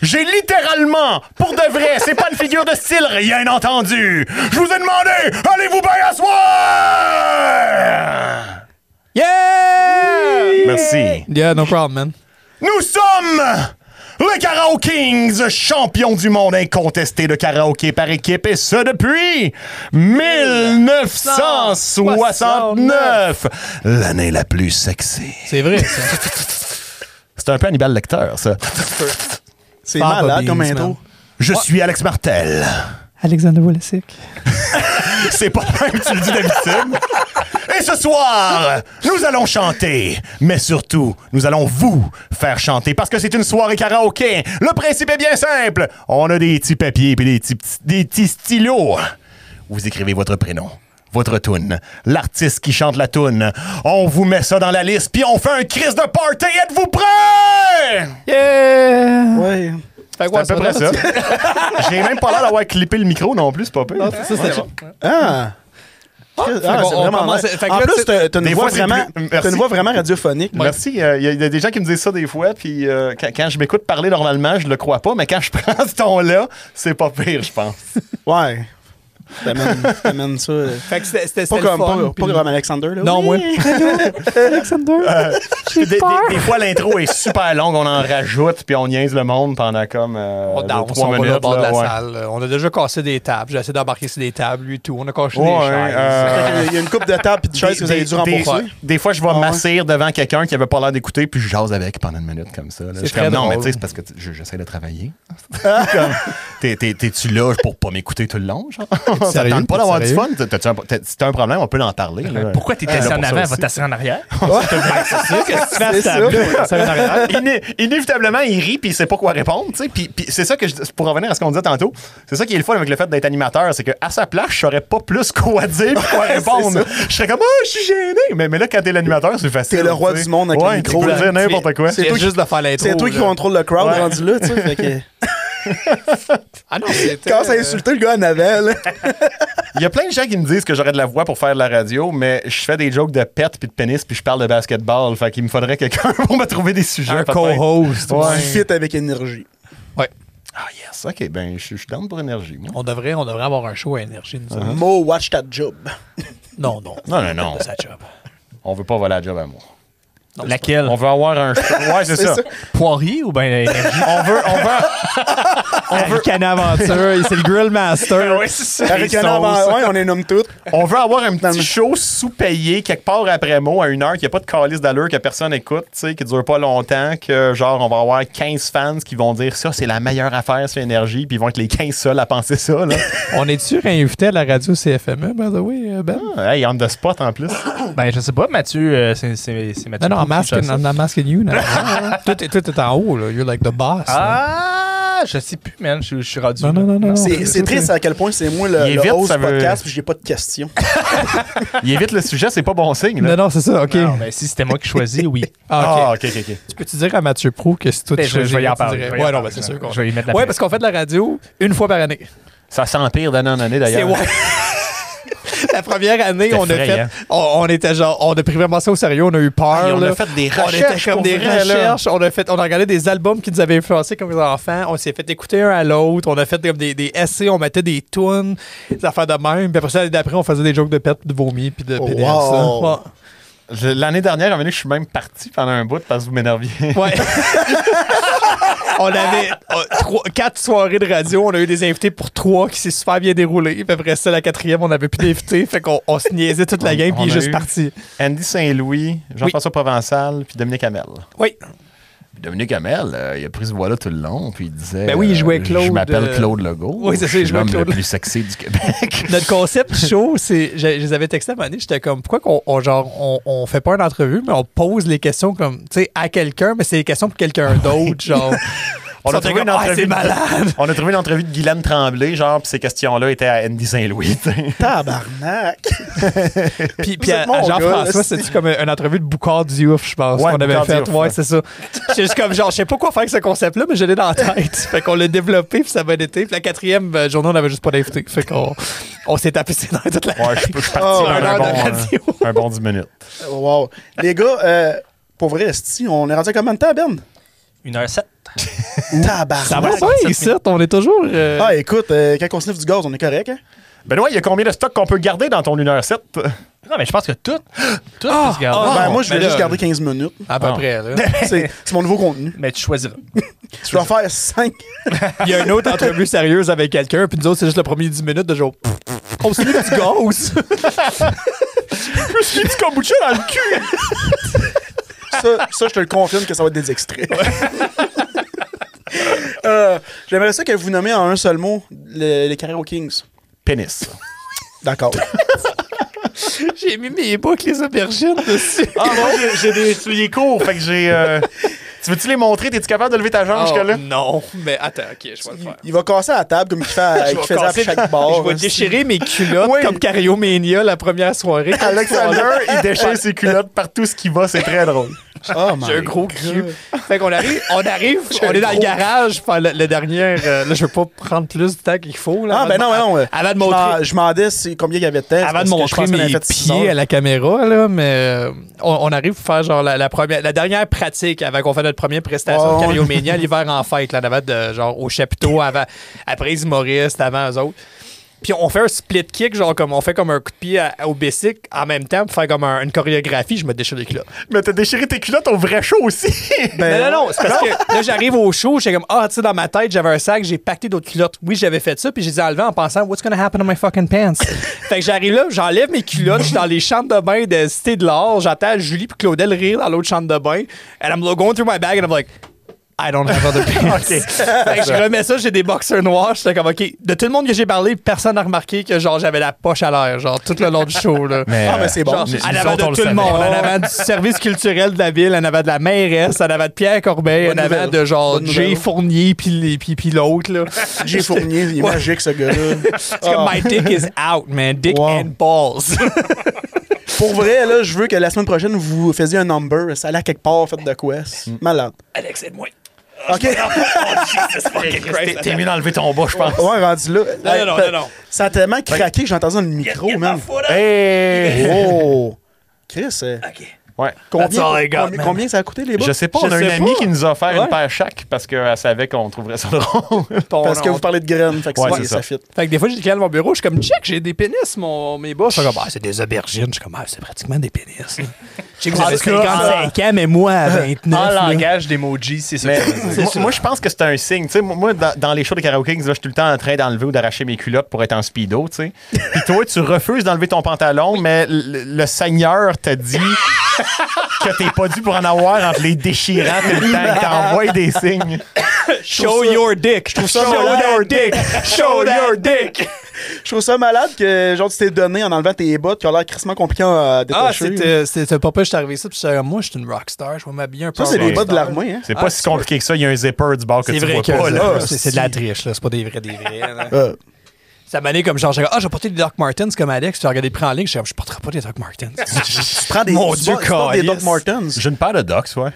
J'ai littéralement, pour de vrai, c'est pas une figure de style, rien entendu. Je vous ai demandé, allez-vous bien asseoir! Yeah! Merci. Yeah, no problem, man. Nous sommes les Karaoke Kings, champions du monde incontesté de karaoké par équipe, et ce depuis 1969, l'année la plus sexy. C'est vrai, ça. C'est un peu Hannibal Lecter, ça. C'est Papa malade Beans, comme man. intro. Je suis Alex Martel. Alexander Wolosik. C'est pas le même que tu le dis d'habitude. Et ce soir, nous allons chanter, mais surtout, nous allons vous faire chanter parce que c'est une soirée karaoké. Le principe est bien simple. On a des petits papiers et des petits, petits- des petits stylos. Vous écrivez votre prénom, votre tune, l'artiste qui chante la tune. On vous met ça dans la liste puis on fait un crise de party. Êtes-vous prêts? Yeah! Ouais. Fait C'est à peu près ça. J'ai même pas l'air d'avoir clippé le micro non plus, c'est pas pire. Ça, c'est bon. Ah. Ah, c'est qu'on- on vraiment commence- nice. fait que En là, plus, tu- t'as t'as Des une voix fois, c'est vraiment, plus- t'as une voix vraiment radiophonique. Merci. Euh, Il y, a des gens qui me disent ça des fois, puis euh, quand, quand je m'écoute parler normalement, je le crois pas, mais quand je prends ce ton-là, c'est pas pire, je pense. Ouais. T'amènes t'amènes ça. euh, Fait que c'était- c'était Pas c'était le comme, fun. pas, pas puis- comme Alexander, là. Non, Oui. moi. Alexander, j'ai Des, des- peur. des fois, l'intro est super longue, on en rajoute, puis on niaise le monde pendant comme euh, On deux, danse, trois on va minutes. le bord de là, la ouais. salle. On a déjà cassé des tables. J'ai essayé d'embarquer sur des tables, lui, tout. On a cassé Ouais, des chaises. euh, Fait qu'il y a- Il y a une coupe de table et de Des- chaises que vous avez dû des- des- rembourser. Des fois, je vais Ah ouais. m'assire devant quelqu'un qui avait pas l'air d'écouter, puis je jase avec pendant une minute comme ça. là. Je suis très comme, non, drôle. mais tu sais, c'est parce que tu- je- j'essaie de travailler. Comme, t'es- t'es- T'es-tu là pour pas m'écouter tout le long? genre? Ça te sérieux? tente pas T'es d'avoir du sérieux? fun? T'as- t'as-tu un- t'as- Si t'as un problème, on peut l'en parler. là. Euh, Pourquoi t'es Ah, assis là, en pour ça avant, aussi. va t'asseoir en arrière? C'est ça. Iné- inévitablement, il rit puis il sait pas quoi répondre. tu sais. Puis, puis c'est ça que, je, pour revenir à ce qu'on disait tantôt, c'est ça qui est le fun avec le fait d'être animateur, c'est qu'à sa place, je saurais pas plus quoi dire puis quoi répondre. Je serais comme, oh, je suis gêné. Mais, mais là, quand t'es l'animateur, c'est facile. T'es le roi tu sais. du monde avec le Ouais, micro, Tu peux là. dire n'importe quoi. C'est toi qui- juste de faire l'intro. C'est toi qui là. contrôle le crowd Ouais. rendu là, tu sais. fait que- Ah non, c'était. Quand ça insultait le gars en avant, là. Il y a plein de gens qui me disent que j'aurais de la voix pour faire de la radio, mais je fais des jokes de pète puis de pénis puis je parle de basketball. Fait qu'il me faudrait quelqu'un pour me trouver des sujets. un peut-être. co-host. Tu Ouais. fit avec énergie. Ouais. Ah, yes. OK, ben, je je suis down pour énergie, moi. On devrait, on devrait avoir un show à énergie. nous autres. Mo, watch that job. Non, non. Non, non, non. Ça job. On veut pas voler la job à moi. Laquelle? On veut avoir un. Ouais, c'est ça. Poirier ou bien l'énergie? On veut, on veut, On veut Canaventure, c'est le grill master. Ah ouais, c'est ça. Avec un avant, ouais, on les nomme toutes. on veut avoir un le- petit show sous-payé quelque part après mot à une heure, qu'il n'y a pas de calice d'allure que personne écoute, tu sais, qui dure pas longtemps, que genre on va avoir 15 fans qui vont dire ça, c'est la meilleure affaire sur énergie, puis ils vont être les 15 seuls à penser ça. Là. On est-tu réinvité à la radio CFME, by the way, euh, Ben? Ah, hey, on the spot en plus. Ben, je sais pas, Mathieu, euh, c'est c'est- c'est Mathieu. Non, non, Pou I'm qui asking, fait ça. I'm asking you now. tout, est, tout est en haut, là. You're like the boss. là. Ah, je sais plus, man. Je je suis rendu. Non, là. non, non, non. C'est c'est triste à quel point c'est moi le, Il est le vite, host ça du veut- podcast puis j'ai pas de questions. Il évite le sujet, c'est pas bon signe. Non, Là. non, c'est ça, OK. Non, ben, si c'était moi qui choisis, oui. Ah, Ah, OK. ok, ok, ok. Tu peux-tu dire à Mathieu Pro que c'est toi Ben, qui je- je choisis, vais y en tu parler, dirais- je vais y en Ouais, non, parler, ben, c'est sûr qu'on je vais y mettre la Ouais, pression. parce qu'on fait de la radio une fois par année. Ça s'empire d'année en année d'ailleurs. C'est- la première année, C'était on a frais, fait. hein? On, on était genre. On a pris vraiment ça au sérieux, on a eu peur. Ah, Hey, on a là. fait des On recherches était comme pour des vrai, là. recherches. On a, fait, on a regardé des albums qui nous avaient influencés comme des enfants. On s'est fait écouter un à l'autre. On a fait comme des, des essais, on mettait des tunes, des affaires de même. Puis après ça, l'année d'après, on faisait des jokes de pète, de vomi, puis de Oh, PDF. wow. ça. Je- L'année dernière, à un moment donné, je suis même parti pendant un bout parce que vous m'énerviez. Ouais. on avait euh, trois- quatre soirées de radio. On a eu des invités pour trois qui s'est super bien déroulé. Puis après ça, la quatrième, on n'avait plus d'invités. Fait qu'on on se niaisait toute la On- game, on puis il est a juste eu- parti. Andy Saint-Louis, Jean-François Provençal, puis Dominique Hamel. Oui. Puis Dominique Hamel, euh, il a pris ce voix-là tout le long, puis il disait. Ben oui, il jouait Claude, Je m'appelle euh, Claude Legault. oui, c'est ça, il Je suis jouait l'homme Claude. le plus sexy du Québec. Notre concept show, c'est. Je, je les avais texté à un moment donné, j'étais comme, pourquoi qu'on on, genre, on, on fait pas une entrevue, mais on pose les questions comme, tu sais, à quelqu'un, mais c'est des questions pour quelqu'un d'autre, genre. Ah On Ils a sont trouvé comme, une Ah, entrevue. c'est malade! On a trouvé une entrevue de Guylaine Tremblay, genre, puis ces questions-là étaient à Andy Saint-Louis. tu sais. Tabarnak! Puis, puis êtes à, mon à gars, là, Jean-François, c'était comme une entrevue de Boucard du ouf, je pense, Ouais, qu'on avait Boucard faite. Diouf, Ouais, ouais. c'est ça. J'étais juste comme, genre, je sais pas quoi faire avec ce concept-là, mais je l'ai dans la tête. fait qu'on l'a développé, puis ça a bien été. Puis la quatrième euh, journée, on avait juste pas d'invité. Fait qu'on on s'est tapé ses nerfs toute la Ouais, je je suis parti Oh, dans un un heure bon, de radio. euh, un bon 10 minutes. Wow. Les gars, euh, pour vrai, si on est rendu à combien de temps, Ben? Une heure sept. Tabarnak! Ah Ça va bien, ici, on est toujours. euh, Ah, écoute, euh, quand on sniffe du gaz, on est correct, hein? Benoît, il y a combien de stocks qu'on peut garder dans ton 1h07? Non, mais je pense que tout. Tout peut se garder. ben, moi, je mais vais là- juste garder 15 minutes. À peu Ah. près, là. C'est c'est mon nouveau contenu. Mais tu choisiras. Je vais en faire 5. Il y a une autre entrevue sérieuse avec quelqu'un, puis nous autres, c'est juste le premier 10 minutes de genre. pff, pff, On se met du gaz! Ah, J'ai du kombucha dans le cul! ça, ça, je te le confirme que ça va être des extraits. Euh, J'aimerais ça que vous nommez en un seul mot le- les Carrero Kings. Pénis. D'accord. J'ai mis mes boucles, les aubergines dessus. Ah, moi, j'ai- j'ai des souliers courts, fait que j'ai. euh, Tu veux-tu les montrer? T'es-tu capable de lever ta Ah, jambe jusque-là? Oh, non, mais attends, ok, je vais le faire. Il va casser à la table comme il, fait à- Je qu'il vais faisait à casser- chaque bar. Je vais hein, déchirer mes culottes Oui. comme Cario Ménia la première soirée. Oh Comme Alexander, il déchire ses culottes partout ce qui va, c'est très drôle. c'est- Oh, my J'ai un gros God. cul. Fait qu'on arrive, on arrive, on est dans le garage, faire le, le dernier. euh, là, je veux pas prendre plus de temps qu'il faut. Là, Ah, avant ben de- non, ben non. euh, Avant de je m'en- montrer. Je m'en dis c'est combien il y avait de tests. Avant parce de que je montrer pense qu'on avait mes fait six pieds heures. à la caméra, là, mais euh, on, on arrive pour faire genre la, la première, la dernière pratique avant qu'on fasse notre première prestation Ouais, de ouais. Carioménia l'hiver en fête, là, en avant de genre au chapiteau, avant, après les humoristes, avant eux autres. Puis on fait un split kick, genre comme on fait comme un coup de pied à- au basic en même temps pour faire comme un- une chorégraphie, je me déchire les culottes. Mais t'as déchiré tes culottes au vrai show aussi. non, non, non, c'est parce que là, j'arrive au show, j'étais comme, ah, tu sais, dans ma tête, j'avais un sac, j'ai pacté d'autres culottes. Oui, j'avais fait ça, puis j'ai dit enlevé en pensant, what's gonna happen to my fucking pants? fait que j'arrive là, j'enlève mes culottes, je suis dans les chambres de bain de Cité de l'Or, j'attends Julie puis Claudel rire dans l'autre chambre de bain, and I'm like, going through my bag and I'm like, I don't have other pants. Fait que je remets ça, j'ai des boxers noirs, j'étais comme, OK, de tout le monde que j'ai parlé, personne n'a remarqué que, genre, j'avais la poche à l'air, genre, tout le long du show, là. Ah, mais c'est bon. Genre, Mais- en nous avant autres, de on le tout le savait. monde, en avant du service culturel de la ville, en avant de la mairesse, en avant de Pierre Corbeil, Bonne en avant nouvelle. de genre Bonne Jay nouvelle. Fournier puis les- puis puis l'autre là. J'ai Fournier, il est Ouais. magique ce gars-là. Ah. C'est comme my dick is out, man, dick Wow. and balls. Pour vrai, là, je veux que la semaine prochaine, vous faisiez un number. Ça allait quelque part, faites de quoi. Mm. Malade. Alex, aide-moi. Oh, OK. T'es- T'es mieux d'enlever ton bas, je pense. Ouais, rendu là. Hey, non, fait- non, non. Ça a tellement craqué que j'ai entendu dans le micro, Get man. my foot up. Hey! Oh! Chris, euh, OK. Ouais. combien, all I got, combien- man. combien ça a coûté les bas? Je sais pas, Je on a une sais amie pas. qui nous a offert Ouais. une paire chaque parce qu'elle savait qu'on trouverait ça drôle. Parce que vous parlez de graines, fait que Ouais, c'est- c'est ça. ça. fit. Fait que des fois, j'ai dans mon bureau, je suis comme, check, j'ai des pénis, mon, mes bas. Je suis comme, ah, c'est des aubergines. Je suis comme, ah, c'est pratiquement des pénis. Je sais que vous avez En tout cas, 55 ans, mais moi, Ah, à 29. En là. langage d'emoji, c'est ça. Mais que ça veut dire. moi, moi, je pense que c'est un signe. Tu sais, moi, moi, dans, dans les shows de karaoke, là, je suis tout le temps en train d'enlever ou d'arracher mes culottes pour être en speedo. tu sais. Puis toi, tu refuses d'enlever ton pantalon, mais le, le Seigneur t'a dit que t'es pas dû pour en avoir entre les déchirants tout le temps. Il t'envoie des signes. Show your dick. Je trouve ça Show malade. your dick. Show your dick. Je trouve ça malade que genre tu t'es donné en enlevant tes bottes qui ont l'air crissement compliqué à Ah, détacher. c'était c'était pas pas, je suis arrivé ça, puis je suis moi, je suis une rockstar, je vais m'habiller un ça, peu. Ah, c'est en les bottes de rockstar. l'armée, hein? C'est pas si compliqué que ça. Il y a un zipper du bord que Ah, C'est tu vrai vois que pas. Là. là, c'est c'est de la triche, là. C'est pas des vrais, des vrais. là. Euh, Ça m'a donné comme genre, j'ai ah, j'ai porté des Doc Martens comme Alex, tu as regardé prix en ligne, je suis comme, je porterai pas des Doc Martens. tu prends des, Mon tu Dieu, prends- tu prends des calice. Doc Martens. J'ai une paire de docs, ouais.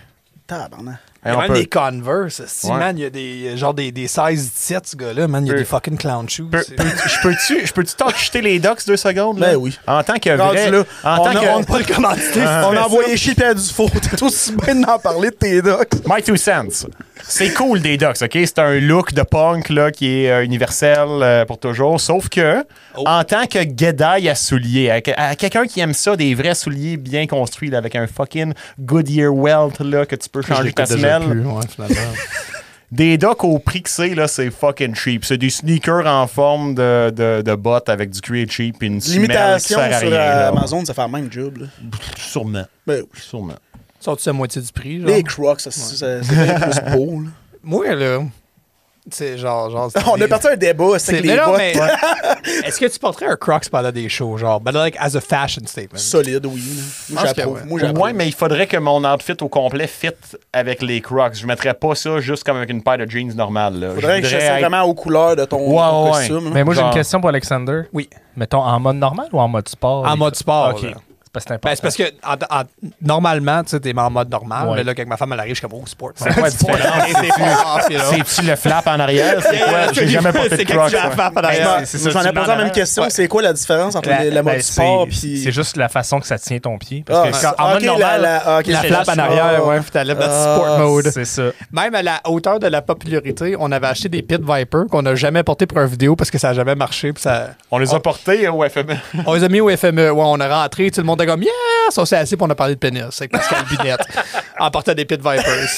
Tabarnak. Il y a on même peut- des Converse. Si, Ouais. man, il y a des, genre des, des size 17, ce gars-là, man, il y a Peu- des fucking clown shoes. Peux- c'est- peux- Je peux-tu je peux-tu t'en jeter les docs deux secondes? là? Ben oui. En tant que Rendu vrai... là, en on tant a- que... Ah. on Pas le commandité. Ah, On a envoyé chier Pierre Dufault. T'es aussi bien d'en parler de tes docs. My two cents. C'est cool des docs, OK? C'est un look de punk là, qui est euh, universel euh, pour toujours. Sauf que, Oh. en tant que guédaille à souliers, à, que- à quelqu'un qui aime ça, des vrais souliers bien construits, là, avec un fucking Goodyear welt là, que tu peux Je changer ta l'écoute déjà semelle, plus, ouais, finalement. des docs au prix que c'est, là, c'est fucking cheap. C'est des sneakers en forme de, de, de bottes avec du cuir cheap et une semelle qui L'imitation sert à rien. sur là. euh, Amazon, ça fait le même job. là. Sûrement. Ben oui. Sûrement. Sont-ils à moitié du prix? Genre? Les Crocs, ça, ça- ça- c'est bien plus beau. là. Moi, là, c'est genre. genre c'est On des- est parti à un débat, c'est C'est que les non, bottes mais- Est-ce que tu porterais un Crocs pendant des shows, genre, but like as a fashion statement? solides, oui. là. Moi, pense que j'approuve. ouais. Moi, j'approuve. Ouais, mais il faudrait que mon outfit au complet fit avec les Crocs. Je mettrais pas ça juste comme avec une paire de jeans normale. Là. Faudrait que je voudrais sois être- vraiment aux couleurs de ton, ton Ouais, ouais, costume. là. Mais moi, j'ai une Genre- question pour Alexander. Oui. Mettons en mode normal ou en mode sport? En les mode gars? sport, OK. là. C'est parce que c'est important. Ben, c'est parce que en- en- normalement, tu sais, t'es en mode normal, Ouais. mais là, quand ma femme elle arrive, je suis comme, oh, sport. C'est quoi la différence? C'est-tu le flap en arrière? C'est quoi? J'ai jamais porté de C'est quand Crocs. tu as la ouais. femme en Je arrière. m'en- c'est- c'est ça, J'en tu ai posé m'en la même avais. question. C'est quoi la différence entre La- les- la mode ben, sport c'est- puis C'est juste la façon que ça tient ton pied. Ah, Parce que quand- en ok, mode normal, la, la, ok, La c'est flappe juste- en arrière, ah. ouais, puis t'as le Ah, sport mode. c'est ça. Même à la hauteur de la popularité, on avait acheté des Pit Viper qu'on n'a jamais porté pour une vidéo parce que ça n'a jamais marché. puis ça... On les a portés euh, au E. FME. On les a mis au FME. Ouais, on est rentré, tout le monde a comme Yes! On s'est assis et on a parlé de pénis avec Pascal Binette en portant des Pit Vipers.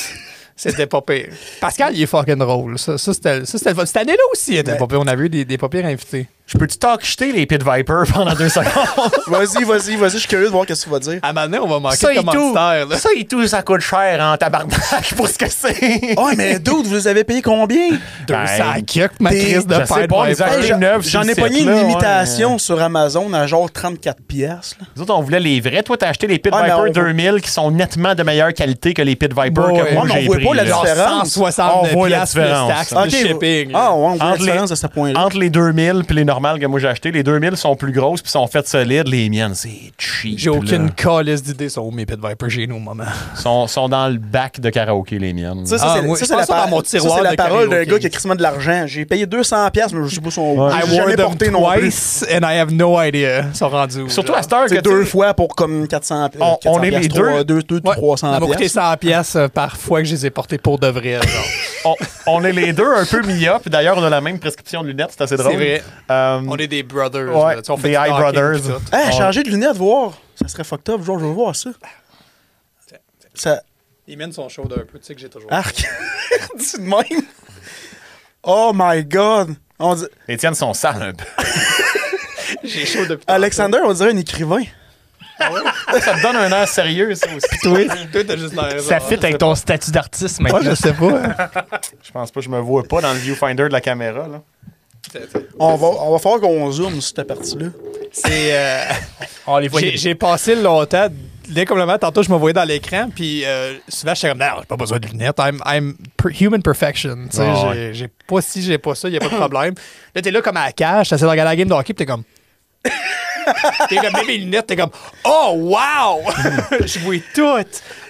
C'était pas pire. Pascal, il est fucking drôle. Ça, ça, c'était ça, c'était le fun. Cette année-là aussi, il était pas pire. On avait eu des, des pas pires invités. Je peux-tu talk jeter les Pit Viper pendant deux secondes? Vas-y, vas-y, vas-y. Je suis curieux de voir qu'est-ce que tu vas dire. À un moment donné, on va manquer ça de et tout. commanditaires. là. Ça et tout, ça coûte cher en tabarnak pour ce que c'est. Oh, mais dude, vous les avez payé combien? Ben, 200 kicks, ma crise de je sais Pit pas, on les a Viper. achetés. J'en- neuf sur J'en le ai site, pogné là, une ouais, imitation sur Amazon à genre 34 pièces. Nous autres, on voulait les vrais. Toi, t'as acheté les Pit Ah, mais Viper on- 2000 qui sont nettement de meilleure qualité que les Pit Viper Ouais, que ouais. moi, Ouais, mais j'ai on voit pris, pas la là. Genre différence. 169 On voit la piastres plus différence. taxes, Ah, plus shipping. Ah, ouais, on voit Entre les- l'expérience à ce point-là. Entre les 2000 puis les normales que moi j'ai achetées, les 2000 sont plus grosses puis sont faites solides. Les miennes, c'est cheap. J'ai là. aucune calice d'idée sur où mes Pit Viper chez nous au moment. Sont, sont dans le bac de karaoké, les miennes. Ça, ça, Ah, c'est- ça, oui, je c'est pense la, ça par- dans mon ça, c'est tiroir la de parole d'un karaoké. gars qui a crissement de l'argent. J'ai payé 200$, piastres, mais je sais pas son. I J'ai wore jamais them porté non plus. Ah, twice and I have no idea. Ils sont rendus où, Surtout genre? à cette heure que C'est deux tu- fois pour comme euh, 400 pièces. On- on est les deux. 2 Ouais. 300 Ça m'a coûté euh, pièces. 100 pièces par fois que je les ai portés pour de vrai. genre. on, on est les deux un peu myopes. D'ailleurs, on a la même prescription de lunettes, c'est assez drôle. vrai. Euh, On est des brothers. Ouais, là, tu sais, on fait des du high hockey, brothers. puis tout. Hey, On- changer de lunettes, voir. Ça serait fucked up. Genre, je veux voir ça. Ça. Les mènes sont chaudes un peu, tu sais que j'ai toujours. Arc. Dis de même. Oh my god. On dit- Les tiennes sont sales un peu. J'ai chaud depuis. Alexander, on dirait un écrivain. Ça te donne un air sérieux, ça aussi. Toi, t'as juste l'air. Ça fit avec ton statut d'artiste maintenant. je sais pas. Je pense pas, je me vois pas dans le viewfinder de la caméra. Là. On va, on va falloir qu'on zoome sur cette partie-là. C'est. euh, On Ah, les voit. J'ai j'ai passé longtemps. Là, comme le matin, tantôt, je me voyais dans l'écran, puis euh, souvent, j'étais comme, non, j'ai pas besoin de lunettes. I'm, I'm per- human perfection. Tu sais, Ouais, j'ai- ouais. j'ai pas ci, j'ai pas ça, y a pas de problème. Là, t'es là comme à la cage, t'essaies de regarder la game de hockey, puis t'es comme. t'es comme, mets mes lunettes, t'es comme, oh, wow! je vois tout!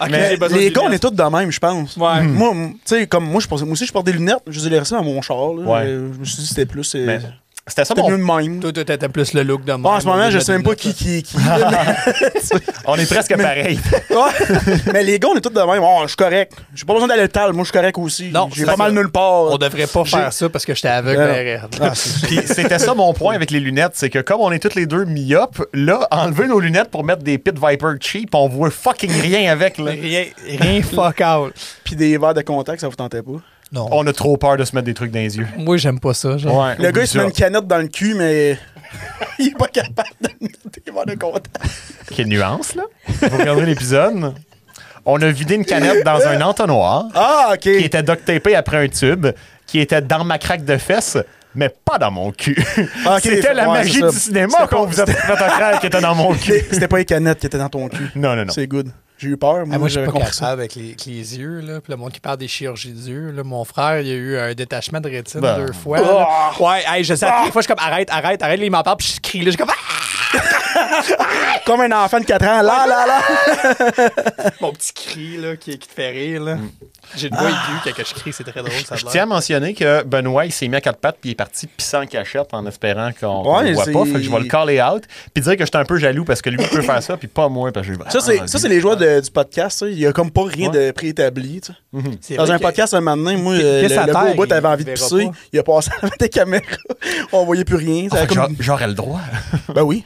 Ok, Mais j'ai besoin les de gars, on est lunettes. tous de même, je pense. Hmm. Ouais. Moi, m- tu sais, comme moi, je pensais- moi aussi, je porte des lunettes. Je les ai laissées dans mon char. là. Ouais. Euh, Je me suis dit, c'était plus. euh, Mais c'était ça C'était mieux mon. de même. Toi, toi, t'aimes plus le look de Bon, moi. en ce moment, je sais même pas qui qui. qui On est presque pareil. Ouais. Mais les gars, on est tous de même. Oh, je suis correct. J'ai pas besoin d'aller à l'hôpital. Moi, je suis correct aussi. Non, J'ai c'est pas ça. mal nulle part. On devrait pas J'ai- faire ça parce que j'étais aveugle Non. derrière. Ah, c'est- Puis c'était ça mon point avec les lunettes, c'est que comme on est toutes les deux myopes, là, enlever nos lunettes pour mettre des Pit Viper cheap, on voit fucking rien avec. Là. Rien, rien fuck out. Puis des verres de contact, ça vous tentait pas. Non. On a trop peur de se mettre des trucs dans les yeux. Moi, j'aime pas ça. Genre. Ouais, Le gars, oublie il se met ça. une canette dans le cul, mais il est pas capable de mettre des verres de contact. Quelle nuance, là. Vous regardez l'épisode. On a vidé une canette dans un entonnoir Ah, ok. qui était duct tapé après un tube, qui était dans ma craque de fesses, mais pas dans mon cul. Ah, ok, C'était la ouais, magie c'est ça. du cinéma C'était qu'on pas- vous a fait offrir qui était dans mon cul. C'était pas les canettes qui étaient dans ton cul. Non, non, non. C'est good. J'ai eu peur. Moi, Ah, moi, je suis j'avais pas compris capable ça. avec les, avec les yeux. Là. Puis le monde qui parle des chirurgies des yeux. Là. Mon frère, il a eu un détachement de rétine Ben. deux fois. là. Ouais, hey, je sais, à toutes les fois, je suis comme arrête, arrête, arrête. Là, il m'en parle, puis je crie. Là, je suis comme Ah! Comme un enfant de 4 ans. Là, là, là. mon petit cri là, qui, qui te fait rire. Là. Mm. J'ai une voix aiguë quand que je crie, c'est très drôle. Ça a Je l'air. tiens à mentionner que Benoît, il s'est mis à quatre pattes puis il est parti pissant en cachette en espérant qu'on qu'on Ouais, le voit c'est- pas. Fait que je vais le caller out puis dire que j'étais un peu jaloux parce que lui peut faire ça puis pas moi. Parce que Ah, j'ai- Ça, c'est, ça, c'est les joueurs de- du podcast. ça. Il y a comme pas rien de préétabli. tu sais. C'est Dans vrai un que- podcast, un matin, moi, euh, le, pisse à le gars au terre, bout avait il envie de verra pisser. pas. Il a passé avec des caméras. On voyait plus rien. Ça Ah, a fait que comme- j'a- J'aurais le droit. Ben oui.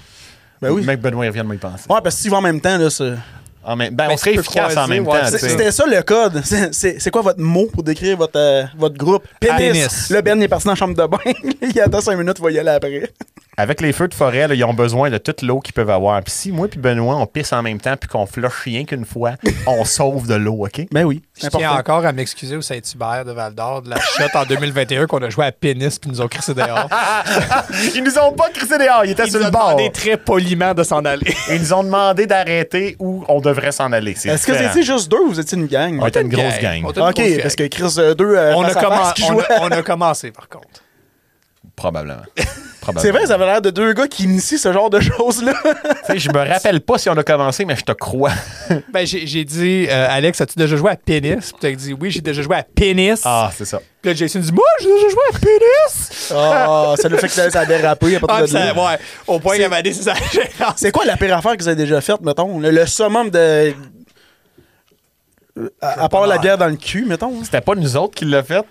Ben oui. Mec, Benoît, il revient de me y penser. Ouais, parce que s'ils vont en même temps, là, ça- En même- ben, Mais on serait tu peux efficace en croiser, même ouais, temps. C'est- tu sais. C'était ça le code. C'est- C'est c'est quoi votre mot pour décrire votre, euh, votre groupe? Pénis. Pénis. Le Ben il est parti dans la chambre de bain. il attend 5 minutes, il va y aller après. Avec les feux de forêt, là, ils ont besoin de toute l'eau qu'ils peuvent avoir. Puis si moi puis Benoît, on pisse en même temps puis qu'on flush rien qu'une fois, on sauve de l'eau, OK? Ben oui. Je tiens encore à m'excuser au Saint-Hubert de Val-d'Or de la shot en 2021 qu'on a joué à pénis puis nous ont crissé dehors. Ils nous ont pas crissé dehors, ils étaient Ils Ah, sur nous le ont bord. demandé très poliment de s'en aller. Ils nous ont demandé d'arrêter où on devrait s'en aller. C'est Est-ce que différent. c'était juste deux ou vous étiez une gang? On était une grosse gang. On était une Ok, grosse gang. parce que Chris 2 euh, on a, face à face commen- qui on, jouait. a, on a commencé, par contre. Probablement. Probablement. C'est vrai, ça avait l'air de deux gars qui initient ce genre de choses-là. Tu sais, Je me rappelle pas si on a commencé, mais je te crois. Ben, j'ai j'ai dit, euh, Alex, as-tu déjà joué à pénis? Puis t'as dit, oui, j'ai déjà joué à pénis. Ah, c'est ça. Puis là, Jason dit, moi, j'ai déjà joué à pénis. Ah, ça le fait que ça, ça a dérapé à Ah, partir puis ça- de là. ouais, au point qu'il avait dit, c'est ça. C'est quoi la pire affaire que vous avez déjà faite, mettons? Le, le summum de. Euh, À, à part la bière dans le cul, mettons. C'était pas nous autres qui l'a fait.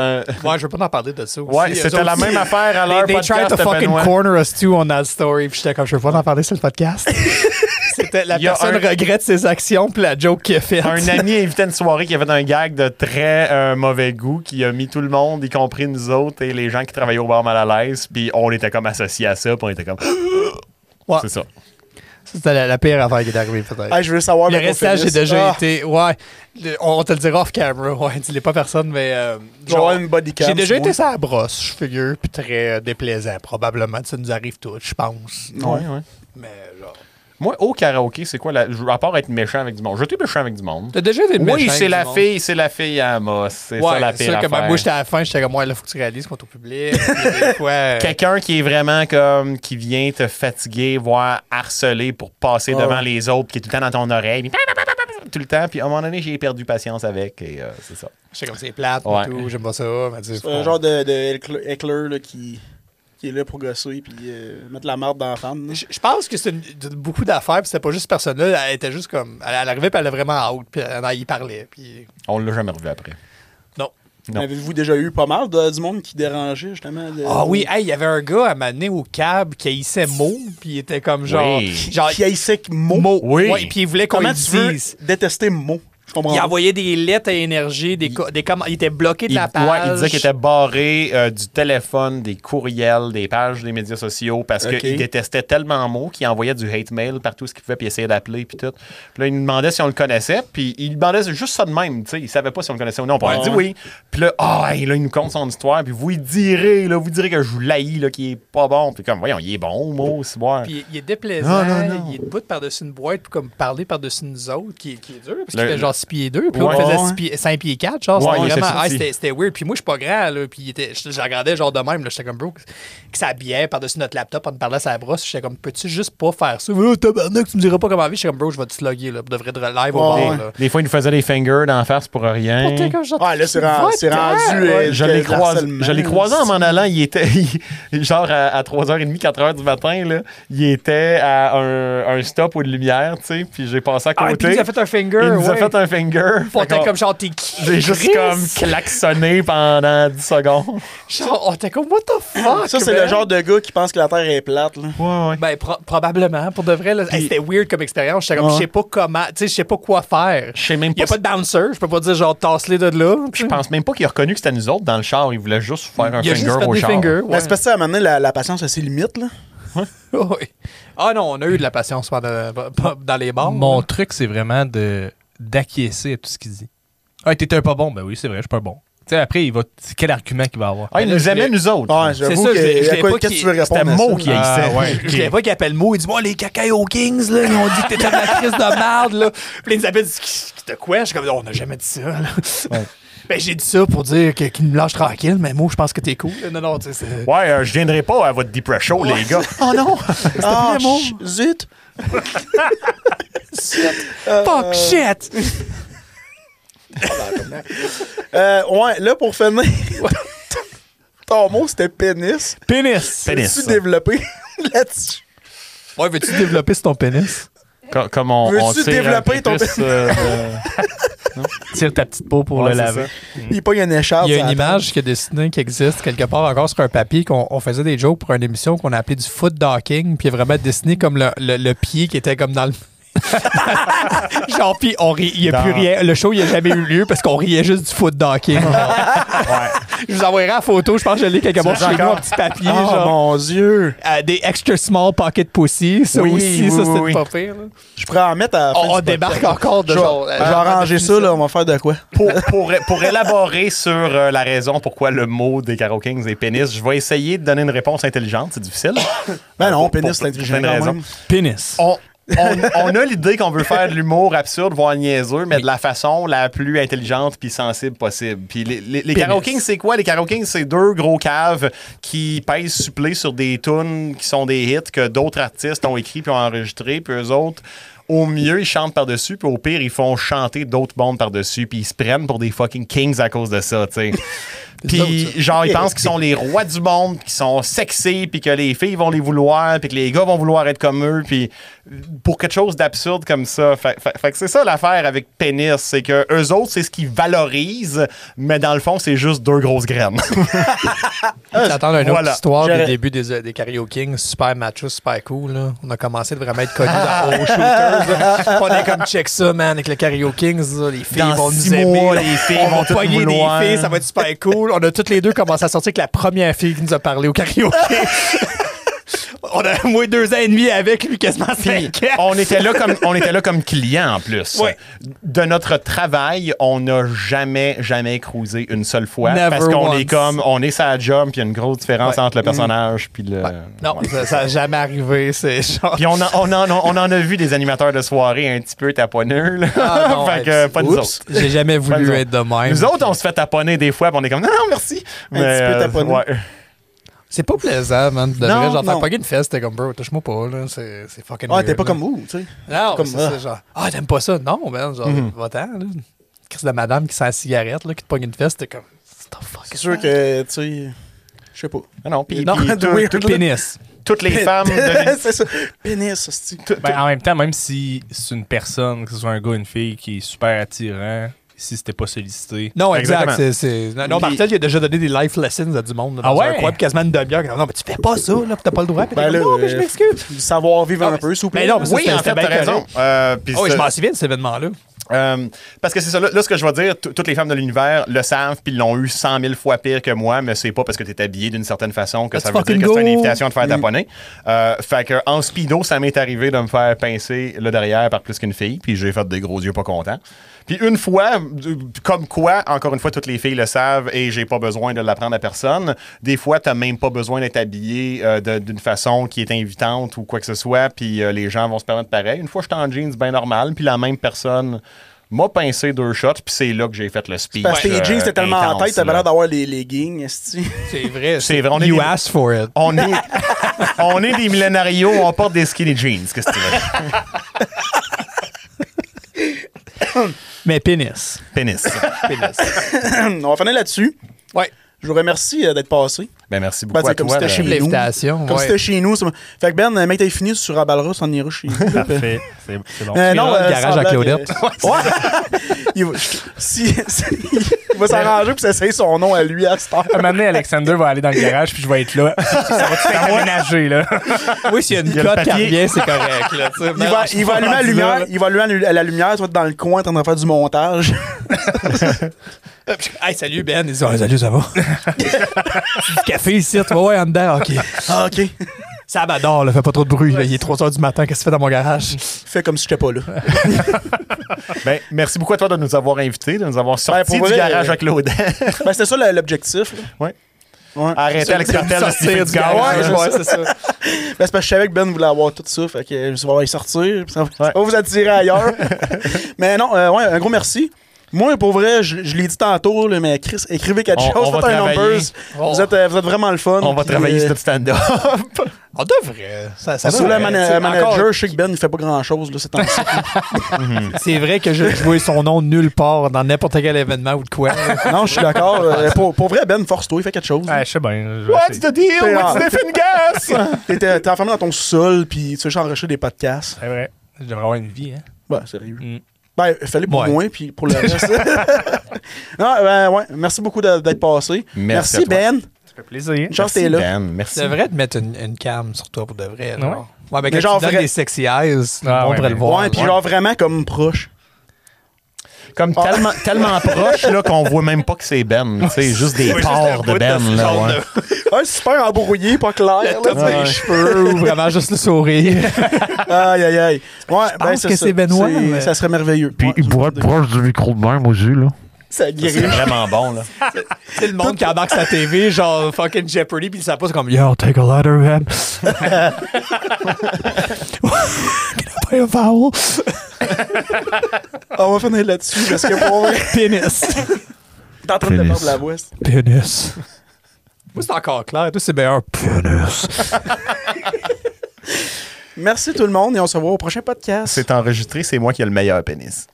un. Ouais, je veux pas en parler de ça aussi. Ouais, Eux c'était la autres, même affaire à They, leur they tried podcast to de fucking Benoît. corner us too on that story. Puis j'étais comme, je veux pas en parler sur le podcast. C'était la Il y a personne un- regrette ses actions, puis la joke qu'il a faite. Un ami invitait une soirée qui avait un gag de très euh, mauvais goût qui a mis tout le monde, y compris nous autres et les gens qui travaillaient au bar mal à l'aise. Puis on était comme associés à ça, puis on était comme. Ah! Ouais. C'est ça. C'était la, la pire affaire qui est arrivée, peut-être. Ah, je veux savoir. Le mettons, restage, j'ai Félix. déjà Ah, été. Ouais. Le- on te le dira off camera. Ouais, dis-le pas à personne, mais. euh, Je vais avoir une body cam, J'ai déjà moi. été ça à brosse, je figure, puis très euh, déplaisant, probablement. Ça nous arrive tous, je pense. Ouais, ouais. Mais genre. Moi, au karaoké, c'est quoi la. À part être méchant avec du monde. J'étais méchant avec du monde. T'as déjà été Oui, c'est la fille, c'est la fille à Amos. C'est Ouais, ça la c'est pire sûr que ben, affaire. moi, j'étais à la fin, j'étais comme, ouais, là, faut que tu réalises qu'on est au public. puis des fois, euh, Quelqu'un qui est vraiment comme qui vient te fatiguer, voire harceler pour passer Ah. devant les autres, qui est tout le temps dans ton oreille, puis tout le temps. Puis à un moment donné, j'ai perdu patience avec et euh, c'est ça. j'étais comme, c'est plate, Ouais. et tout, j'aime pas ça. mais tu sais, C'est un faut- genre de, de heckler- heckler là, qui, qui est là pour gosser puis euh, mettre la marde dans la femme. là. Je je pense que c'est une- de- beaucoup d'affaires, puis c'était pas juste cette personne-là, elle était juste comme. Elle, elle arrivait, puis elle était vraiment out, puis elle, elle y parlait, puis. On l'a jamais revu après. Non. Non. Avez-vous déjà eu pas mal de- du monde qui dérangeait, justement? de- Ah oui, hey, il y avait un gars à m'amener au cab qui haïssait Mo, puis il était comme genre. Oui. genre Qui haïssait que mot. Mo. Oui. Ouais, puis il voulait qu'on Comment lui tu veux dise. détester mot? Je comprends Il pas. envoyait des lettres à énergie, des, co- des comm- il était bloqué de Il, la ouais, page. il disait qu'il était barré euh, du téléphone, des courriels, des pages des médias sociaux parce Ok. qu'il détestait tellement mot qu'il envoyait du hate mail partout ce qu'il pouvait puis il essayait d'appeler puis tout. Puis là, il nous demandait si on le connaissait puis il demandait juste ça de même, tu sais, il savait pas si on le connaissait ou non. Puis on a dit Ouais. oui. Puis là, ah, hey, là, il nous compte son histoire puis vous lui direz là, vous direz que je vous l'haïs là qu'il est pas bon. Puis comme voyons, il est bon mot, c'est bon. Puis il est déplaisant, Non, non, non. il est debout par-dessus une boîte, puis comme parler par-dessus nous autres, qui, qui est dur, parce qu'il Le- était genre 6 pieds 2, puis l'autre Ouais. faisait Ouais. 6 pieds, 5 pieds 4, genre, c'était Ouais, il était vraiment, ça, ah, si. c'était c'était weird. Puis moi, je suis pas grand, là, puis il était- je je regardais genre de même, là, j'étais comme, bro, qui s'habillait par-dessus notre laptop en me parlant à sa brosse, j'étais comme, peux-tu juste pas faire ça? Oh, tabarnak, tu me diras pas comment vivre, j'étais comme, bro, je vais te slugger, là, pour de vrai de live au Ouais. bord, Des, là. des fois, il nous faisait des fingers d'en face pour rien. Ouais, là, c'est rendu- c'est rendu, euh, Je que l'ai le croisé, harcèlement. je l'ai croisé en m'en allant. Il était il- genre à, à 3h30, 4h du matin. Là, il était à un, un stop ou de lumière, tu sais. Puis j'ai passé à Ah, puis côté. il nous a fait un finger, Il nous a ouais. fait un finger. On Fait était qu'on- comme genre, t'es qui? J'ai juste Chris? comme klaxonné pendant 10 secondes. Genre, on était oh, comme, what the fuck? Ça, c'est man? le genre de gars qui pense que la Terre est plate. Là. Ouais, ouais. Ben, pro- probablement. Pour de vrai, là, hey, c'était weird comme expérience. J'étais comme, Ouais. je sais pas comment, tu sais, je sais pas quoi faire. Je sais même Il n'y pas. a pas si- de bouncer. Je peux pas dire, genre, tasse-les de là. Je pense même pas qu'il a reconnu que c'était nous autres dans le char. Il voulait juste faire un Il a finger juste fait au des char. fingers. ouais. Mais c'est parce que ça, à un moment donné, la, la patience a ses limites. Là. Ouais. Ah non, on a eu de la patience pendant- dans les bars. Mon truc, c'est vraiment de d'acquiescer à tout ce qu'il dit. Ah, t'es un pas bon. Ben oui, c'est vrai, je suis pas bon. Tu sais, après, il va. c'est Quel argument qu'il va avoir? Ah, il nous aimait, nous autres. Ouais, j'avoue ça, que- je l'ai- je à l'ai quoi- pas Qu'est-ce que qui- tu veux répondre C'était à Mo ça? qui Ah, haïssait. ouais. Je voulais pas qu'il appelle Mo. Il dit, moi, les cacao kings, là, ils ont dit que t'étais la crise de merde, là. Puis là, Elisabeth dit, de quoi? Je suis comme, on n'a jamais dit ça, là. Ben, j'ai dit ça pour dire que- qu'il me lâche tranquille, mais Mo, je pense que t'es cool. Non, non, tu sais, c'est. Ouais, euh, je viendrai pas à votre deep show, les gars. Oh non! Ah, Mo. ch- zut! Fuck shit! Euh, ouais, là, pour finir, ton mot, c'était pénis. Pénis! Peux-tu développer là-dessus? Ouais, veux-tu développer sur ton pénis? Co- Comme on, Veux-tu on tire un développer peu ton- plus, euh, euh, Tire ta petite peau pour Ouais, le c'est laver. ça. Il pas une écharpe. Hmm. Il y a sur une la table. image qui est dessinée, qui existe quelque part encore sur un papier, qu'on on faisait des jokes pour une émission qu'on appelait du foot docking, puis il y a vraiment dessiné comme le, le- le pied qui était comme dans le. Genre, puis on rit- il n'y a Dans- plus rien. Le show, il n'y a jamais eu lieu parce qu'on riait juste du foot docking. Je vous enverrai la photo, je pense que je l'ai quelque part l'as chez nous, encore? Ah, un petit papier, Oh genre. mon dieu! Euh, des extra small pocket pussy, ça Oui, aussi, oui, ça c'était oui, pas pire. là. Je pourrais en mettre à. la fin On, on du podcast. débarque encore de Je vais- Ah, genre. euh, je vais arranger ça, là, on va faire de quoi? pour, pour, pour élaborer sur euh, la raison pourquoi le mot des Caro Kings est pénis, je vais essayer de donner une réponse intelligente. C'est difficile. Euh, Ben non, Pour- pénis, pour- c'est pour intelligent plein de quand raisons. même. Pénis. On, on- on a l'idée qu'on veut faire de l'humour absurde, voire niaiseux, mais de la façon la plus intelligente puis sensible possible. Puis les, les, les Caro Kings, c'est quoi? Les Caro Kings, c'est deux gros caves qui pèsent supplé sur des tunes qui sont des hits que d'autres artistes ont écrits puis ont enregistrés, puis eux autres... Au mieux, ils chantent par-dessus, puis au pire, ils font chanter d'autres bandes par-dessus, puis ils se prennent pour des fucking kings à cause de ça, tu sais. Puis, hein. genre, ils pensent qu'ils sont les rois du monde, qu'ils sont sexy, puis que les filles vont les vouloir, puis que les gars vont vouloir être comme eux, puis pour quelque chose d'absurde comme ça. Fait, fait- fait que c'est ça l'affaire avec pénis, c'est que eux autres, c'est ce qu'ils valorisent, mais dans le fond, c'est juste deux grosses graines. J'attends une autre Voilà. histoire du J'aurais- début des, euh, des karaoké Kings, super macho, super cool. là. On a commencé de vraiment être connus dans Home Shooters. là. On est comme check ça, man, avec le karaoke Kings. là, les filles Dans vont six nous aimer. mois, là. les filles on vont va toutes pogner vouloir. des filles, ça va être super cool. On a toutes les deux commencé à sortir avec la première fille qui nous a parlé au karaoke. On a moins deux ans et demi avec lui, quasiment cinq ans. on était là comme on était là comme client en plus. Ben, Ouais. De notre travail, on n'a jamais jamais cruisé une seule fois Never parce qu'on once. est comme on est sa job, puis il y a une grosse différence Ouais. Mm. entre le personnage puis le Non, Ouais. ça- ça n'a jamais arrivé. C'est genre. Puis on, en- on, en- on en a vu des animateurs de soirée un petit peu taponneux. Là. Ah, non, fait que ouais, pas nous oups. autres. J'ai jamais Pas nous voulu autres. être de même. Nous autres, on se fait taponner des fois, puis on est comme non, non, merci. Un petit euh, peu taponner. ouais. C'est pas plaisant, man. De Non, vrai, genre, non. t'as pogné une fesse, t'es comme, bro, touche-moi pas, là. C'est c'est fucking Ouais, weird, Ah, t'es pas là. comme vous, tu sais. Non, comme Mhm. c'est ça. ça, genre, ah, t'aimes pas ça? Non, man, genre, va-t'en, là. Chris de madame qui sent la cigarette, là, qui te pogne une fesse, t'es comme, what the fuck? C'est sûr que, tu sais, je sais pas. Ah Non, puis Non, puis de tout- weird. tout- Pénis. toutes les femmes. de- Ben, c'est ça. Pénis, hostie. Ben, en même temps, même si c'est une personne, que ce soit un gars ou une fille, qui est super attirant, si c'était pas sollicité. Non, exact. Exactement. c'est- c'est- Non, non, Puis- Martel, il a déjà donné des life lessons à du monde. là, Ah dans un ouais? coin, puis quasiment une demi-heure. Non, mais tu fais pas ça, là, puis t'as pas le droit. Puis Ben t'es là, comme, non, mais je euh, m'excuse. Du savoir-vivre Ah, un peu, s'il vous plaît. Mais non, mais ça, oui, c'était- en c'était fait, bien t'as raison. correct. Euh, puis Ah oui, ça- je m'en souviens de cet événement-là. Euh, parce que c'est ça, là, là, ce que je vais dire, t- toutes les femmes de l'univers le savent, puis l'ont eu 100 000 fois pire que moi, mais c'est pas parce que t'es habillé d'une certaine façon que Let's ça veut dire fucking que c'est une go. invitation de faire taponner. Euh, fait que en speedo, ça m'est arrivé de me faire pincer le derrière par plus qu'une fille, puis j'ai fait des gros yeux pas contents. Puis une fois, euh, comme quoi, encore une fois, toutes les filles le savent et j'ai pas besoin de l'apprendre à personne. Des fois, t'as même pas besoin d'être habillé euh, de- d'une façon qui est invitante ou quoi que ce soit, puis euh, les gens vont se permettre pareil. Une fois, j'étais en jeans bien normal, puis la même personne m'a pincé deux shots, puis c'est là que j'ai fait le speech. Parce que tes euh, jeans, t'es tellement en intense, tête, t'avais là. l'air d'avoir les leggings, esti. C'est vrai. C'est vrai, on est You des- asked for it. On est, on est des millénarios, on porte des skinny jeans. Qu'est-ce que tu veux? Mais pénis. Pénis. Pénis. On va finir là-dessus. ouais. Je vous remercie euh, d'être passé. Ben, merci Ben, beaucoup c'est à comme toi. si là. c'était chez nous. L'invitation, Comme ouais. si c'était chez nous. c'est- Fait que Ben, euh, mec, t'as fini, tu raballeras, on ira chez nous. Parfait. C'est c'est bon. Euh, Tu iras dans le euh, garage sans à blague, Claudette. euh, ouais. il va, si- si- il va s'arranger pour s'essayer son nom à lui à cette heure. Un moment donné, Alexander va aller dans le garage, puis je vais être là. Ça va tout aménager, là. Oui, s'il y a une y a le cote qui papier. revient, c'est correct. Là, tu sais. Il va, il va allumer la lumière, il va allumer la- la lumière, tu vas être dans le coin en train de faire du montage. Hey, salut Ben. Ils disent, Ah, salut, ça va? C'est du café ici, tu vois, ouais, en dedans, ok. Ah, ok. Ça m'adore, là, fais pas trop de bruit. là, Il est 3 h du matin, qu'est-ce que tu fais dans mon garage? Fais comme si j'étais pas là. Ben, merci beaucoup à toi de nous avoir invités, de nous avoir sortis pour du vrai, garage euh, à Claudin. Ben, c'était ça le- l'objectif. là. Ouais. Ouais. Arrêtez Alex Martel de Sortir sniffer du du gaz. garage, Ouais, ouais, c'est ça. Ben, c'est parce que je savais que Ben voulait avoir tout ça, fait que je vais y sortir, puis ça va, ça va vous attirer ailleurs. mais non, euh, ouais, un gros merci. Moi, pour vrai, je, je l'ai dit tantôt, là, mais Chris, écrivez quelque On- chose, on va faites un travailler. Oh. numbers. On- Vous, êtes, euh, vous êtes vraiment le fun. On va puis, travailler euh, sur le stand-up. On devrait. Ça, ça Sur le devrait, man- tu sais, manager, encore- je sais que Ben, il fait pas grand-chose, là, ces temps-ci. C'est vrai que je je vois son nom nulle part dans n'importe quel événement ou de quoi. non, je suis d'accord. euh, pour, pour vrai, Ben, force-toi, il fait quelque chose. Ouais, je sais bien. je vais What's essayer. the deal C'est Ah. with rare. sniffing gas? T'es t'es enfermé dans ton sol, puis tu veux juste enregistrer des podcasts. C'est vrai. Je devrais avoir une vie, hein. Ben, sérieux. Mm. Ben, fallait pour Ouais. moi, puis pour le reste. non, ben, ouais. Merci beaucoup de- d'être passé. Merci à toi. Ben. Ça fait plaisir. Une chance que t'es là. Dan, merci. Ben. C'est vrai de mettre une, une cam sur toi pour de vrai. là. Ouais. Ouais, mais quand Mais genre tu donnes vrai- des sexy eyes, Ah, on ouais, pourrait le mais- voir. ouais, puis genre vraiment comme proche. Comme Ah. tellement, tellement proche là, qu'on voit même pas que c'est Ben. C'est juste des pores de Ben. Là, ouais. Un super embrouillé, pas clair. là, Ouais. t'sais. Ou vraiment juste le sourire. aïe, aïe, aïe. Ouais, ben, pense que ça. c'est Benoît, mais- Ça serait merveilleux. Ouais, je- proche du micro de même aussi, là. Ça C'est guérit. vraiment bon. Là. C'est le monde qui embarque sa TV, genre fucking Jeopardy, puis ça passe comme Yo, take a letter, man. Can I play a vowel? On va finir là-dessus parce que pour vrai, Pénis. t'es en train de Pénis. perdre la voix. c'est- Pénis. Moi, c'est encore clair. Toi, c'est meilleur. Pénis. Merci tout le monde et on se voit au prochain podcast. C'est enregistré, c'est moi qui ai le meilleur pénis.